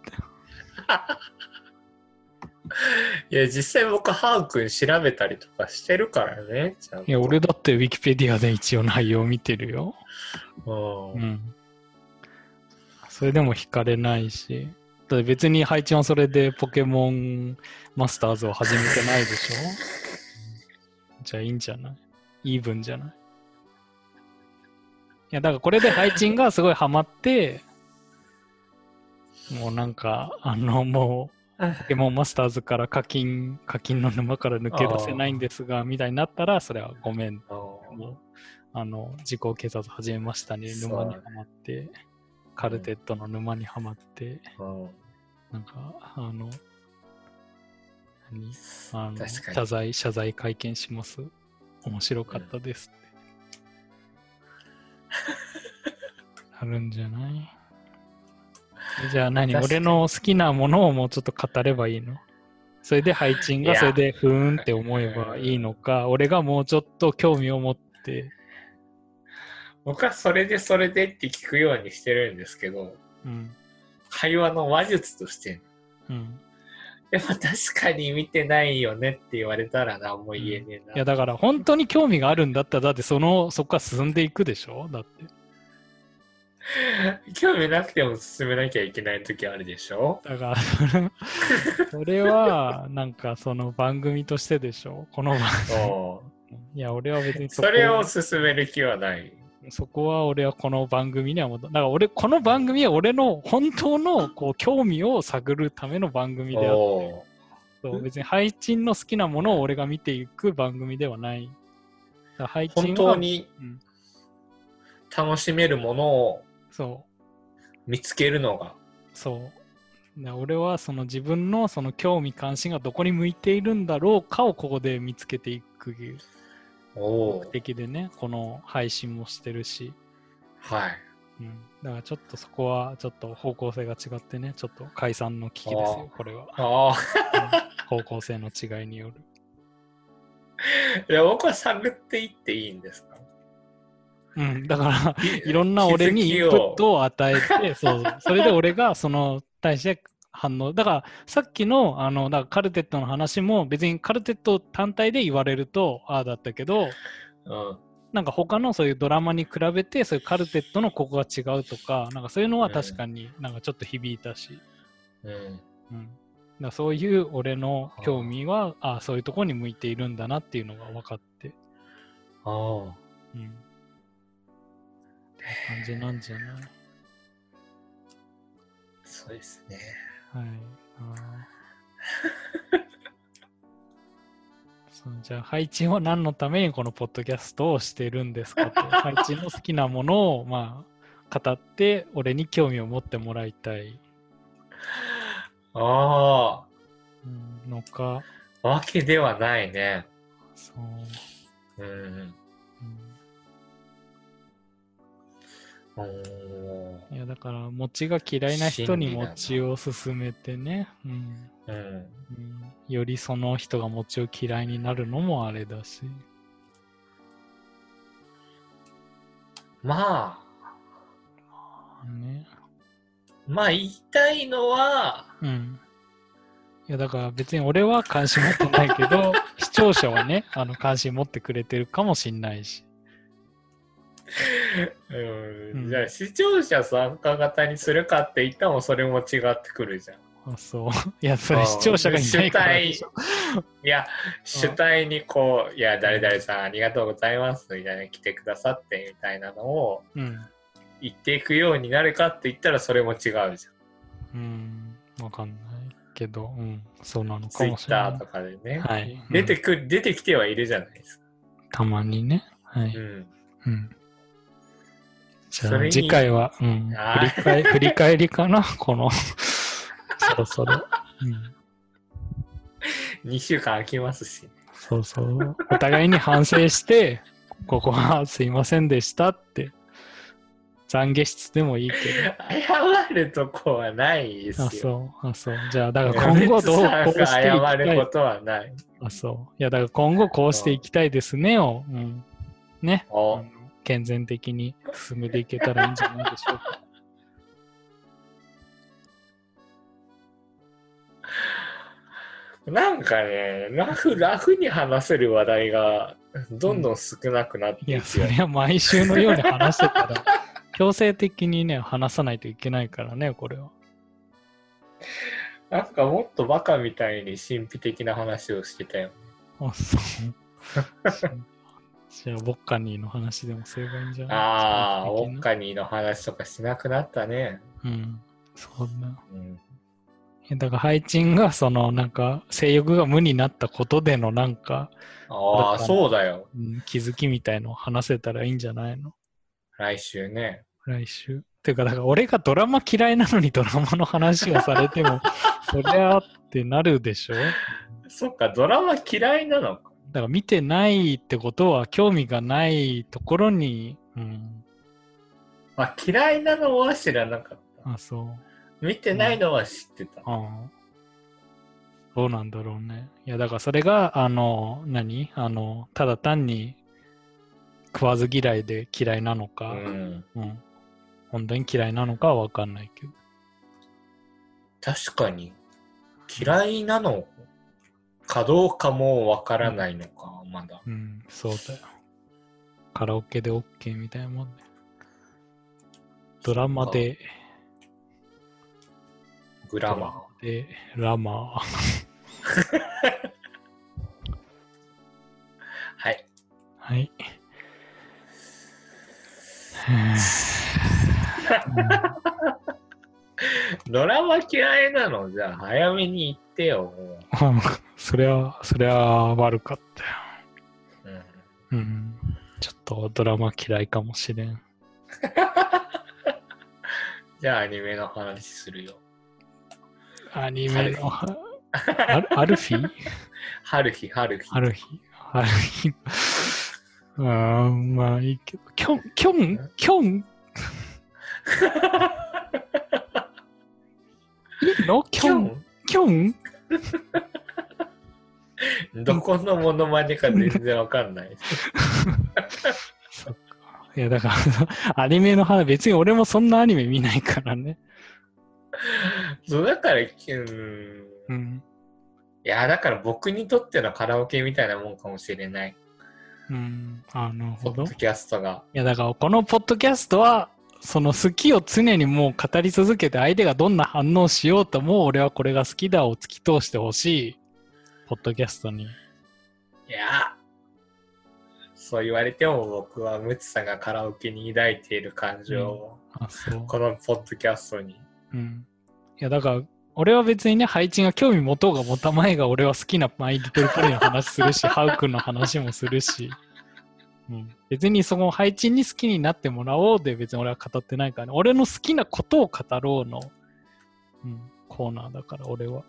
[SPEAKER 1] いや、実際僕、ハーくん調べたりとかしてるからね。ちゃんと
[SPEAKER 2] いや、俺だってウィキペディアで一応内容見てるよ。
[SPEAKER 1] うん
[SPEAKER 2] うん。それでも惹かれないし。だって別に配置はそれでポケモンマスターズを始めてないでしょじゃあいいんじゃないイーブンじゃないいや、だからこれで配置がすごいハマって、もうなんか、あの、もう、ポケモンマスターズから課金、課金の沼から抜け出せないんですが、みたいになったら、それはごめ
[SPEAKER 1] う
[SPEAKER 2] ん
[SPEAKER 1] ん
[SPEAKER 2] もうあの自己警察始めましたね
[SPEAKER 1] そう
[SPEAKER 2] 沼にはまってカルテットの沼にはまって、
[SPEAKER 1] うん
[SPEAKER 2] なんかあの何あの
[SPEAKER 1] 確かに
[SPEAKER 2] 謝罪謝罪会見します面白かったですって、なるんじゃないじゃあ何
[SPEAKER 1] 確かに
[SPEAKER 2] 俺の好きなものをもうちょっと語ればいいのそれで配置
[SPEAKER 1] い
[SPEAKER 2] が
[SPEAKER 1] や
[SPEAKER 2] それでふーんって思えばいいのか俺がもうちょっと興味を持って
[SPEAKER 1] 僕はそれでそれでって聞くようにしてるんですけど、
[SPEAKER 2] うん
[SPEAKER 1] 会話の話術として。
[SPEAKER 2] うん、
[SPEAKER 1] でも確かに見てないよねって言われたら何も言えねえ
[SPEAKER 2] いや
[SPEAKER 1] な。
[SPEAKER 2] だから本当に興味があるんだったらだってそのそこから進んでいくでしょだって
[SPEAKER 1] 興味なくても進めなきゃいけない時あるでしょ
[SPEAKER 2] だからそれ それはなんかその番組としてでしょこの番
[SPEAKER 1] う
[SPEAKER 2] いや俺は別に
[SPEAKER 1] ん
[SPEAKER 2] そ
[SPEAKER 1] そ
[SPEAKER 2] こ
[SPEAKER 1] れを進める気はない。
[SPEAKER 2] そこは俺はこの番組にはもだから俺この番組は俺の本当のこう興味を探るための番組であっ
[SPEAKER 1] お
[SPEAKER 2] と別に配信の好きなものを俺が見ていく番組ではないだから配
[SPEAKER 1] ー本
[SPEAKER 2] 信
[SPEAKER 1] 当
[SPEAKER 2] は
[SPEAKER 1] に
[SPEAKER 2] うん
[SPEAKER 1] 楽しめるものを
[SPEAKER 2] そう
[SPEAKER 1] 見つけるのが。
[SPEAKER 2] そう。で俺はその自分のその興味関心がどこに向いているんだろうかをここで見つけていく
[SPEAKER 1] お
[SPEAKER 2] 目
[SPEAKER 1] ー
[SPEAKER 2] 的でね、この配信もしてるし、
[SPEAKER 1] はい。
[SPEAKER 2] うん、だからちょっとそこはちょっと方向性が違ってね、ちょっと解散の危機です
[SPEAKER 1] あー、
[SPEAKER 2] よ これは。
[SPEAKER 1] あ
[SPEAKER 2] 方向性の違いによる。
[SPEAKER 1] あ。いや、僕は探っていっていいんですか
[SPEAKER 2] うん、だから、い
[SPEAKER 1] い
[SPEAKER 2] ろんな俺にインプッ
[SPEAKER 1] を。
[SPEAKER 2] トを与え て、そうそうそれで俺がその対して反応。だからさっきのあのだからカルテットの話も別にカルテット単体で言われるとああだったけど、
[SPEAKER 1] うん。
[SPEAKER 2] なんか他のそういうドラマに比べてそういうカルテットのここが違うとか、なんかそういうのは確かになんかちょっと響いたし、
[SPEAKER 1] うん。
[SPEAKER 2] うん、だからそういう俺の興味は、ああ、そういうところに向いているんだなっていうのが分かって、
[SPEAKER 1] あ
[SPEAKER 2] うん、って感じなんじゃない
[SPEAKER 1] あ。そうですね。
[SPEAKER 2] はい。あーそうじゃあ、配置は何のためにこのポッドキャストをしてるんですかと。配置の好きなものを、まあ、語って、俺に興味を持ってもらいたい
[SPEAKER 1] あ
[SPEAKER 2] うんのか、
[SPEAKER 1] あ。わけではないね。
[SPEAKER 2] そう。
[SPEAKER 1] うん。おー
[SPEAKER 2] うんいや、だから、餅が嫌いな人に
[SPEAKER 1] 心理だな
[SPEAKER 2] 餅を勧めてね、うん
[SPEAKER 1] うん。
[SPEAKER 2] うんよりその人が餅を嫌いになるのもあれだし。
[SPEAKER 1] まあ、
[SPEAKER 2] ね。
[SPEAKER 1] まあ言いたいのは、
[SPEAKER 2] うん。いやだから別に俺は関心持ってないけ ど、視聴者はね、あの関心持ってくれてるかもしんないし。
[SPEAKER 1] う、
[SPEAKER 2] うんん
[SPEAKER 1] じゃあ視聴者参加型にするかって言ったもそれも違ってくるじゃん。
[SPEAKER 2] あそう。いや、それ視聴者がいないからでしょ。
[SPEAKER 1] いや、主体にこう、いや、誰々さんありがとうございますみたいな、来てくださってみたいなのを
[SPEAKER 2] うん。
[SPEAKER 1] 言っていくようになるかって言ったらそれも違うじゃん。
[SPEAKER 2] うん。わかんないけど、うん。そうなのか
[SPEAKER 1] ツイ
[SPEAKER 2] もし
[SPEAKER 1] ッ
[SPEAKER 2] れな
[SPEAKER 1] ター
[SPEAKER 2] い
[SPEAKER 1] と。かでね。
[SPEAKER 2] はい。うん
[SPEAKER 1] 出てくる、出てきてはいるじゃないですか。
[SPEAKER 2] たまにね。は
[SPEAKER 1] うん。
[SPEAKER 2] い。うん。じ
[SPEAKER 1] そ
[SPEAKER 2] ゃ
[SPEAKER 1] れ
[SPEAKER 2] あ
[SPEAKER 1] に
[SPEAKER 2] 次回は、うん。
[SPEAKER 1] あ
[SPEAKER 2] 振り返振り返りかなこの、 そろそろ。うん。
[SPEAKER 1] 2週間空きますし。
[SPEAKER 2] そうそう。お互いに反省して、 ここはすいませんでしたって。懺悔室でもいいけ
[SPEAKER 1] 謝るとこはないで
[SPEAKER 2] ど。あ、
[SPEAKER 1] すよ。
[SPEAKER 2] そう。あ、そう。じゃあ、だから今後 どうこ
[SPEAKER 1] こ
[SPEAKER 2] うしていきた
[SPEAKER 1] 謝るこ
[SPEAKER 2] い。
[SPEAKER 1] とはない。
[SPEAKER 2] あ、そう。いや、だから今後こうしていきたいですねを、うん。ね。あ
[SPEAKER 1] お
[SPEAKER 2] の健全的に進めていけたらいいんじゃないでしょう か。
[SPEAKER 1] なんかね、ラフ、ラフに話せる話題がどんどん少なくなって
[SPEAKER 2] い
[SPEAKER 1] い
[SPEAKER 2] や、
[SPEAKER 1] く
[SPEAKER 2] そ
[SPEAKER 1] よ
[SPEAKER 2] れ
[SPEAKER 1] ね。
[SPEAKER 2] は毎週のように話してたら、強制的にね、話さないといけないからね、これは。
[SPEAKER 1] なんかもっとバカみたいに神秘的な話をしてたよ。
[SPEAKER 2] あ、そう。 じゃあ、ボッカニーの話でもすればいいんじゃない
[SPEAKER 1] ああ、
[SPEAKER 2] 基
[SPEAKER 1] オッ
[SPEAKER 2] 本的な
[SPEAKER 1] カニーの話とかしなくなったね。
[SPEAKER 2] うん。そんな。
[SPEAKER 1] うん、
[SPEAKER 2] えだから、配置が、その、なんか、性欲が無になったことでの、なんか、
[SPEAKER 1] ああ、そうだよ。
[SPEAKER 2] うん気づきみたいのを話せたらいいんじゃないの
[SPEAKER 1] 来週ね。
[SPEAKER 2] 来週。ていうか、だから、俺がドラマ嫌いなのにドラマの話をされて も、そりゃあってなるでしょ
[SPEAKER 1] そっか、ドラマ嫌いなのか。
[SPEAKER 2] だから見てないってことは興味がないところに、うん、
[SPEAKER 1] まあ、嫌いなのは知らなかった。
[SPEAKER 2] あそう
[SPEAKER 1] 見てないのは知ってた。
[SPEAKER 2] あどうなんだろうねいやだからそれがあの何あのただ単に食わず嫌いで嫌いなの
[SPEAKER 1] う
[SPEAKER 2] か、
[SPEAKER 1] ん、
[SPEAKER 2] うん本当に嫌いなのかは分かんないけど
[SPEAKER 1] 確かに、嫌いなのかどうかもわからないのか、まだ。
[SPEAKER 2] うんそうだよカラオケで OK みたいなもんねドラマで
[SPEAKER 1] グラマ
[SPEAKER 2] でラマー
[SPEAKER 1] ー。はい。
[SPEAKER 2] はい。
[SPEAKER 1] ドラマ嫌いなのじゃあ早めに言ってよ。も
[SPEAKER 2] うんそれは、それは悪かったよ。
[SPEAKER 1] ううん、
[SPEAKER 2] うん。ちょっとドラマ嫌いかもしれん。
[SPEAKER 1] じゃあアニメの話するよ。
[SPEAKER 2] アニメ の、はアルアルフィ
[SPEAKER 1] 春日、春日。
[SPEAKER 2] アルフィアルフィうーん、まあいいけど、キョン、キョン、キョン、いいのキョン、キョン、
[SPEAKER 1] どこのモノマネか全然わかんない。
[SPEAKER 2] いや、だから、アニメの話、別に俺もそんなアニメ見ないからね。
[SPEAKER 1] そうだから、うん、い
[SPEAKER 2] うん。
[SPEAKER 1] や、だから僕にとってのカラオケみたいなもんかもしれない。
[SPEAKER 2] うん。あ、なる
[SPEAKER 1] ポ
[SPEAKER 2] ほ
[SPEAKER 1] ッ
[SPEAKER 2] ど
[SPEAKER 1] ド。キャストが。
[SPEAKER 2] いやだからこのポッドキャストはその好きを常にもう語り続けて相手がどんな反応しようともう俺はこれが好きだを突き通してほしいポッドキャストに
[SPEAKER 1] いや、そう言われても僕はムツさんがカラオケに抱いている感情を、
[SPEAKER 2] あそう、
[SPEAKER 1] このポッドキャストに。
[SPEAKER 2] うん、いやだから俺は別にね配置が興味持とうが持たまいが俺は好きなマイリトルポリの話するしハウ君の話もするし、うん、別にその配置に好きになってもらおうで別に俺は語ってないからね俺の好きなことを語ろうの、うん、コーナーだから俺は。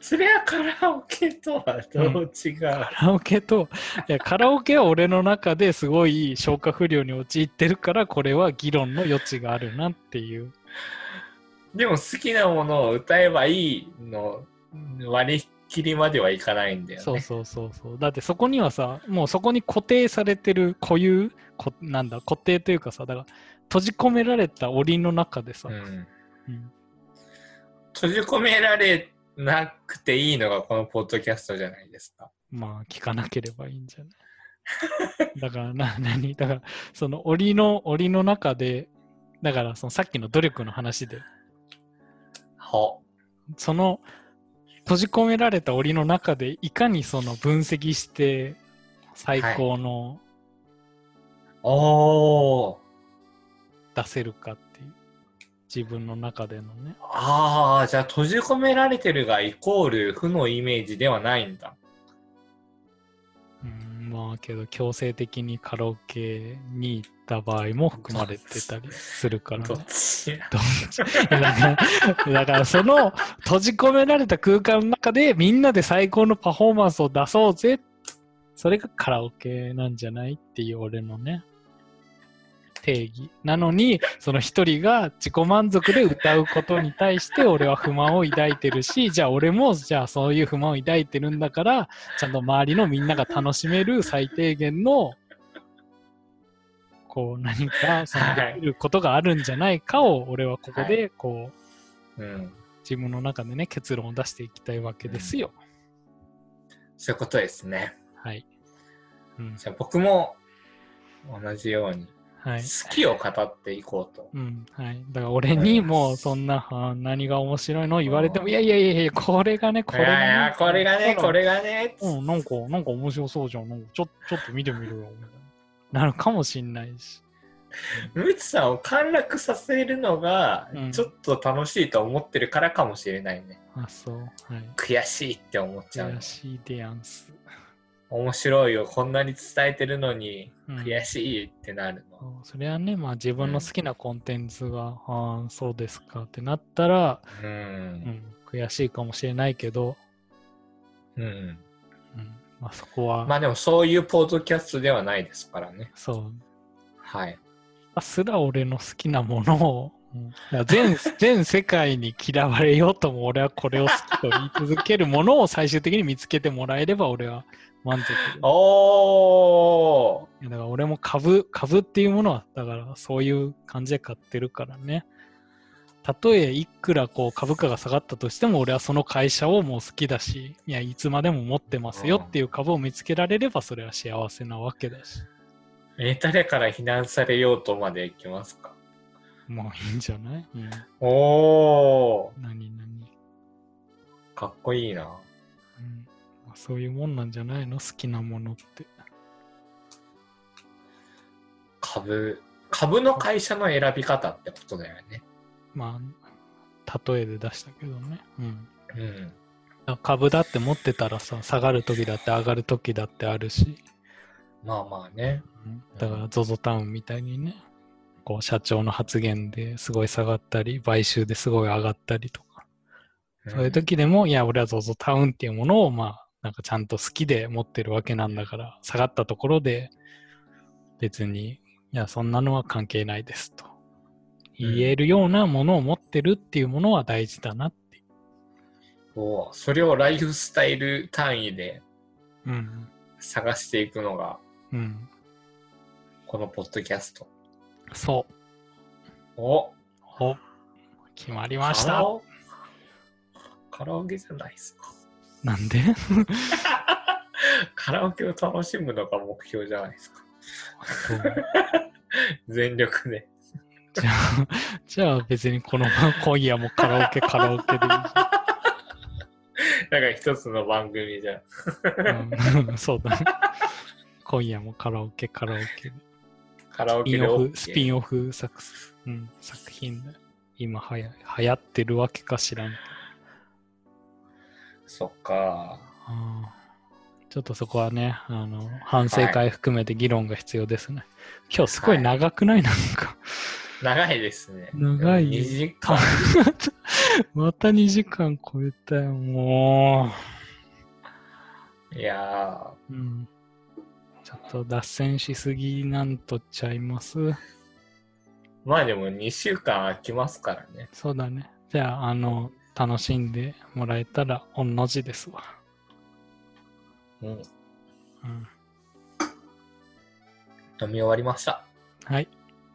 [SPEAKER 1] それはカラオケとはどう違う、
[SPEAKER 2] カラオケと、いや、カラオケは俺の中ですごい消化不良に陥ってるから、これは議論の余地があるなっていう。
[SPEAKER 1] でも好きなものを歌えばいいの割り切りまではいかないんだよね。
[SPEAKER 2] そうそうそうそう。だってそこにはさ、もうそこに固定されてる固有、こなんだ、固定というかさ、だから閉じ込められた檻の中でさ、
[SPEAKER 1] うん
[SPEAKER 2] うん
[SPEAKER 1] 閉じ込められなくていいのがこのポッドキャストじゃないですか。
[SPEAKER 2] まあ、聞かなければいいんじゃないだから、な、何だから、その檻の、檻の中で、だから、そのさっきの努力の話で、
[SPEAKER 1] は。
[SPEAKER 2] その閉じ込められた檻の中でいかにその分析して最高の
[SPEAKER 1] おー。
[SPEAKER 2] 出せるかっていう、自分の中でのね
[SPEAKER 1] ああ、じゃあ閉じ込められてるがイコール負のイメージではないんだ。
[SPEAKER 2] うんまあけど強制的にカラオケに行った場合も含まれてたりするから、ね、
[SPEAKER 1] どっち
[SPEAKER 2] どっちだからだからその閉じ込められた空間の中でみんなで最高のパフォーマンスを出そうぜそれがカラオケなんじゃないっていう俺のね定義なのにその一人が自己満足で歌うことに対して俺は不満を抱いてるしじゃあ俺もじゃあそういう不満を抱いてるんだからちゃんと周りのみんなが楽しめる最低限のこう何かその
[SPEAKER 1] はい
[SPEAKER 2] できることがあるんじゃないかを俺はここ
[SPEAKER 1] は
[SPEAKER 2] でこう
[SPEAKER 1] うん。
[SPEAKER 2] 自分の中でね結論を出していきたいわけですよ。
[SPEAKER 1] そういうことですね。
[SPEAKER 2] はい。うん。
[SPEAKER 1] じゃあ僕も同じように
[SPEAKER 2] はい。
[SPEAKER 1] 好きを語っていこうと。
[SPEAKER 2] うん。はい。だから俺にもうそんな、あー何が面白いの言われても、いやいやいやいや、これがね、こ
[SPEAKER 1] い
[SPEAKER 2] れが
[SPEAKER 1] やい
[SPEAKER 2] ね
[SPEAKER 1] や、。これがね、こ。れがね。
[SPEAKER 2] うん、なんか、なんか面白そうじゃん。なんかちょちょっと見てみるよ。みたいな。なるかもしんないし。
[SPEAKER 1] ムチさんを陥落させるのが
[SPEAKER 2] うん
[SPEAKER 1] ちょっと楽しいと思ってるからかもしれないね。
[SPEAKER 2] あ、そう。はい。
[SPEAKER 1] 悔しいって思っちゃう
[SPEAKER 2] 悔。しいでやんす。
[SPEAKER 1] 面白いよ、こんなに伝えてるのに
[SPEAKER 2] うん
[SPEAKER 1] 悔しいってなるの。
[SPEAKER 2] そうそれはね、まあ自分の好きなコンテンツが、ああ、そうですかってなったら、
[SPEAKER 1] う。
[SPEAKER 2] うんん、悔しいかもしれないけど、
[SPEAKER 1] うん。
[SPEAKER 2] うん、まあそこは、
[SPEAKER 1] まあでもそういうポードキャストではないですからね。
[SPEAKER 2] そう、
[SPEAKER 1] はい。
[SPEAKER 2] あすら俺の好きなものを、うんだから全 全世界に嫌われようとも俺はこれを好きと言い続けるものを最終的に見つけてもらえれば俺は満足だよ
[SPEAKER 1] おー
[SPEAKER 2] だから俺も株株っていうものはだからそういう感じで買ってるからねたとえいくらこう株価が下がったとしても俺はその会社をもう好きだしいやいつまでも持ってますよっていう株を見つけられればそれは幸せなわけだし
[SPEAKER 1] え、誰から非難されようとまでいきますか
[SPEAKER 2] もういいんじゃない、うん、
[SPEAKER 1] おー
[SPEAKER 2] 何何
[SPEAKER 1] かっこいいな。
[SPEAKER 2] うんまあそういうもんなんじゃないの好きなものって。
[SPEAKER 1] 株。株の会社の選び方ってことだよね。
[SPEAKER 2] まあ、例えで出したけどね。うん。
[SPEAKER 1] うん。
[SPEAKER 2] だ株だって持ってたらさ、下がる時だって上がる時だってあるし、
[SPEAKER 1] まあまあね。
[SPEAKER 2] うんだから ZOZO タウンみたいにね、こう社長の発言ですごい下がったり、買収ですごい上がったりとか、そういう時でも、いや、俺は ZOZO タウンっていうものを、まあ、なんかちゃんと好きで持ってるわけなんだから、下がったところで、別に、いや、そんなのは関係ないですと。言えるようなものを持ってるっていうものは大事だなって。
[SPEAKER 1] うんおーそれをライフスタイル単位で
[SPEAKER 2] うん。
[SPEAKER 1] 探していくのが、
[SPEAKER 2] うん。
[SPEAKER 1] このポッドキャスト。
[SPEAKER 2] そう。
[SPEAKER 1] お
[SPEAKER 2] お決まり
[SPEAKER 1] カ
[SPEAKER 2] まし
[SPEAKER 1] ラ
[SPEAKER 2] た。
[SPEAKER 1] オカラオケじゃないですか。
[SPEAKER 2] なんで
[SPEAKER 1] カラオケを楽しむのが目標じゃないですか。
[SPEAKER 2] そう
[SPEAKER 1] 全力で。
[SPEAKER 2] じゃあ、じゃあ別にこの今夜もカラオケカラオケでいい
[SPEAKER 1] だから一つの番組じゃん。
[SPEAKER 2] じゃん。うん そうだね。今夜もカラオケカラオケで。
[SPEAKER 1] カラオ
[SPEAKER 2] ス
[SPEAKER 1] ケで
[SPEAKER 2] ピンオ
[SPEAKER 1] OK
[SPEAKER 2] フ、スピンオフ作,、うん、作品だよ。今はや流行ってるわけかしらんけど
[SPEAKER 1] そっか。
[SPEAKER 2] あーちょっとそこはね、あの、反省会含めて議論が必要ですね。今日すごい長くない、なん か。
[SPEAKER 1] 長いですね。
[SPEAKER 2] 長い
[SPEAKER 1] 2時間。
[SPEAKER 2] また2時間超えたよ、も
[SPEAKER 1] いや
[SPEAKER 2] う。うん。ちょっと脱線しすぎなんとちゃいます。
[SPEAKER 1] ー、まあでも2週間空きますからね。
[SPEAKER 2] そうだね。じゃあ、あの、楽しんでもらえたら、おんの字ですわ。
[SPEAKER 1] うん。飲
[SPEAKER 2] うん。
[SPEAKER 1] み終わりました。
[SPEAKER 2] はい。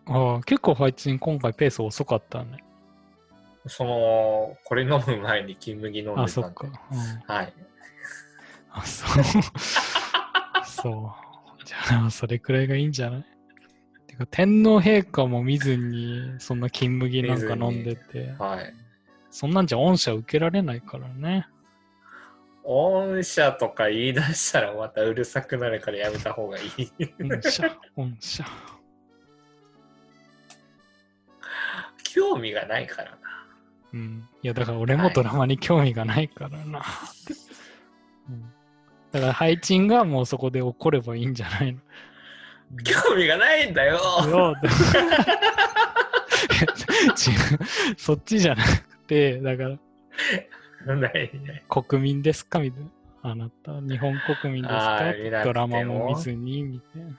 [SPEAKER 2] ああ、結構配置今回ペース遅かったね。
[SPEAKER 1] その、これ飲む前に金麦飲んでたんで。
[SPEAKER 2] あ、そっか。うん、
[SPEAKER 1] はい。
[SPEAKER 2] あ、 そう。そう。じゃあ、それくらいがいいんじゃないてか、天皇陛下も見ずに、そんな金麦なんか飲んでて、
[SPEAKER 1] はい。
[SPEAKER 2] そんなんじゃ恩赦受けられないからね。
[SPEAKER 1] 御社とか言い出したらまたうるさくなるからやめた方がいい。
[SPEAKER 2] 恩赦、恩赦。
[SPEAKER 1] 興味がないからな。
[SPEAKER 2] うん。いや、だから俺もドラマに興味がないから な。うん、だから、配置がもうそこで怒ればいいんじゃないの
[SPEAKER 1] 興味がないんだよ
[SPEAKER 2] よって 違うそっちじゃなくてだから
[SPEAKER 1] ない
[SPEAKER 2] 国民ですかみたいなあなた日本国民です
[SPEAKER 1] あ
[SPEAKER 2] か
[SPEAKER 1] ー見なくても
[SPEAKER 2] ドラマも見ずにみたいな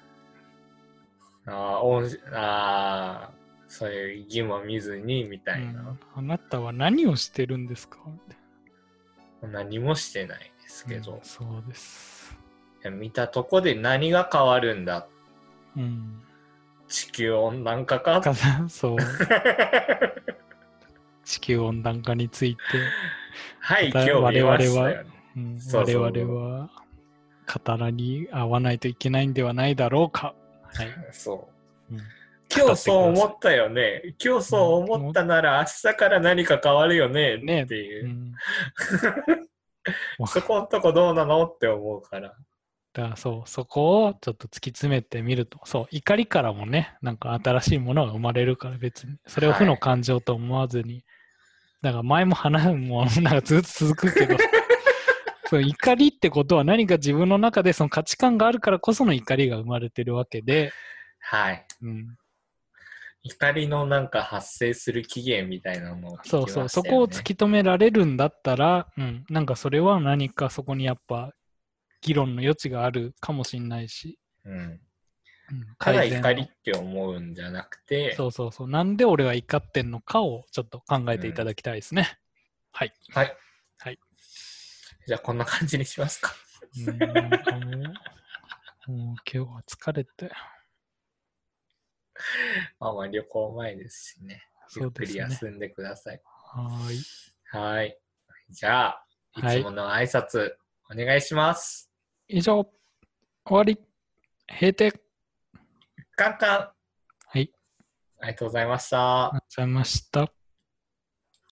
[SPEAKER 1] あーおんあー、そういう義務を見ずにみたいな。
[SPEAKER 2] うんあなたは何をしてるんですかみたい
[SPEAKER 1] 何もしてないですけ
[SPEAKER 2] な
[SPEAKER 1] ど、
[SPEAKER 2] うん
[SPEAKER 1] い
[SPEAKER 2] そうです
[SPEAKER 1] や見たとこで何が変わるんだ
[SPEAKER 2] うん
[SPEAKER 1] 地球温暖化か
[SPEAKER 2] だか らそう地球温暖化について、
[SPEAKER 1] はい、
[SPEAKER 2] また
[SPEAKER 1] 興味はした
[SPEAKER 2] 我々は
[SPEAKER 1] よね。
[SPEAKER 2] うん
[SPEAKER 1] そうそう
[SPEAKER 2] 我々は語らに合わないといけないんではないだろうかはい、
[SPEAKER 1] そう。
[SPEAKER 2] うん
[SPEAKER 1] 今日そう思ったよね。今日そう思ったなら明日から何か変わるよね
[SPEAKER 2] ね
[SPEAKER 1] っていうう。
[SPEAKER 2] ん
[SPEAKER 1] そこんとこどうなのって思うから。
[SPEAKER 2] だからそうそこをちょっと突き詰めてみるとそう怒りからもねなんか新しいものが生まれるから別にそれを負の感情と思わずに、だから前も話もう なんかずっと続くけど そう怒りってことは何か自分の中でその価値観があるからこその怒りが生まれてるわけで、
[SPEAKER 1] はい。
[SPEAKER 2] うん、
[SPEAKER 1] 怒りのなんか発生する期限みたいなのを聞きましたよ
[SPEAKER 2] そ
[SPEAKER 1] ね
[SPEAKER 2] うそう、そこを突き止められるんだったら、うん、なんかそれは何かそこにやっぱ議論の余地があるかもしれないし、
[SPEAKER 1] うん、
[SPEAKER 2] うん、
[SPEAKER 1] ただ
[SPEAKER 2] 改善の
[SPEAKER 1] 怒りって思うんじゃなくて、
[SPEAKER 2] そうそうそう。なんで俺が怒ってんのかをちょっと考えていただきたいですね。はい。
[SPEAKER 1] はい。
[SPEAKER 2] はい。
[SPEAKER 1] じゃあこんな感じにしますか。
[SPEAKER 2] うーんなんかもう、もう今日は疲れて、
[SPEAKER 1] まあまあ旅行前ですしね。ゆ
[SPEAKER 2] そ
[SPEAKER 1] っ
[SPEAKER 2] う
[SPEAKER 1] く
[SPEAKER 2] で
[SPEAKER 1] り
[SPEAKER 2] すね。
[SPEAKER 1] 休んでください。
[SPEAKER 2] はーい。
[SPEAKER 1] はい。じゃあ、い
[SPEAKER 2] はい
[SPEAKER 1] つもの挨拶、お願いします。
[SPEAKER 2] 以上、終わり、閉店、
[SPEAKER 1] カンカン
[SPEAKER 2] はい、
[SPEAKER 1] ありがとうございました
[SPEAKER 2] ありがとうご。ざいました。